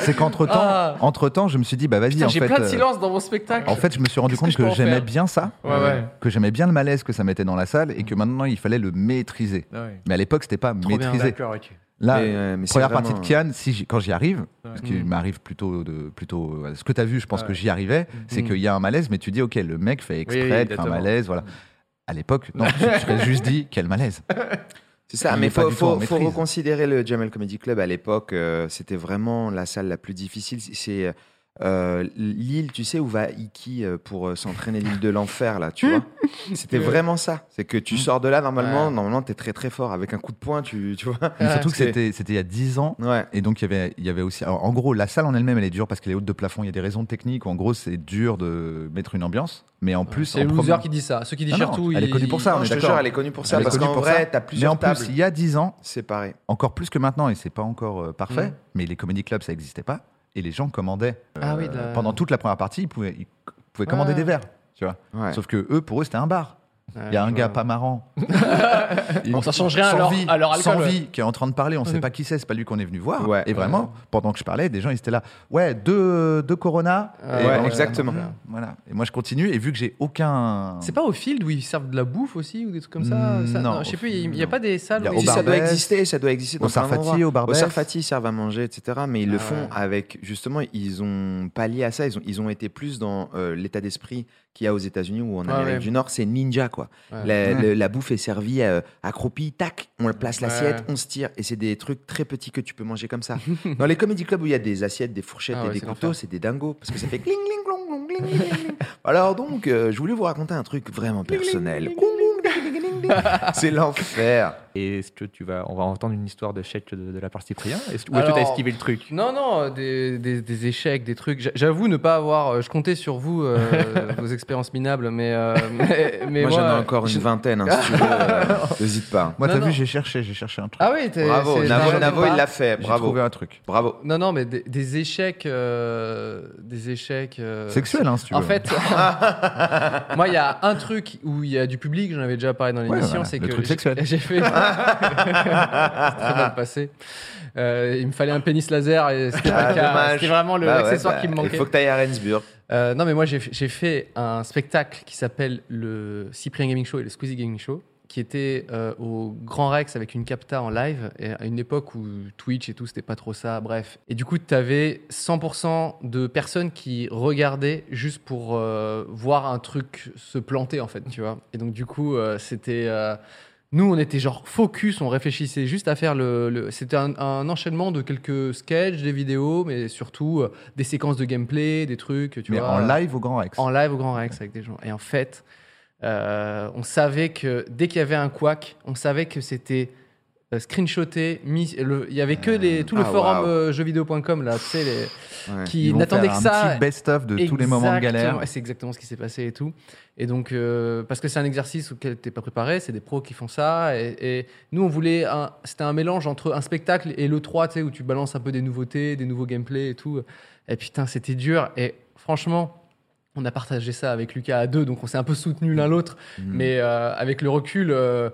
C'est qu'entre temps,
Ah.
entre temps, je me suis dit bah vas-y
Putain,
en
j'ai
fait.
plein de
euh,
silence dans mon spectacle.
En fait, je me suis rendu
Qu'est-ce
compte
que je peux
que
en
j'aimais
faire
bien ça,
Ouais, ouais. Mm.
que j'aimais bien le malaise que ça mettait dans la salle et que maintenant il fallait le maîtriser.
Ah
Ouais.
Mais à l'époque, c'était pas
Trop bien,
maîtrisé.
D'accord, ok.
Là,
Mais, euh, mais c'est
première
vraiment-
partie de Kian, si j'y- quand j'y arrive, parce qu'il
Mm.
m'arrive plutôt de plutôt euh, ce que tu as vu, je pense
Ouais.
que j'y arrivais, c'est
Mm.
qu'il y a un malaise, mais tu dis ok, le mec fait exprès
Oui, oui,
de faire un
exactement.
malaise, voilà. À l'époque, non, tu te serais juste dit quel malaise.
C'est ça,
Il
mais
est pas
faut,
du tout en
faut, faut
maîtrise.
reconsidérer le Jamel Comedy Club. À l'époque, euh, c'était vraiment la salle la plus difficile. C'est euh, l'île, tu sais, où va Iki euh, pour euh, s'entraîner, l'île de l'enfer, là, tu vois. C'était vraiment ça. C'est que tu sors de là, normalement,
Ouais.
normalement, t'es très très fort. Avec un coup de poing, tu, tu vois.
Mais surtout que
C'est-
c'était c'était il y a 10 ans.
Ouais.
Et donc, il y avait, il y avait aussi. alors, en gros, la salle en elle-même, elle est dure parce qu'elle est haute de plafond. Il y a des raisons techniques où, en gros, c'est dur de mettre une ambiance. Mais en plus,
c'est
en
le loser
premier-
qui dit ça. Ceux qui
Non,
disent
non,
surtout.
elle est
ils-
connue pour ça,
Non,
on est
je te
d'accord.
jure, elle est connue pour ça.
Elle est
parce
connue
qu'en
pour
vrai,
ça.
t'as
Mais
plusieurs
en plus,
tables.
il y a 10 ans,
C'est pareil.
encore plus que maintenant, et c'est pas encore euh, parfait,
Mhm.
mais les comedy clubs, ça n'existait pas. Et les gens commandaient.
Ah oui, de la-
Pendant toute la première partie, ils pouvaient, ils pouvaient commander
Ouais.
des verres. Tu vois.
Ouais.
Sauf que eux, pour eux, c'était un bar.
Ouais,
Il y a un
je
gars
vois.
pas marrant. Il-
Bon, ça change rien à leur-
vie,
à leur alcool,
sans
ouais.
vie, qui est en train de parler, on sait pas qui c'est, c'est pas lui qu'on est venu voir.
Ouais.
et vraiment, pendant que je parlais, des gens ils étaient là. Ouais, deux, deux Corona.
Ah
Et
ouais,
vraiment, euh, j'étais
exactement.
là, Voilà. Et moi je continue et vu que j'ai aucun.
C'est pas au field où ils servent de la bouffe aussi ou des trucs comme ça,
Mm,
ça-
non,
non, je sais
au
plus, il
Field,
n'y a
non.
pas des salles
Il y a
où
au
Si,
ils-
ça doit
Barbès,
exister, ça doit exister.
au
dans plein
Sarfati,
d'endroits.
au Barbès.
Au Sarfati, ils servent à manger, etc. Mais ils le
Ah
font
ouais.
avec, justement, ils ont pallié à ça. Ils ont, ils ont été plus dans euh, l'état d'esprit qu'il y a aux États-Unis ou en
Ouais,
Amérique
Ah ouais.
du Nord. C'est ninja, quoi.
Ouais.
La,
Ouais.
le- la bouffe est servie euh, accroupie, tac, on place
Ouais.
l'assiette, on se tire. Et c'est des trucs très petits que tu peux manger comme ça. dans les comédie clubs où il y a des assiettes, des fourchettes
Ah
et
ouais,
des
c'est
couteaux,
l'enfer.
c'est des dingos. Parce que ça fait cling, cling, clong, clong, cling, cling, cling. Alors donc, euh, je voulais vous raconter un truc vraiment personnel. C'est l'enfer.
Et est-ce que tu vas. On va entendre une histoire d'échec de, de la part Cyprien Est-ce- Ou est-ce que
Alors-
tu as esquivé le truc
Non, non, euh, des, des- des échecs, des trucs. J'a- J'avoue ne pas avoir. euh, Je comptais sur vous, euh, vos expériences minables, mais. euh, mais, mais
moi, j'en ai
euh,
encore
je-
une vingtaine, hein, si tu veux. euh, N'hésite pas.
Moi
Non,
t'as
non.
vu, j'ai cherché, j'ai cherché un truc.
Ah oui, t'es.
Bravo,
c'est-
Navo,
j'en ai
Navo,
pas.
il l'a fait,
j'ai
bravo.
trouvé un truc.
Bravo.
Non, non, mais des, des échecs. euh, des échecs. euh,
Sexuel, hein, si tu veux.
En fait, moi, il y a un truc où il y a du public, j'en avais déjà parlé dans l'émission,
voilà,
c'est
le
que
truc
j'ai-
sexuel.
j'ai fait. C'est très mal passé. Euh, il me fallait un pénis laser et c'était pas
Ah,
le cas.
dommage.
C'était vraiment le-
Bah ouais,
l'accessoire
bah,
qui me manquait.
Il faut que tu ailles à Rendsburg.
Euh, non, mais moi, j'ai j'ai fait un spectacle qui s'appelle le Cyprien Gaming Show et le Squeezie Gaming Show, qui était euh, au Grand Rex avec une capta en live, et à une époque où Twitch et tout, c'était pas trop ça, bref. Et du coup, tu avais 100% de personnes qui regardaient juste pour euh, voir un truc se planter, en fait, tu vois. Et donc, du coup, euh, c'était. euh, Nous, on était genre focus, on réfléchissait juste à faire le. le- C'était un, un enchaînement de quelques sketchs, des vidéos, mais surtout euh, des séquences de gameplay, des trucs. Tu
Mais
vois,
en live au Grand Rex.
En live au Grand Rex avec des gens. Et en fait, euh, on savait que dès qu'il y avait un quack, on savait que c'était euh, screenshoté. mis- le- Il y avait que les, tout le
ah,
forum
waouh.
euh, jeuxvideo.com là, tu sais, les,
Ouais.
qui
Ils vont
n'attendaient que
faire
ça.
Un petit best-of de tous les moments de galère.
Exactement, et C'est exactement ce qui s'est passé et tout. Et donc, euh, parce que c'est un exercice auquel t'es pas préparé, c'est des pros qui font ça. Et, et nous, on voulait. un- C'était un mélange entre un spectacle et l'E3, tu sais, où tu balances un peu des nouveautés, des nouveaux gameplays et tout. Et putain, c'était dur. Et franchement. On a partagé ça avec Lucas à deux, donc on s'est un peu soutenu
Mm.
l'un l'autre. Mais euh, avec le recul, euh,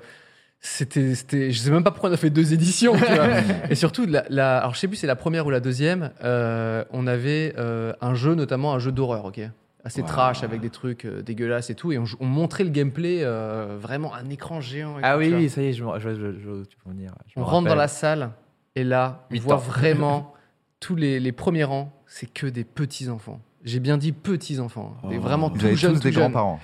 c'était, c'était, je sais même pas pourquoi on a fait deux éditions. tu vois. et surtout, la, la- alors je sais plus, c'est la première ou la deuxième. euh, on avait euh, un jeu, notamment un jeu d'horreur, ok, assez trash avec des trucs euh, dégueulasses et tout, et on, jou- on montrait le gameplay euh, vraiment un écran géant. et
Ah
tout, tu
oui,
vois.
oui, ça y est, je, me- je, je- je- tu peux venir. je
On
me
rentre dans la
rappelle.
salle et là, on
Huit
voit
ans.
vraiment tous les, les premiers rangs, c'est que des petits enfants. J'ai bien dit petits enfants, hein, des
Oh.
vraiment
Vous
tout
avez
jeunes,
tous
tout
des
jeunes.
grands-parents.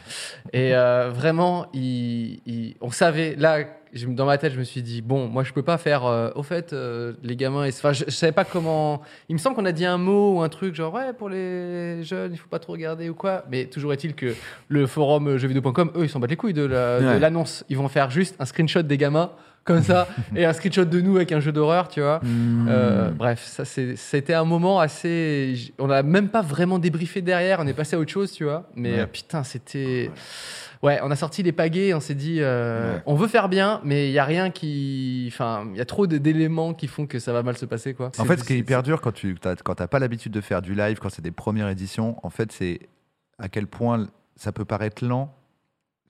Et euh, vraiment, il- il- on savait. Là, je- dans ma tête, je me suis dit bon, moi, je peux pas faire. euh, au fait, euh, les gamins. et- Enfin, je, je savais pas comment. Il me semble qu'on a dit un mot ou un truc genre ouais pour les jeunes, il faut pas trop regarder ou quoi. Mais toujours est-il que le forum euh, jeuxvideo.com, eux, ils s'en battent les couilles de la- de
Ouais.
l'annonce. ils vont faire juste un screenshot des gamins comme ça et un screenshot de nous avec un jeu d'horreur, tu vois.
Hmm.
Euh, bref, ça c'est- c'était un moment assez. j- On n'a même pas vraiment débriefé derrière. On est passé à autre chose, tu vois. Mais
Ouais.
euh, putain, c'était. Ouais, on a sorti les pagaies, on s'est dit, euh,
Ouais.
on veut faire bien, mais il y a rien qui, enfin, il y a trop d- d'éléments qui font que ça va mal se passer, quoi.
En
C'est-
fait, ce qui est
c'est-
hyper dur quand tu n'as pas l'habitude de faire du live, quand c'est des premières éditions, en fait, c'est à quel point ça peut paraître lent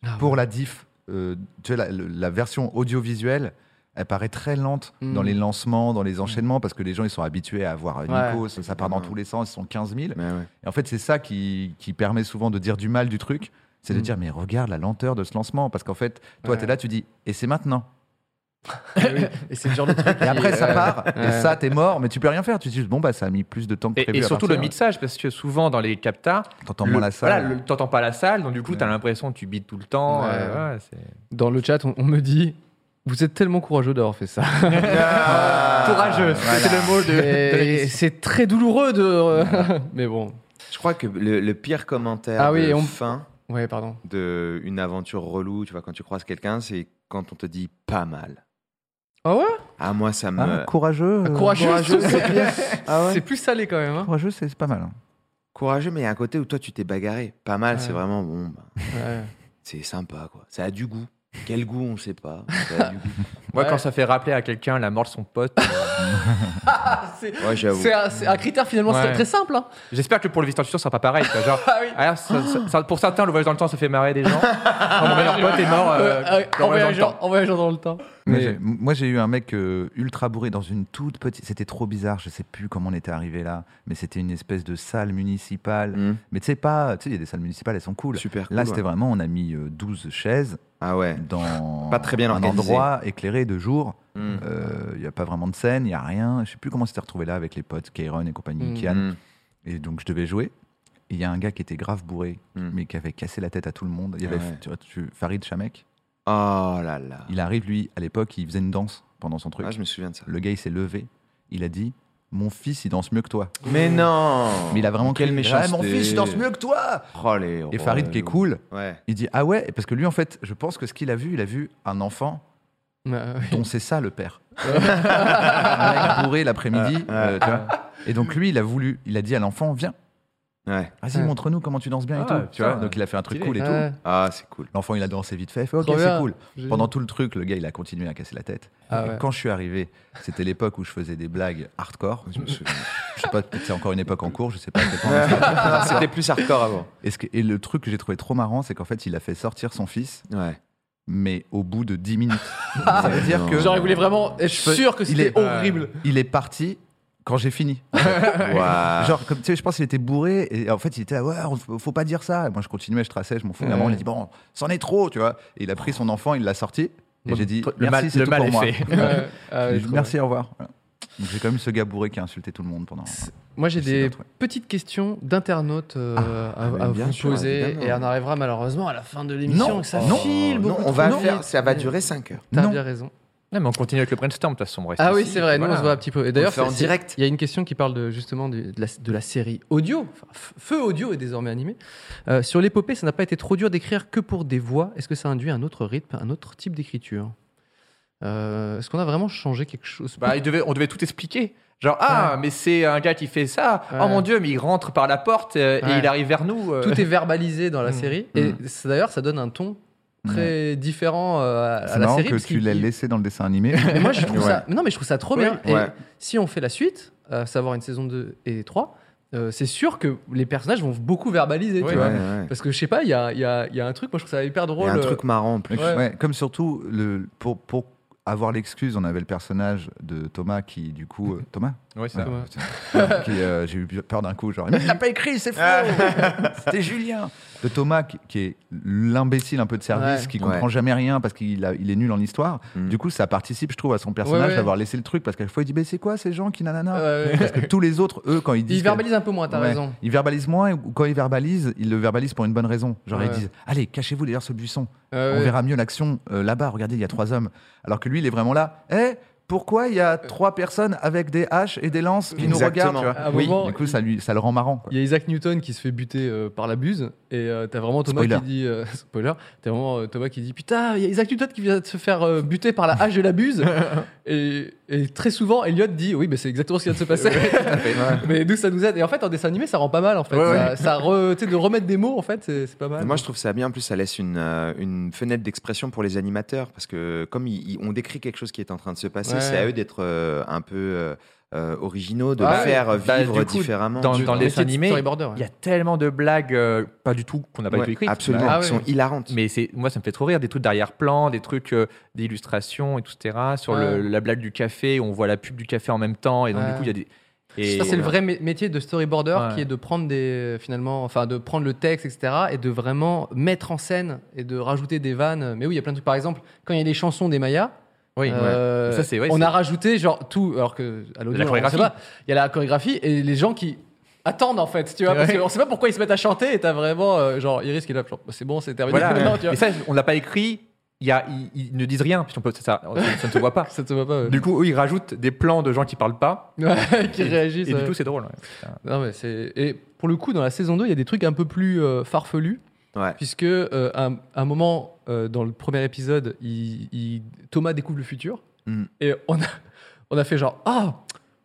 Ah ouais.
pour la diff. Euh, tu sais, la, le- la version audiovisuelle, elle paraît très lente
Mm.
dans les lancements, dans les enchaînements, parce que les gens, ils sont habitués à voir euh,
Hmm. Ouais.
Nico, ça, ça part dans
Évidemment.
tous les sens, ils sont 15 000.
Mais Bah ouais.
Et en fait, c'est ça qui, qui permet souvent de dire du mal du truc. C'est de
Mm.
dire, mais regarde la lenteur de ce lancement. Parce qu'en fait, toi,
Ouais.
tu es là, tu dis, et c'est maintenant.
Oui, Et c'est le genre de truc.
Et
qui,
après, ça
euh,
part. Et
ouais.
ça, t'es mort, mais tu peux rien faire. Tu te dis, bon, bah, ça a mis plus de temps que
Et,
prévu.
et
à
surtout le
partir.
mixage, parce que souvent dans les captas,
T'entends
le-
moins la salle.
voilà, le- t'entends pas la salle, donc du coup, t'as l'impression que tu bites tout le temps.
Ouais.
euh, ouais, c'est-
Dans le chat, on, on me dit, vous êtes tellement courageux d'avoir fait ça.
Courageux, c'est le mot de- de, la
Et
question.
c'est très douloureux de. Mais bon,
Je crois que le, le pire commentaire
Ah oui,
de
on-
fin
ouais, pardon.
de une aventure relou, tu vois, quand tu croises quelqu'un, c'est quand on te dit pas mal.
Ah ouais
Ah moi ça me.
Ah, courageux. euh,
Courageux, c'est
Ah ouais
c'est plus salé quand même. hein.
Courageux, c'est c'est pas mal. hein.
Courageux, mais il y a un côté où toi tu t'es bagarré. Pas mal,
Ouais.
c'est vraiment bon. bah,
Ouais.
c'est sympa quoi. Ça a du goût. Quel goût, on sait pas. Ça a du goût.
Moi,
Ouais.
quand ça fait rappeler à quelqu'un la mort de son pote,
C'est-
Ouais, j'avoue.
C'est un, c'est un critère finalement
Ouais.
très, très simple. hein.
j'espère que pour le visiteur du futur, ça sera pas pareil. quoi. Genre,
Ah oui.
ah, ça- ça- ça- pour certains, le voyage dans le temps, ça fait marrer des gens. Quand mon meilleur pote est mort euh,
Euh, euh,
dans
en,
le voyage dans le
voyageant,
temps.
en voyageant dans le temps.
Moi,
Mais-
j'ai- Moi, j'ai eu un mec euh, ultra bourré dans une toute petite. C'était trop bizarre. Je sais plus comment on était arrivé là, mais c'était une espèce de salle municipale.
Mm.
Mais tu sais pas, tu sais, il y a des salles municipales, elles sont cool.
Super cool.
Là, c'était
ouais.
vraiment, on a mis euh, 12 chaises
Ah ouais.
dans
Pas très bien
un
organisé.
endroit éclairé de jour. Euh,
Mm.
Il n'y a pas vraiment de scène, il n'y a rien. Je sais plus comment c'était retrouvé là avec les potes, Kairon et compagnie,
Mm.
Kian.
Mm.
Et donc je devais jouer. Et Il y a un gars qui était grave bourré,
Mm.
mais qui avait cassé la tête à tout le monde. Il y
Ah
avait
ouais.
tu vois, tu- Farid Chamek.
Oh là là.
Il arrive, lui, à l'époque, il faisait une danse pendant son truc.
Ah, je me souviens de ça.
Le gars, il s'est levé. Il a dit Mon fils, il danse mieux que toi.
Mais non
Mais il a vraiment
Oh, Quelle
crié,
méchanceté.
Ah, Mon fils, il danse mieux que toi
Oh, les
Et Farid, qui est
relous.
cool,
Ouais.
il dit Ah ouais Parce que lui, en fait, je pense que ce qu'il a vu, il a vu un enfant
Euh,
dont c'est ça le père. un mec bourré l'après-midi.
Ah,
euh, tu vois. Et donc, lui, il a voulu, il a dit à l'enfant Viens,
Ouais.
vas-y,
Ouais.
montre-nous comment tu danses bien et
Ah,
tout. Tu
putain,
vois donc, il a fait un truc
stylé.
cool et tout.
ouais.
Ah, c'est cool.
L'enfant, il a dansé vite fait. il fait, ok,
Trop
c'est
bien.
cool.
Génial.
Pendant tout le truc, le gars, il a continué à casser la tête.
Ah
Et
ouais.
Quand je suis arrivé, c'était l'époque où je faisais des blagues hardcore.
Je me souviens.
Je sais pas, peut-être c'est encore une époque en cours, je sais pas. à quel point.
C'était plus hardcore avant.
Et, ce que- et le truc que j'ai trouvé trop marrant, c'est qu'en fait, il a fait sortir son fils,
Ouais.
mais au bout de 10 minutes.
Ah,
Ça veut dire que
Genre, il voulait vraiment être
Je peux-
sûr que
il
c'était
est-
horrible.
il est parti quand j'ai fini.
Ah.
Waouh.
Genre, comme, tu sais, je pense qu'il était bourré et en fait, il était là, ouais, on- faut, faut pas dire ça. Et moi, je continuais, je traçais, je m'en fous. Et à un moment, il a dit, bon, c'en est trop, tu vois. Et il a pris son enfant, il l'a sorti. Et j'ai dit,
Le mal-
merci, c'est
le
tout
mal
pour
est
moi.
fait.
Ouais. Ah ouais,
J'ai dit,
trop
merci, au revoir. Voilà. Donc j'ai quand même ce gars bourré qui a insulté tout le monde pendant.
C'est- Moi, j'ai
J'essaie
des
d'en trouver.
petites questions d'internautes euh,
Ah,
à,
mais
à
bien
vous
sûr,
poser
évidemment.
et on arrivera malheureusement à la fin de l'émission.
Non,
ça
oh,
file
non,
beaucoup
on
trop
va
vite.
faire, ça va durer 5 heures.
T'as
Non.
bien raison.
Non, mais on continue avec le brainstorm, de toute façon. on reste
Ah oui,
ici,
c'est vrai, nous
voilà.
on se voit un petit peu. Et
On le
d'ailleurs,
fait en
c'est-
direct.
il y a une question qui parle de, justement du- de, la, de la série audio. Enfin, F- Feu audio est désormais animé. Euh, sur l'épopée, ça n'a pas été trop dur d'écrire que pour des voix. Est-ce que ça induit un autre rythme, un autre type d'écriture Euh, Est-ce qu'on a vraiment changé quelque chose
Bah, il devait- on devait tout expliquer. Genre, ah, mais c'est un gars qui fait ça.
Ouais.
Oh mon dieu, mais il rentre par la porte euh,
Ouais.
et il arrive vers nous. euh.
Tout est verbalisé dans la
Mm.
Mmh,
série. Et c'est- d'ailleurs, ça donne un ton très différent euh, à, à
C'est
la
marrant
série.
que
parce
tu
qu'il-
l'aies laissé dans le dessin animé.
Mais moi, je trouve,
Ouais.
ça... mais non, mais je trouve ça trop
Oui,
bien. Et
ouais.
si on fait la suite, euh, à savoir une saison 2 et 3, euh, c'est sûr que les personnages vont beaucoup verbaliser.
Oui,
tu vois.
ouais.
Parce que je sais pas, il y a, il y a- il y a un truc, moi je trouve ça hyper
Il y
drôle.
a un truc marrant en plus.
euh, Ouais.
Ouais, comme surtout, le, pour, pour avoir l'excuse, on avait le personnage de Thomas qui, du coup. euh, Thomas
Ouais, c'est ça.
Ouais,
Thomas.
putain. Qui, euh, J'ai eu peur d'un coup, genre. Mais il l'a pas écrit, c'est faux
Ah.
C'était Julien De Thomas, qui, qui est l'imbécile un peu de service,
Ouais.
qui
Ouais.
comprend jamais rien parce qu'il a- il est nul en histoire.
Mm.
Du coup, ça participe, je trouve, à son personnage
Ouais, ouais.
d'avoir laissé le truc parce qu'à chaque fois, il dit Mais c'est quoi ces gens qui nanana
Euh,
Parce que tous les autres, eux, quand ils disent.
il verbalise un peu moins, t'as
Ouais.
raison.
Ils verbalisent moins, ou quand ils verbalisent, ils le verbalisent pour une bonne raison. Genre, ils
Ouais.
disent Allez, cachez-vous derrière ce buisson,
Euh,
on verra mieux l'action euh, là-bas, regardez, il y a trois hommes. Alors que lui, il est vraiment là Eh, pourquoi il y a trois personnes avec des haches et des lances qui nous
Exactement.
regardent tu vois
À un
Oui,
moment,
du coup, ça, lui, ça le rend marrant. quoi.
Il y a Isaac Newton qui se fait buter euh, par la buse et euh, t'as vraiment Thomas
Spoiler.
qui dit euh, spoiler, t'as vraiment euh, Thomas qui dit putain il y a Isaac Newton qui vient de se faire euh, buter par la hache de la buse et, et très souvent Elliot dit oui mais c'est exactement ce qui vient de se passer mais nous ça nous aide et en fait en dessin animé ça rend pas mal en fait
Ouais,
ça, ça re- tu sais, de remettre des mots en fait c'est c'est pas mal.
Moi, je trouve ça bien. En plus, ça laisse une, euh, une fenêtre d'expression pour les animateurs parce que comme ils, ils- on décrit quelque chose qui est en train de se passer,
Ouais.
c'est à eux d'être euh, un peu euh, euh, originaux, de
Ah
le
ouais.
faire
Bah,
vivre
du coup,
différemment.
dans- dans
Le
les
métier de
animés,
storyboarder, ouais.
Il y a tellement de blagues, euh, pas du tout, qu'on n'a pas
Ouais,
du tout écrites.
absolument,
Ah
qui
ouais.
sont hilarantes.
Mais c'est, moi, ça me fait trop rire. Des trucs d'arrière-plan, des trucs euh, d'illustrations, etc. Sur le-
Ouais.
la blague du café, où on voit la pub du café en même temps. Et donc,
Ouais.
du coup, il y a des. Et
Ça, c'est le vrai mé- métier de storyboarder
Ouais.
qui est de prendre des finalement, enfin de prendre le texte, etc., et de vraiment mettre en scène et de rajouter des vannes. Mais oui, il y a plein de trucs. Par exemple, quand il y a les chansons des Mayas,
Oui,
euh,
ouais. Ça, c'est- ouais,
on
c'est-
a rajouté genre tout, alors que à l'audio, on
La
sait
chorégraphie.
pas. il y a la chorégraphie et les gens qui attendent en fait, tu vois, parce
Ouais.
qu'on sait pas pourquoi ils se mettent à chanter. Et t'as vraiment euh, genre Iris qui est là, genre, c'est bon, c'est terminé.
Voilà.
Non, tu vois.
Mais ça, on l'a pas écrit. Il y a, ils, ils ne disent rien, puisqu'on peut, ça, ça, ça ne se voit pas.
ça te va pas. ouais.
Du coup, eux, ils rajoutent des plans de gens qui parlent pas.
Ouais, qui
Et-
réagissent.
Et
ouais.
du coup, c'est drôle. ouais. Putain.
Non, mais c'est- Et pour le coup, dans la saison 2, il y a des trucs un peu plus euh, farfelus.
Ouais.
Puisque euh, à un, à un moment, euh, dans le premier épisode, il- il- Thomas découvre le futur.
Mm.
Et on a, on a fait genre Ah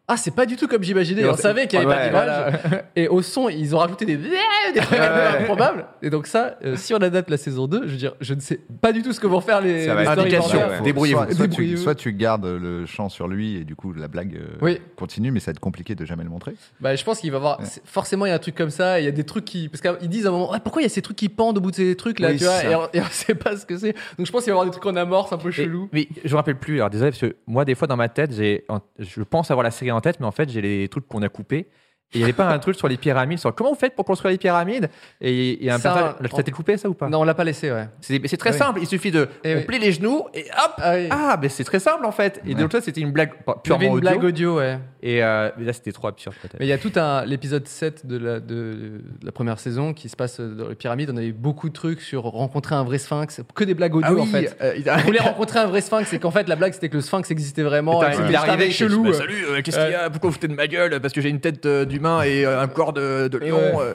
ah, c'est pas du tout comme j'imaginais.
Et
on,
on-
savait qu'il y avait
Ouais,
pas d'image. Et au son, ils ont rajouté des, des trucs improbables. Et donc ça, euh, si on adapte la saison 2, je veux dire, je ne sais pas du tout ce que vont faire les.
Ça va
les
être
storyboarders.
indication,
Faut-
ouais.
Débrouillez-vous.
Soit, soit tu,
Débrouillez-vous.
soit tu gardes le chant sur lui et du coup la blague euh,
Oui.
continue, mais ça va être compliqué de jamais le montrer.
Bah, je pense qu'il va y avoir c'est- forcément il y a un truc comme ça. Il y a des trucs qui parce qu'ils disent à un moment Ouais, pourquoi il y a ces trucs qui pendent au bout de ces trucs là,
Oui,
tu vois,
c'est
et on, et on sait pas ce que c'est. Donc je pense qu'il va y avoir des trucs en amorce un peu
Et-
chelou.
mais je me rappelle plus. Alors désolé, parce que moi, des fois, dans ma tête, j'ai, en- je pense avoir la série en tête, mais en fait, j'ai les trucs qu'on a coupés. Et il n'y avait pas un truc sur les pyramides, sur comment vous faites pour construire les pyramides Et, et un
Ça,
personnage-
on-
ça a été coupé ça ou pas
Non, on l'a pas laissé, ouais.
C'est, mais c'est très
Oui.
simple. Il suffit de
Eh
on
oui.
plie les genoux et hop.
Ah, oui.
Ah, mais c'est très simple en fait. Et de l'autre, c'était une blague pas-
Il y
purement
avait une
audio.
blague audio, ouais.
Et euh, mais là, c'était trop absurde peut-être.
Mais il y a tout un l'épisode 7 de la, de, de la première saison qui se passe euh, dans les pyramides. On a eu beaucoup de trucs sur rencontrer un vrai sphinx, que des blagues audio en fait.
euh, il-
On voulait rencontrer un vrai sphinx, et qu'en fait la blague c'était que le sphinx existait vraiment. et
Putain, il
c'était
est
juste un
arrivé,
mec chelou.
bah,
ouais.
salut, euh, qu'est-ce qu'il y a Pourquoi vous foutez de ma gueule Parce que j'ai une tête euh, d'humain et euh, un corps de, de
Et
lion.
Eh ouais.
euh.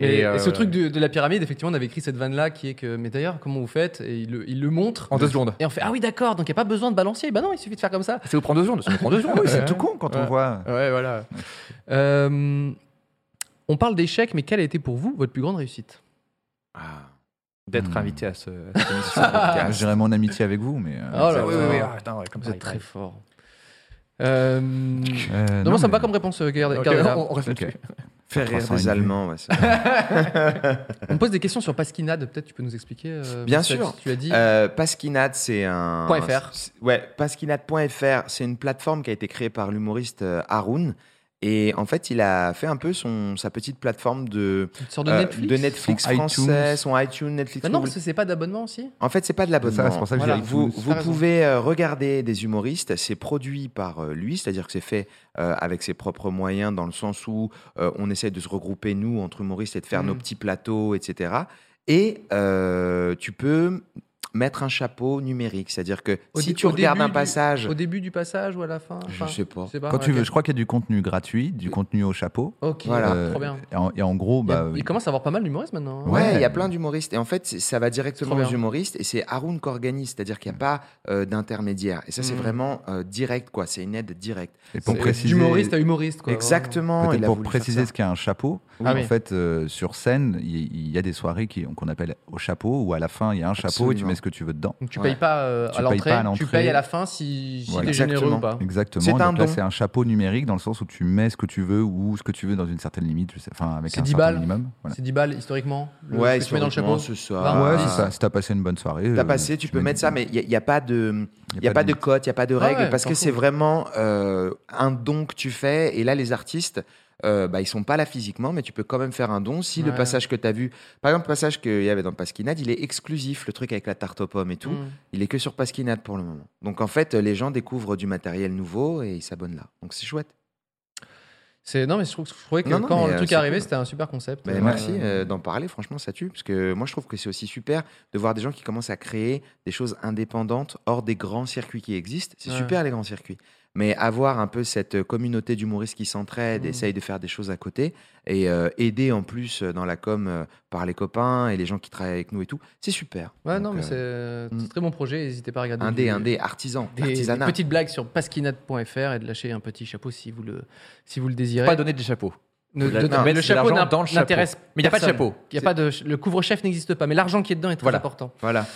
Et, et
euh,
ce truc de, de la pyramide, effectivement, on avait écrit cette vanne là qui est que, mais d'ailleurs, comment vous faites Et il le, il le montre.
en deux secondes.
Et on fait Ah oui, d'accord, donc il n'y a pas besoin de balancier. Bah non, il suffit de faire comme ça.
Ça vous prend deux secondes. Ça vous prend deux secondes.
c'est tout con quand on voit.
Ouais, voilà.
Euh, on parle d'échec, mais quelle a été pour vous votre plus grande réussite
Ah.
D'être
Hmm.
invité à ce. à cette émission.
hein, Je dirais mon amitié avec vous, mais. euh,
Ah, Oh là
oui,
là.
oui, oui. Ah, attends, ouais, comme
Vous
ça,
êtes
il
très
arrive.
fort. Euh,
euh,
non, moi, ça me
mais-
va comme réponse, euh, Gard-
Ok,
Gardella.
on- on reste
Ok.
là-dessus.
Faire rire
301
des
vues.
Allemands, ouais, ça.
On me pose des questions sur Pasquinade, peut-être tu peux nous expliquer euh,
Bien
tu as-
sûr.
Tu as dit.
Euh, Pasquinade, c'est un.
Point fr.
c'est- Ouais, pasquinade.fr, c'est une plateforme qui a été créée par l'humoriste euh, Haroun Et en fait, il a fait un peu son, sa petite plateforme de,
Une sorte de
euh,
Netflix.
de Netflix
Son iTunes.
français, son iTunes, Netflix.
Bah non,
ou-
parce que c'est pas d'abonnement aussi.
En fait, c'est pas de
Ça,
l'abonnement.
c'est pour ça que j'ai
Voilà.
dit
Vous,
tous.
vous
T'as raison.
pouvez euh, regarder des humoristes, c'est produit par euh, lui, c'est-à-dire que c'est fait euh, avec ses propres moyens, dans le sens où euh, on essaie de se regrouper, nous, entre humoristes, et de faire
Mm.
nos petits plateaux, etc. Et euh, tu peux mettre un chapeau numérique, c'est-à-dire que
Au
si
dé-
tu
au
regardes
début
un
du-
passage,
Au début du passage ou à la fin
je
Enfin,
sais pas.
sais pas.
Quand tu
ok.
veux, je crois qu'il y a du contenu gratuit, du contenu au chapeau.
Ok,
Voilà.
Euh,
trop bien.
Et en, et en gros,
Il y a-
bah,
il commence à avoir pas mal d'humoristes maintenant. hein.
Ouais, il y a
mais-
plein d'humoristes. Et en fait, c'est- ça va directement
C'est trop
aux
bien. Mm.
humoristes. Et c'est Haroun Korgani, c'est-à-dire qu'il n'y a pas euh, d'intermédiaire. Et ça, c'est
Mhm.
vraiment euh, direct, quoi. C'est une aide directe.
et pour
C'est
préciser,
D'humoriste à humoriste, quoi.
Exactement.
peut-être
il a
pour
voulu faire
préciser
ça.
ce qu'est un chapeau,
Ah
en
oui.
fait, euh, sur scène, il il y, a des soirées qui- qu'on appelle au chapeau, où à la fin, il y a un chapeau et tu
Absolument.
mets ce que tu veux dedans.
Donc tu
Ouais.
payes pas euh,
Tu
à
payes
l'entrée,
pas à
tu
l'entrée.
payes à la fin si, si
Voilà.
t'es généreux ou
Exactement.
pas.
Exactement.
C'est un
Donc là,
don.
c'est un chapeau numérique dans le sens où tu mets ce que tu veux ou ce que tu veux dans une certaine limite, je sais- enfin avec
C'est
un
10
certain
balles.
minimum. Voilà.
C'est 10 balles historiquement. le-
Ouais,
ce que tu mets dans le chapeau.
historiquement, c'est
Ah,
ça.
ouais,
ah.
c'est ça. Si t'as passé une bonne soirée,
T'as
euh,
passé, tu peux
mets
mettre
du-
ça, mais il n'y a, il y a pas de, il y a pas de
limite.
cote, il n'y a pas de
Ah
règles,
ouais,
parce
t'en
que
fous.
c'est vraiment euh, un don que tu fais. Et là, les artistes, euh, bah, ils sont pas là physiquement, mais tu peux quand même faire un don. Si le
Ouais.
passage que tu as vu, par exemple, le passage qu'il y avait dans Pasquinade, il est exclusif, le truc avec la tarte aux pommes et tout.
Mm.
Il est que sur Pasquinade pour le moment. Donc en fait, les gens découvrent du matériel nouveau et ils s'abonnent là. Donc c'est chouette.
C'est non mais je, trouve, je trouvais que
Non, non,
quand
mais,
le
euh,
truc est
c'est
arrivé,
cool.
c'était un super concept.
Mais
Euh,
merci euh, d'en parler, franchement, ça tue. Parce que moi, je trouve que c'est aussi super de voir des gens qui commencent à créer des choses indépendantes hors des grands circuits qui existent. C'est
Ouais.
super, les grands circuits. Mais avoir un peu cette euh, communauté d'humoristes qui s'entraident,
Mm.
essaye de faire des choses à côté et euh, aider en plus euh, dans la com euh, par les copains et les gens qui travaillent avec nous et tout, c'est super.
Ouais,
Donc,
non mais
euh,
c'est
hmm.
c'est un très bon projet, n'hésitez pas à regarder.
Un
du-
dé, un dé, artisan,
Des, des
artisanat.
petites blagues sur pasquinade.fr et de lâcher un petit chapeau si vous le, si vous le désirez.
Pas donner des chapeaux.
Ne-
la-
de- mais
non,
le
mettre de
chapeau
l'argent
n'a-
dans le chapeau.
n'intéresse
Mais y a pas de
personne.
chapeau.
Y a pas de, le couvre-chef n'existe pas, mais l'argent qui est dedans est très
Voilà.
important.
Voilà.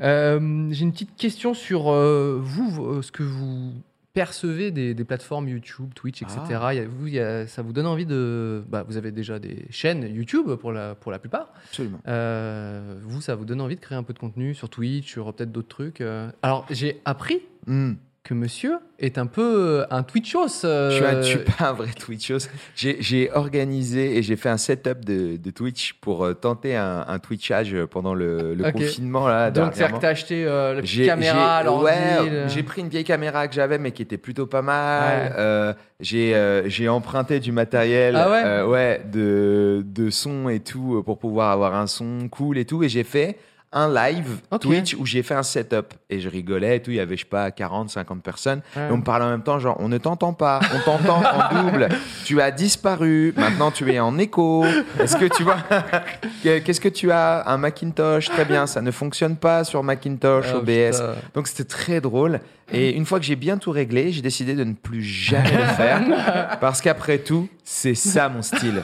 Euh, J'ai une petite question sur euh, vous, euh, ce que vous percevez des, des plateformes YouTube, Twitch, etc.
Ah.
Il y a- vous, il y a- ça vous donne envie de... bah, vous avez déjà des chaînes YouTube pour la, pour la plupart.
Absolument.
Euh, vous, ça vous donne envie de créer un peu de contenu sur Twitch, sur euh, peut-être d'autres trucs. euh. Alors, j'ai appris
Mm.
que monsieur est un peu euh, un Twitchos. euh,
Je suis, un- je suis pas un vrai Twitchos. J'ai j'ai organisé et j'ai fait un setup de, de Twitch pour euh, tenter un, un Twitchage pendant le, le
Ok.
confinement. Là,
Donc, c'est-à-dire
dernièrement.
que t'as acheté euh, la petite
J'ai-
caméra,
j'ai-
l'ordi.
ouais,
le-
j'ai pris une vieille caméra que j'avais mais qui était plutôt pas mal.
Ouais.
Euh, j'ai euh, j'ai emprunté du matériel,
Ah ouais
euh, de de son et tout euh, pour pouvoir avoir un son cool et tout et j'ai fait un live
Ok.
Twitch où j'ai fait un setup et je rigolais et tout, il y avait je sais pas 40 50 personnes
Ouais.
et on me parle en même temps genre on ne t'entend pas, on t'entend en double, tu as disparu, maintenant tu es en écho. Est-ce que tu vois que- qu'est-ce que tu as un Macintosh Très bien, ça ne fonctionne pas sur Macintosh
Ah,
OBS.
putain.
Donc c'était très drôle. Et une fois que j'ai bien tout réglé, j'ai décidé de ne plus jamais le faire. Parce qu'après tout, c'est ça mon style.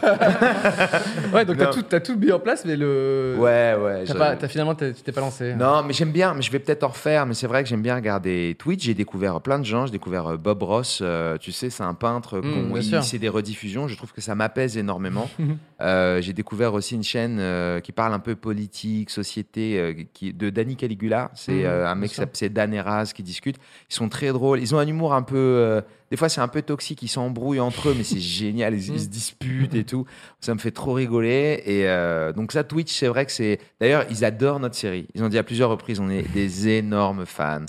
Ouais, donc t'as
Non.
tout, t'as tout mis en place, mais le.
Ouais, ouais.
T'as
je-
pas, t'as- finalement, t'as- tu t'es pas lancé.
Non, mais j'aime bien, mais je vais peut-être en refaire, mais c'est vrai que j'aime bien regarder Twitch. J'ai découvert plein de gens, j'ai découvert euh, Bob Ross, euh, tu sais, c'est un peintre, qu'on-
Mmh, bien
il-
sûr.
c'est des rediffusions, je trouve que ça m'apaise énormément. Euh, j'ai découvert aussi une chaîne euh, qui parle un peu politique, société, euh, qui, de Danny Caligula, c'est
Mhm,
euh, un
bien
mec, qui
sûr.
s'appelle- c'est Dan Eras qui discute. Ils sont très drôles, ils ont un humour un peu... euh, des fois, c'est un peu toxique, ils s'embrouillent entre eux, mais c'est génial, ils,
Mm.
ils se disputent et tout. Ça me fait trop rigoler. Et euh, donc, ça, Twitch, c'est vrai que c'est. D'ailleurs, ils adorent notre série. Ils ont dit à plusieurs reprises on est des énormes fans.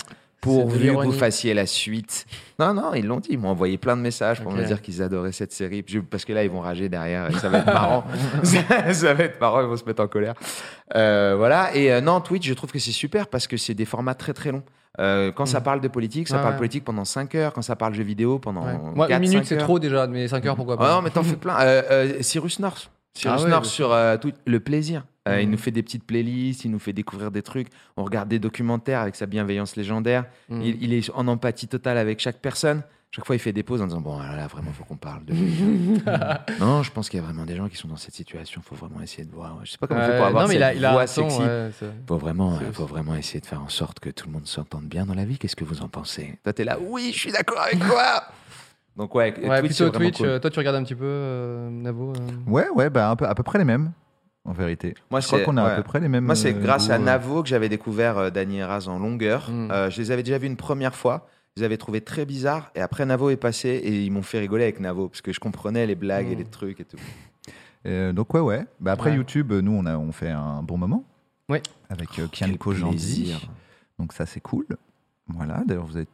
C'est de
Pourvu que vous
l'ironie.
fassiez la suite. Non, non, ils l'ont dit. Ils m'ont envoyé plein de messages pour
Ok.
me dire qu'ils adoraient cette série. Je- Parce que là, ils vont rager derrière et ça va être marrant. ça, ça va être marrant, ils vont se mettre en colère. Euh, voilà. Et euh, non, Twitch, je trouve que c'est super parce que c'est des formats très très longs. Euh, quand ça
Mhm.
parle de politique, ça
Ouais,
parle
ouais.
politique pendant 5 heures. Quand ça parle jeux vidéo, pendant.
Ouais.
4,
Moi, une minute,
5
c'est
heures.
trop déjà, mais 5 heures, pourquoi
Ah
pas
non, mais t'en fais plein. Euh, euh, Cyrus North. Cyrus
Ah ouais,
North
bah,
sur euh, tout le plaisir. Euh,
Mm.
Il nous fait des petites playlists, il nous fait découvrir des trucs. On regarde des documentaires avec sa bienveillance légendaire.
Mm.
Il, il est en empathie totale avec chaque personne. Chaque fois, il fait des pauses en disant Bon, là, là vraiment, faut qu'on parle de lui. non, je pense qu'il y a vraiment des gens qui sont dans cette situation. Faut vraiment essayer de voir. Je sais pas comment on fait
Euh,
pour avoir
non, mais
cette
il a, il a
voix
un ton,
sexy.
ouais, c'est-
Faut vraiment,
C'est-
faut vraiment essayer de faire en sorte que tout le monde s'entende bien dans la vie. Qu'est-ce que vous en pensez Toi, t'es là Oui, je suis d'accord avec toi. Donc, ouais,
Ouais,
Twitch,
plutôt
c'est vraiment
Twitch.
cool.
euh, toi, tu regardes un petit peu, euh, Navo. euh.
Ouais, ouais, bah, un peu, à peu près les mêmes, en vérité.
Moi,
je crois
c'est-
qu'on a
ouais.
à peu près les mêmes.
Moi, c'est
euh,
grâce
goûts,
à
euh.
Navo que j'avais découvert euh, Dany Eras en longueur.
Mm.
Euh, je les avais déjà vus une première fois. Vous avez trouvé très bizarre. Et après, Navo est passé et ils m'ont fait rigoler avec Navo parce que je comprenais les blagues et
Mm.
les trucs et tout.
Euh, donc ouais, ouais. Bah, après
Ouais.
YouTube, euh, nous, on, a, on fait un bon moment.
Ouais.
Avec euh,
Oh, quel
Kianko Jandy.
plaisir.
Donc ça, c'est cool. Voilà, d'ailleurs, vous avez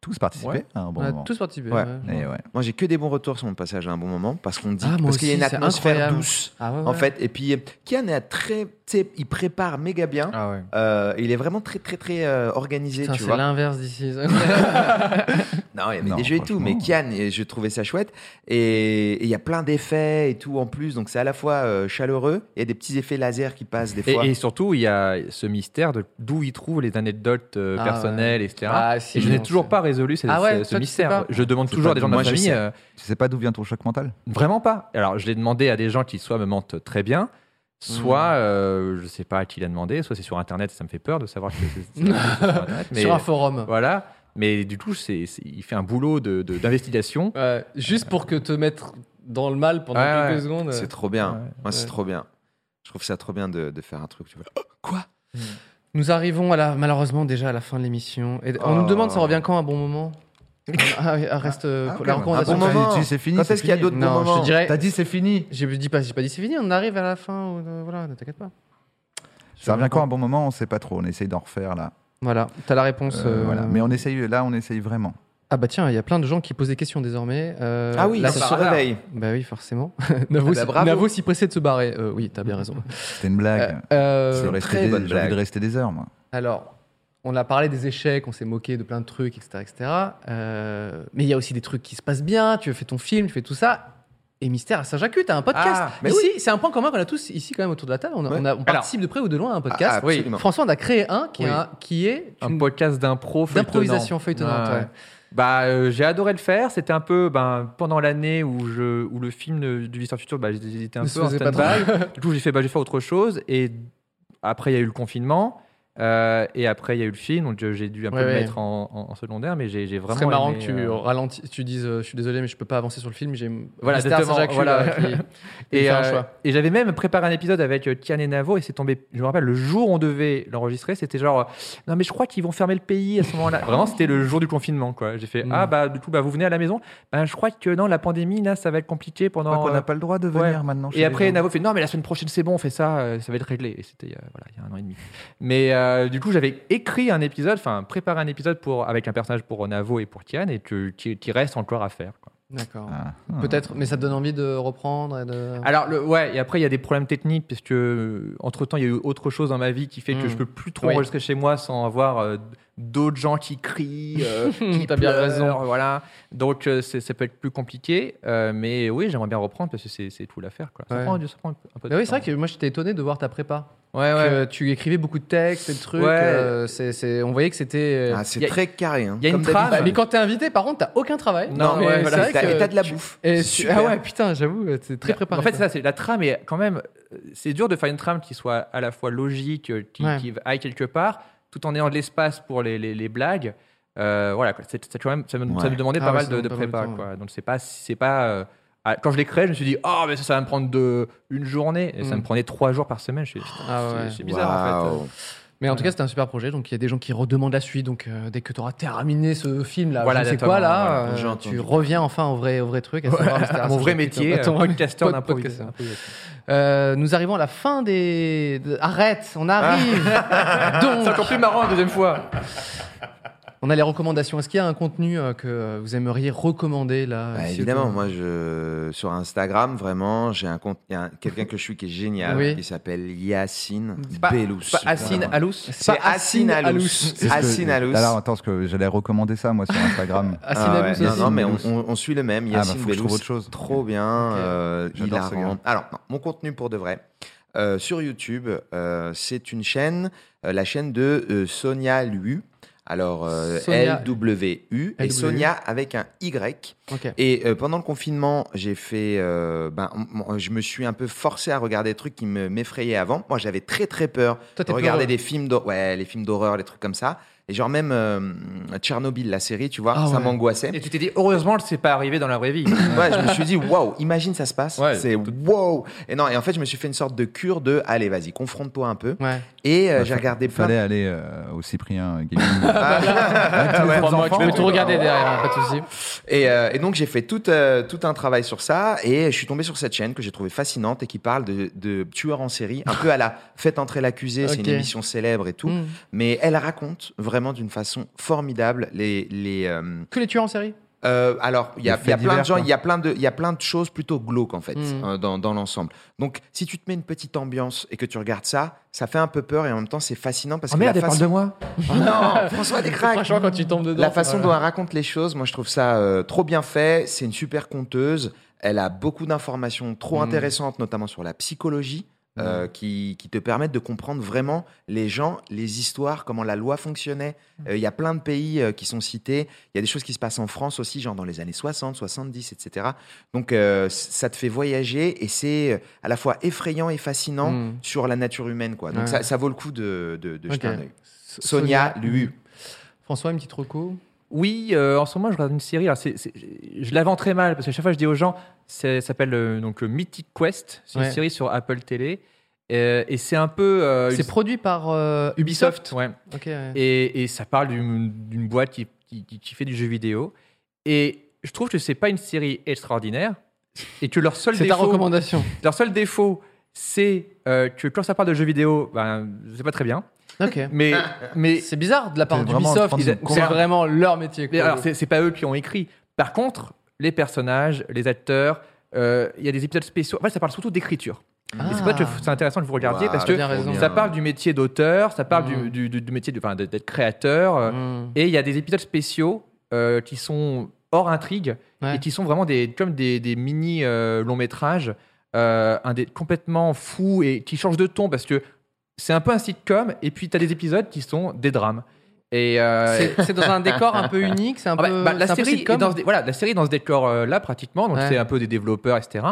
tous participé
Ouais.
à un bon
on a
moment.
tous participé.
Ouais.
ouais.
Et ouais.
Moi, j'ai que des bons retours sur mon passage à un bon moment parce qu'on dit
Ah, moi
parce qu'il y a une
aussi, c'est
atmosphère
incroyable.
douce
Ah ouais,
en
ouais.
fait. Et puis, euh, Kian est très, tu sais, il prépare méga bien.
Ah ouais.
Euh, il est vraiment très très très euh, organisé,
Putain,
tu
c'est
vois.
l'inverse d'ici. Ah,
Non, il y avait
Non,
des jeux et tout, mais
franchement.
Kian, et je trouvais ça chouette. Et et il y a plein d'effets et tout en plus, donc c'est à la fois euh, chaleureux. Il y a des petits effets laser qui passent des
Et,
fois.
et surtout, il y a ce mystère de d'où ils trouvent les anecdotes euh,
Ah
personnelles, etc.
Ah, si,
et je n'ai
non,
toujours
c'est-
pas résolu ces-
Ah ouais,
ce-
toi,
ce
tu sais
mystère.
pas
Je demande toujours à des gens de
Moi,
ma
je
famille.
sais.
euh,
Tu sais pas d'où vient ton choc mental
Vraiment pas. Alors, je l'ai demandé à des gens qui soit me mentent très bien,
Hmm.
soit euh, je sais pas à qui l'a demandé, soit c'est sur Internet, ça me fait peur de savoir que c'est c'est- c'est sur Internet. Mais
Sur un forum.
voilà. Mais du coup, c'est c'est- il fait un boulot de- de- d'investigation.
Ouais, juste pour que te mettre dans le mal pendant
Ouais,
quelques
ouais.
secondes.
C'est trop bien.
Ouais,
Moi, c'est
ouais.
trop bien. Je trouve ça trop bien de, de faire un truc. Tu vois.
Nous arrivons à la, malheureusement déjà à la fin de l'émission. Et
Oh.
On nous demande ça revient quand un bon moment ah, oui, ah, Reste euh,
Ah,
la
Un
quand même. Ah,
bon
recommandation.
t'as
moment.
dit, c'est fini,
Quand
c'est
est-ce qu'il y a
fini.
d'autres bons
non, je
moments
te dirais.
T'as dit c'est fini.
J'ai dis pas, j'ai pas dit c'est fini, on arrive à la fin. euh, voilà, ne t'inquiète pas.
Ça revient quand
quoi
un bon moment On sait pas trop. On essaye d'en refaire là.
Voilà, t'as la réponse.
Euh,
euh,
voilà. Mais on essaye là, on essaye vraiment.
Ah bah tiens, il y a plein de gens qui posent des questions désormais. Euh,
Ah oui,
là,
ça
c'est
se
sur-
réveille.
Bah oui, forcément. Navo,
bah,
si-
bravo.
Navo s'y pressait de se barrer. Euh, oui, t'as bien raison.
C'était une blague.
Euh, euh,
Je veux rester
très
des-
bonne
J'ai envie de
blague.
rester des heures, moi.
Alors, on a parlé des échecs, on s'est moqué de plein de trucs, etc. etc. Euh, mais il y a aussi des trucs qui se passent bien. Tu fais ton film, tu fais tout ça. Et Mystère à Saint-Jacques, t'as un podcast.
Ah, mais
ici, c'est un point commun qu'on a tous ici quand même autour de la table. On, a-
Ouais.
on a- on participe de près ou de loin à un podcast.
Ah, ah, absolument.
François en a créé un qui, est
Oui.
un- qui est
un
une-
podcast d'impro
D'improvisation feuilletonnante, ouais.
Bah, euh, j'ai adoré le faire. C'était un peu ben, pendant l'année où, je, où le film de- du Visteur Futur, bah, j'étais j'étais un
ne se
peu en
faisait pas
stand-by.
trop.
Du coup, j'ai fait, bah, j'ai fait autre chose. Et après, il y a eu le confinement. euh, et après, il y a eu le film. Donc, je- j'ai dû un peu
Ouais,
le
ouais.
mettre en, en- en secondaire. Mais j'ai j'ai
Ce
vraiment.
serait marrant
aimé,
que tu
euh,
ralentis, tu dises euh, je suis désolé mais je peux pas avancer sur le film, j'ai
Voilà,
Mystère à
exactement,
Saint-Jacques
voilà.
là, qui- qui
Et,
fait un
euh,
choix.
et j'avais même préparé un épisode avec euh, Kian et Navo et c'est tombé, je me rappelle, le jour où on devait l'enregistrer, c'était genre, euh, non mais je crois qu'ils vont fermer le pays à ce moment-là. Vraiment, c'était le jour du confinement, quoi. J'ai fait,
Mm.
ah bah du coup, bah, vous venez à la maison, bah, je crois que non, la pandémie, là, ça va être compliqué
Je crois
pendant...
qu'on n'a
euh,
pas le droit de
ouais.
venir maintenant. chez
Et
les
après,
gens.
Navo fait, non mais la semaine prochaine, c'est bon, on fait ça, euh, ça va être réglé. Et c'était, euh, voilà, il y a un an et demi. Mais euh, du coup, j'avais écrit un épisode, enfin, préparé un épisode pour, avec un personnage pour euh, Navo et pour Kian et que- qui, qui reste encore à faire, quoi.
D'accord.
Ah, ah.
Peut-être, mais ça te donne envie de reprendre et de.
Alors, le- ouais, et après, il y a des problèmes techniques, parce que, entre temps, il y a eu autre chose dans ma vie qui fait que
Mm.
je peux plus trop
Oui.
enregistrer chez moi sans avoir euh, d'autres gens qui crient, euh, qui
T'as bien
pleurent,
raison.
Voilà. Donc, euh, c'est- ça peut être plus compliqué, euh, mais oui, j'aimerais bien reprendre parce que c'est c'est tout l'affaire. quoi. Ça,
Ouais.
prend, du- ça prend un peu un peu de
Bah oui, c'est vrai
temps.
que moi j'étais étonné de voir ta prépa.
Ouais, ouais.
Que tu écrivais beaucoup de textes et de trucs.
Ouais.
euh, c'est- c'est- on voyait que c'était. euh,
Ah, c'est
y a-
très carré. hein,
y a une
comme
trame. Bah,
d'habitude.
mais quand t'es invité, par contre, t'as aucun travail.
Non,
mais
ouais,
c'est
voilà,
vrai
Et t'as-
que-
et t'as de la bouffe.
Et
C'est
tu-
super.
Ah ouais, putain, j'avoue, euh, c'est très préparé.
En fait, c'est
quoi.
ça, c'est la trame est quand même. euh, C'est dur de faire une trame qui soit à la fois logique, euh, qui,
Ouais.
qui aille quelque part, tout en ayant de l'espace pour les, les- les blagues. Euh, voilà, quoi. C'est- c'est quand même, ça, me, ça
Ouais.
me demandait
Ah
pas
ouais,
mal
ça
de,
demande
de
pas mal de
prépa.
temps,
quoi. Donc, c'est pas. c'est pas euh, ah, quand je l'ai créé, je me suis dit, oh, mais ça, ça va me prendre de, une journée. Et ça
Mm.
me prenait trois jours par semaine. Je suis, putain,
Ah ouais.
c'est- c'est bizarre, en fait.
Waouh.
Mais en tout cas, c'était un super projet. Donc, il y a des gens qui redemandent la suite. Donc, euh, dès que t'auras terminé ce film là,
Voilà,
je ne sais
exactement,
quoi là,
voilà.
euh,
J'ai
tu
entendu.
reviens enfin au vrai, au vrai truc. à savoir, etc.
À mon vrai métier,
Ton-
euh,
ton-
podcasteur
pod-
d'improvisation.
Euh, nous arrivons à la fin des. de- Arrête, on arrive. Donc,
Ah. C'est encore plus marrant la deuxième fois.
on a les recommandations. Est-ce qu'il y a un contenu euh, que euh, vous aimeriez recommander là
Bah,
ici
évidemment,
autour
moi, je, sur Instagram, vraiment, j'ai un compte. Il y a un- quelqu'un que je suis qui est génial,
Oui.
qui s'appelle Yacine
C'est pas-
Bellous.
c'est pas Assine
Voilà.
Alous.
C'est
pas Hassine
Hassine Alous.
C'est ce que-
Hassine Alous.
Alors attends, parce que j'allais recommander ça moi sur Instagram.
Hassine
Ah ouais,
Alous
Non,
aussi.
non, mais on,
Bellous.
on- on suit le même.
bah,
Yacine
faut que
Bellous.
je trouve autre chose.
Trop bien. euh,
J'adore
hilarant.
ce gars.
Alors, non, mon contenu pour de vrai. euh, sur YouTube, euh, c'est une chaîne, euh, la chaîne de euh, Sonia Lu. Alors, euh,
Sonia-
L-W-U. Et
LW.
Sonia avec un Y.
Ok.
Et euh, pendant le confinement, j'ai fait. euh, ben, m- m- je me suis un peu forcé à regarder des trucs qui me- m'effrayaient avant. Moi, j'avais très très peur
Toi,
de
t'es
regarder
peureux.
des films d'horreur, ouais, les films d'horreur, les trucs comme ça. Et genre même euh, Tchernobyl, la série, tu vois,
Ah
ça
ouais.
m'angoissait.
Et tu t'es dit, heureusement, c'est pas arrivé dans la vraie vie.
Ouais, je me suis dit, waouh, imagine ça se passe.
Ouais,
c'est wow. Et non, et en fait, je me suis fait une sorte de cure de, allez, vas-y, confronte-toi un peu.
Ouais.
Et euh,
Bah,
j'ai
fa-
regardé plein. de-
Fallait aller euh, au Cyprien Gaming.
Ah, bah,
Ouais,
enfants,
moi, tu peux
ouais.
tout regarder
hein,
derrière, pas de souci.
Et, euh, et donc j'ai fait tout, euh, tout un travail sur ça et je suis tombé sur cette chaîne que j'ai trouvée fascinante et qui parle de, de tueurs en série, un peu à la Faites entrer l'accusé, c'est
Ok.
une émission célèbre et tout.
Hmm.
Mm.
Mais elle raconte vraiment d'une façon formidable les... les euh,
Que les tueurs en série
euh, alors, il y a,
Les
il y a plein
faits
de
divers,
gens,
quoi.
il y a plein de, il y a plein de choses plutôt glauques en fait
Mm.
euh, dans, dans l'ensemble. Donc, si tu te mets une petite ambiance et que tu regardes ça, ça fait un peu peur et en même temps c'est fascinant parce
Oh
que
merde,
la
elle parle de
façon,
moi.
non, François Descraques,
Franchement, quand tu tombes dedans.
la façon
voilà.
dont elle raconte les choses, moi je trouve ça euh, trop bien fait. C'est une super conteuse. Elle a beaucoup d'informations trop
Mm.
intéressantes, notamment sur la psychologie, euh, qui, qui te permettent de comprendre vraiment les gens, les histoires, comment la loi fonctionnait. Euh,
Mm.
Il y a plein de pays euh, qui sont cités. Il y a des choses qui se passent en France aussi, genre dans les années 60, 70, etc. Donc euh, c- ça te fait voyager et c'est euh, à la fois effrayant et fascinant
Mm.
sur la nature humaine. Quoi. Donc
Ouais.
ça, ça vaut le coup de, de, de jeter
Ok.
un œil.
S-
Sonia Luhu.
François, une petite reco
Oui, euh, en ce moment, je regarde une série. Alors c'est- c'est- je la vends très mal parce que chaque fois, je dis aux gens, c'est- ça s'appelle euh, donc euh, Mythic Quest. C'est
Ouais.
une série sur Apple Télé. Euh, et c'est un peu. euh,
C'est
une-
produit par euh,
Ubisoft. Ouais.
Ok. ouais.
Et, et ça parle d'une d'une boîte qui, qui- qui- qui fait du jeu vidéo. Et je trouve que c'est pas une série extraordinaire. Et que leur seul
C'est ta
défaut,
recommandation.
leur seul défaut, c'est euh, que quand ça parle de jeux vidéo, ben, c'est pas très bien.
Ok.
Mais, mais,
C'est bizarre de la part
C'est vraiment
d'Ubisoft.
prendre
ils-
une
C'est
convaincre.
vraiment leur métier.
mais
quoi.
alors c'est c'est pas eux qui ont écrit. Par contre, les personnages, les acteurs, euh, il y a des épisodes spéciaux. En fait, ça parle surtout d'écriture. Et c'est
Ah.
pour ça que c'est intéressant que vous regardiez
Waouh,
parce que
bien raison.
ça parle du métier d'auteur, ça parle
Mm.
du, du- du- du métier de- enfin, de- d'être créateur. euh,
Mm.
Et il y a des épisodes spéciaux euh, qui sont hors intrigue
Ouais.
et qui sont vraiment des, comme des, des mini euh, longs métrages, euh, un des, complètement fous et qui changent de ton parce que c'est un peu un sitcom et puis tu as des épisodes qui sont des drames. Et euh,
C'est c'est dans un décor un peu unique. C'est un
ah bah,
peu.
bah, la,
c'est un peu
série est
sitcom.
dans ce, dé- voilà, la série est dans ce décor-là, pratiquement. Donc,
Ouais.
c'est un peu des développeurs, etc.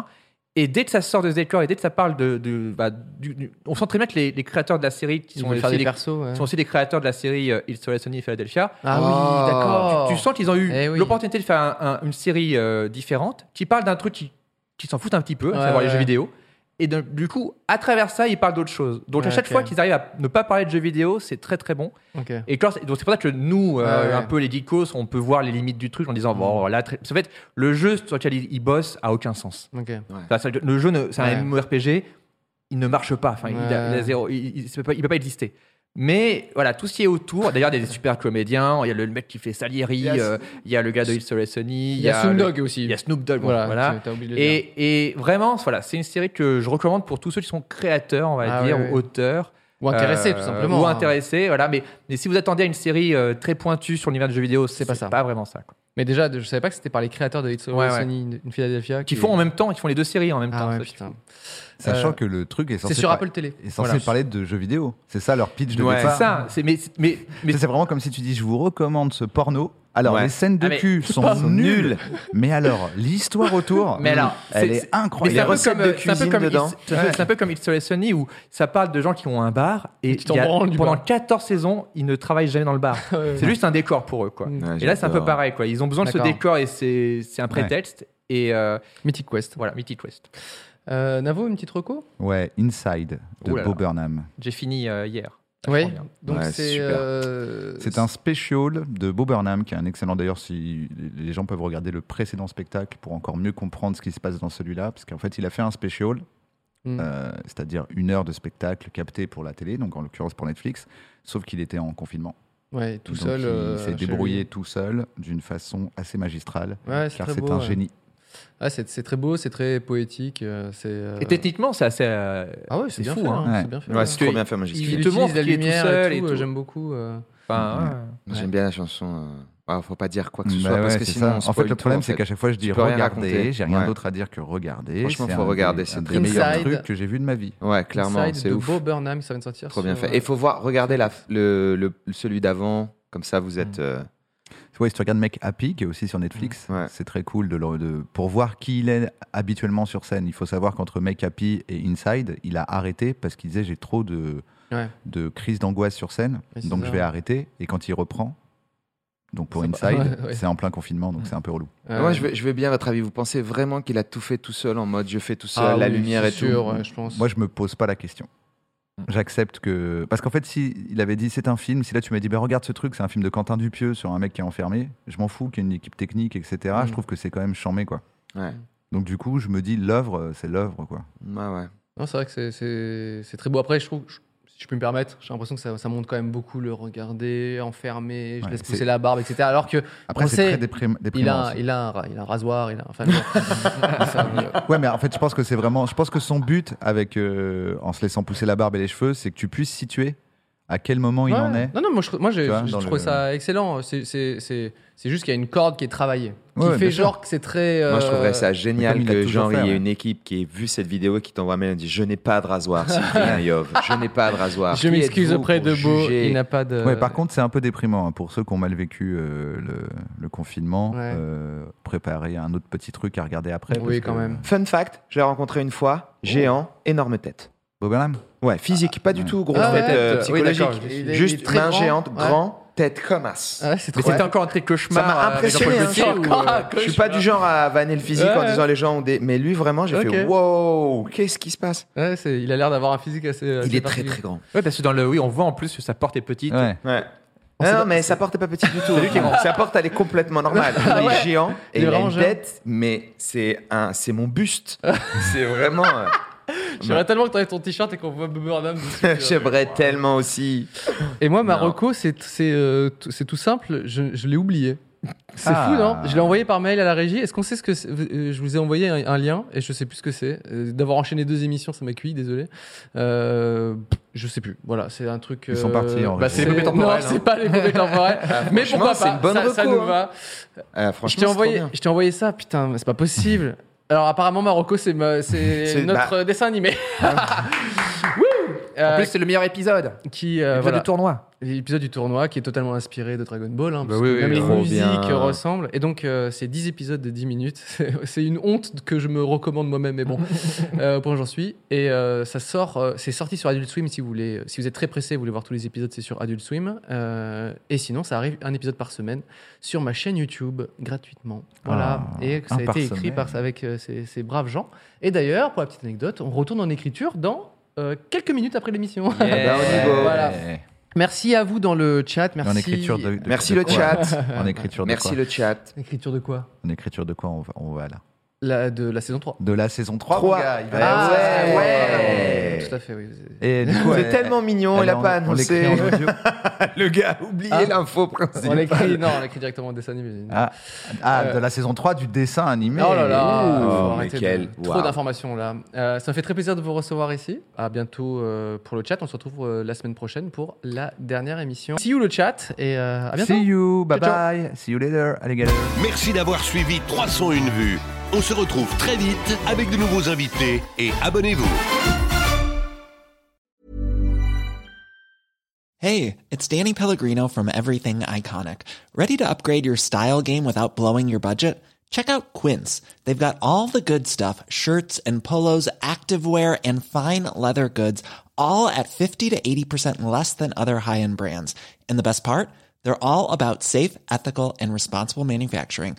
Et dès que ça sort de ce décor et dès que ça parle de. de- bah, du- du- on sent très bien que les, les créateurs de la série, qui
Ils
sont,
vont faire
aussi
des
les,
persos. ouais.
sont aussi les créateurs de la série euh, Il Soleil Sony et Philadelphia,
Ah oui,
Oh.
d'accord.
tu sens qu'ils ont eu
Eh oui.
l'opportunité de faire un- un- une série euh, différente qui parle d'un truc qui, qui s'en fout un petit peu,
Ouais,
à savoir
ouais.
les jeux vidéo. Et donc, du coup, à travers ça, ils parlent d'autre chose. Donc, à
Ouais,
chaque
ok.
fois qu'ils arrivent à ne pas parler de jeux vidéo, c'est très très bon.
Ok.
Et quand- donc c'est pour ça que nous, euh,
Ouais, Mm. ouais.
un peu les geekos, on peut voir les limites du truc en disant bon là, très... parce qu'en fait le jeu sur lequel il, il bosse a aucun sens.
Ok.
Enfin, c'est-à-dire que le jeu, ne- c'est
Ouais.
un MMORPG, il ne marche pas. Enfin, il, a-
Ouais.
il a zéro- il- il- c'est pas- il peut pas exister. Mais voilà, tout ce qui est autour. D'ailleurs, il y a des super comédiens. Il y a le, le mec qui fait Salieri. euh,
Yes.
Il y a le gars de Il Soleil Sony.
Il y a Snoop
le-
Dogg aussi.
Il y a Snoop Dogg. bon,
Voilà.
Voilà.
tu- T'as oublié de le dire.
Et, et vraiment, voilà, c'est une série que je recommande pour tous ceux qui sont créateurs, on va
Ah,
dire,
ouais, ouais.
ou auteurs.
Ou intéressé,
Euh,
tout simplement.
Ou
hein.
intéressé, voilà. Mais, mais si vous attendez à une série euh, très pointue sur l'univers de jeux vidéo, c'est
pas
pas
ça.
vraiment ça. quoi.
Mais déjà, je savais pas que c'était par les créateurs de It's
Ouais,
Always
ouais.
Sunny in- in Philadelphia.
Qui font en même temps, ils font les deux séries en même
Ah
temps.
ouais,
ça,
putain.
Sachant
Euh,
que le truc est
C'est
censé,
sur
par-
Apple Télé.
est censé
Voilà.
parler de jeux vidéo. C'est ça leur pitch de
Ouais.
départ.
C'est ça. C'est mais c'est- mais mais
C'est vraiment comme si tu dis je vous recommande ce porno. Alors
Ouais.
les scènes de
Ah, mais-
cul sont nulles, mais alors l'histoire autour,
Mais alors,
elle
c'est-
est,
c'est- mais
incroyable.
c'est un peu
recettes
comme,
de
euh, c'est un peu
cuisine
comme It's-
dedans.
c'est un peu- c'est un peu comme It's Always Sunny où ça parle de gens qui ont un bar et,
qui t'en
il y a-
branlent du
pendant
bar.
14 saisons, ils ne travaillent jamais dans le bar.
Ouais, ouais.
c'est juste un décor pour eux.
mm.
Quoi.
Ouais,
et là, c'est un peu
j'adore.
pareil. Quoi. Ils ont besoin de ce
D'accord.
décor et c'est c'est un prétexte. Et euh,
Mythic Quest.
voilà, Mythic Quest.
Euh, Navo, une petite reco
Ouais, Inside de
Ouh là
Bo
là.
Burnham.
J'ai fini euh, hier.
Oui.
Vachement bien.
Donc
Ouais,
c'est.
super.
euh,
C'est un special de Bo Burnham qui est un excellent d'ailleurs si les gens peuvent regarder le précédent spectacle pour encore mieux comprendre ce qui se passe dans celui-là parce qu'en fait il a fait un special
Mm.
euh, c'est-à-dire une heure de spectacle capté pour la télé donc en l'occurrence pour Netflix sauf qu'il était en confinement
Ouais, tout
Donc,
seul. euh,
il s'est
chez lui.
débrouillé tout seul d'une façon assez magistrale
Ouais, c'est
car
très
c'est
beau.
un
ouais.
génie
Ah, c'est c'est très beau, c'est très poétique. euh, C'est. euh,
Et techniquement, c'est assez. euh,
Ah ouais, c'est
c'est
bien
fou,
fait.
hein.
hein, C'est
Ouais.
bien fait.
Ouais,
ouais.
c'est trop bien fait, moi j'ai
il
Il
te
utilise
montre
la
qu'il est tout
lumière
seul
et
et
tout. euh,
tout.
J'aime beaucoup. euh.
enfin, ouais.
J'aime bien la chanson. euh, ouais, faut pas dire quoi que ce
Bah
soit parce
ouais,
que
c'est
sinon.
ça.
on
en fait
spoil
le
tout,
problème
en
c'est
fait.
qu'à chaque fois je dis
Tu peux rien
regardez
raconter.
j'ai rien
Ouais.
d'autre à dire que regardez
Franchement,
C'est
faut
un des-
regarder, c'est
un des
très
meilleurs
bien.
trucs que j'ai vu de ma vie
Ouais, clairement,
Inside
c'est
de
ouf.
Bo Burnham, ça vient de sortir.
Trop bien
sur,
fait.
euh,
Et il faut voir, regardez la, le, le- celui d'avant, comme ça vous êtes. euh,
Ouais, si tu regardes Mec Happy, qui est aussi sur
Mm.
Netflix,
Ouais.
c'est très cool de, le- de- pour voir qui il est habituellement sur scène. Il faut savoir qu'entre Mec Happy et Inside, il a arrêté parce qu'il disait j'ai trop de
Ouais.
de crise d'angoisse sur scène.
Ouais, c'est
donc
ça.
je vais arrêter. Et quand il reprend, donc pour
Ça va-
Inside,
ouais, ouais.
c'est en plein confinement, donc c'est un peu relou.
Euh,
Moi, je veux, je veux bien votre avis. Vous pensez vraiment qu'il a tout fait tout seul en mode je fais tout seul, la
Ah oui,
lumière
c'est
et tout
sûr, ouais, je pense.
Moi, je me pose pas la question.
Hmm.
J'accepte que. Parce qu'en fait, si il avait dit c'est un film, si là tu m'as dit ben regarde ce truc, c'est un film de Quentin Dupieux sur un mec qui est enfermé, je m'en fous qu'il y ait une équipe technique, etc.
Mm.
Je trouve que c'est quand même chambé, quoi.
Ouais.
Donc du coup, je me dis l'œuvre, euh, c'est l'œuvre, quoi.
Mm, Ouais, ouais.
Non, c'est vrai que c'est- c'est c'est très beau. Après, je trouve, je- si je peux me permettre, j'ai l'impression que ça, ça monte quand même beaucoup le regarder, enfermer, je
Ouais,
laisse
c'est-
pousser la barbe, etc. Alors que
Après,
On
c'est
sait,
très déprim-
il
déprimant.
a,
aussi.
il, a un, ra- il a un rasoir, il a enfin, genre, c'est un-
Ouais, mais en fait, je pense que c'est vraiment. Je pense que son but, avec euh, en se laissant pousser la barbe et les cheveux, c'est que tu puisses situer à quel moment il
Ouais.
en est.
Non, non, moi, je, moi j'ai
Tu vois,
j'ai
dans
trouvé
le-
ça excellent. C'est- C'est c'est- c'est juste qu'il y a une corde qui est travaillée. Qui
Ouais, bien
fait
sûr.
genre que c'est très.
Moi, je
euh,
trouverais ça
comme
génial
il a
que,
toujours
genre,
fait,
il y ait
ouais.
une équipe qui ait vu cette vidéo et qui t'envoie un mail et dit Je n'ai pas de rasoir, Cyprien Yov. Je n'ai pas de rasoir.
Je
Qui
m'excuse
êtes-vous
auprès
pour
de Beau,
juger
il n'a pas de.
Ouais, par contre, c'est un peu déprimant hein, pour ceux qui ont mal vécu euh, le, le confinement.
Ouais.
euh, préparer un autre petit truc à regarder après.
Oui,
parce
quand
que-
même.
Fun fact je l'ai rencontré une fois, géant, énorme tête.
Bob Burnham
Ouais, physique, pas du
Ouais.
tout grosse
Oh. Ah,
tête
ouais,
euh,
tête, oui,
psychologique.
d'accord, je me suis dit, il est
Juste
très
main
grand,
géante,
ouais.
grand, tête comme as.
Ah ouais, c'est
Mais
trop-
c'était encore un de tes cauchemars.
Ça m'a
euh, avec
impressionné,
Jean-Paul
hein.
Gaultier,
Encore
ou, euh,
un
Je suis pas du genre à vanner le physique en
Ouais.
disant les gens ont des. Mais lui, vraiment, j'ai fait
Ok.
Wow, qu'est-ce qui se passe
Ouais, c'est- il a l'air d'avoir un physique assez.
Il est très très grand.
Ouais, parce que dans le. Oui, on voit en plus que sa porte est petite.
Ouais.
Ouais. Ah non, mais sa porte est pas petite du tout. Sa porte, elle est complètement normale. Il est géant
Il hein. est
et il a
vraiment
une
géant.
tête, mais c'est un, c'est mon buste. c'est vraiment. euh,
J'aimerais tellement que t'enlèves ton t-shirt et qu'on voit Bob Burnham dessus.
euh, J'aimerais tellement aussi.
Et moi, ma
Non.
reco, c'est c'est, euh, tout- c'est tout simple, je, je l'ai oublié. C'est
Ah.
fou, non Je l'ai envoyé par mail à la régie. Est-ce qu'on sait ce que c'est Euh, Je vous ai envoyé un, un lien et je sais plus ce que c'est. Euh, D'avoir enchaîné deux émissions, ça m'a cuit, désolé. Euh, je sais plus. Voilà, c'est un truc.
Ils sont partis, en
bah,
régie.
c'est
C'est les poupées temporelles,
Non,
hein.
c'est pas les poupées temporelles. mais
Ah, franchement,
pourquoi
c'est
pas
une bonne
ça, ça
reco,
nous
hein.
va.
Euh,
Je
franchement,
t'ai
c'est
envoyé,
trop bien.
je t'ai envoyé ça. Putain, mais c'est pas possible. Alors apparemment, Marocco, c'est ma- c'est
C'est-
notre
bah.
euh, dessin animé. Wouh
En
Euh,
plus, c'est le meilleur épisode.
qui euh,
Épisode
voilà.
de tournoi.
l'épisode du tournoi qui est totalement inspiré de Dragon Ball. hein,
Bah
parce
oui,
que
oui,
même les
trop
musiques
bien.
ressemblent. Et donc, euh, c'est 10 épisodes de 10 minutes. C'est- C'est une honte que je me recommande moi-même, mais bon, euh, pour j'en suis. Et euh, ça sort, euh, c'est sorti sur Adult Swim si vous voulez. Si vous êtes très pressé, vous voulez voir tous les épisodes, c'est sur Adult Swim. Euh, et sinon, ça arrive un épisode par semaine sur ma chaîne YouTube gratuitement. Voilà.
Ah,
et ça
un
a
par
été écrit
semaine.
par, avec euh, ces, ces braves gens. Et d'ailleurs, pour la petite anecdote, on retourne en écriture dans euh, quelques minutes après l'émission.
Yeah.
Voilà.
Ouais.
Merci à vous dans le chat. Merci.
En écriture de, de-
Merci
de
le
quoi
chat.
En écriture de
Merci
quoi
le chat.
Écriture de quoi
En écriture de quoi on va, on va là
la, De la saison 3.
De la saison 3.
Trois.
mon gars, il va-
Eh
Ah, ouais, ouais.
Tout à fait, oui. vous-
Et du coup,
C'est
elle-
tellement mignon, il
elle
a
en-
pas
on l'écrit en
annoncé.
audio.
Le gars, oubliez
Ah.
l'info principale.
On l'écrit, non, on l'écrit directement au dessin animé.
Ah, ah,
Euh.
de la saison 3 du dessin animé.
oh là là,
Ouh,
faut
mais
arrêter de-
quel-
trop
waouh.
d'informations là. Euh, ça me fait très plaisir de vous recevoir ici. À bientôt euh, pour le chat. On se retrouve euh, la semaine prochaine pour la dernière émission. See you le chat et euh, à bientôt.
See you, bye
Ciao, ciao.
bye. See you later, alligator.
Merci d'avoir suivi 301 vues. On se retrouve très vite avec de nouveaux invités et abonnez-vous.
Hey, it's Danny Pellegrino from Everything Iconic. Ready to upgrade your style game without blowing your budget? Check out Quince. They've got all the good stuff shirts and polos, activewear, and fine leather goods, all at 50 to 80% less than other high end brands. And the best part? They're all about safe, ethical, and responsible manufacturing.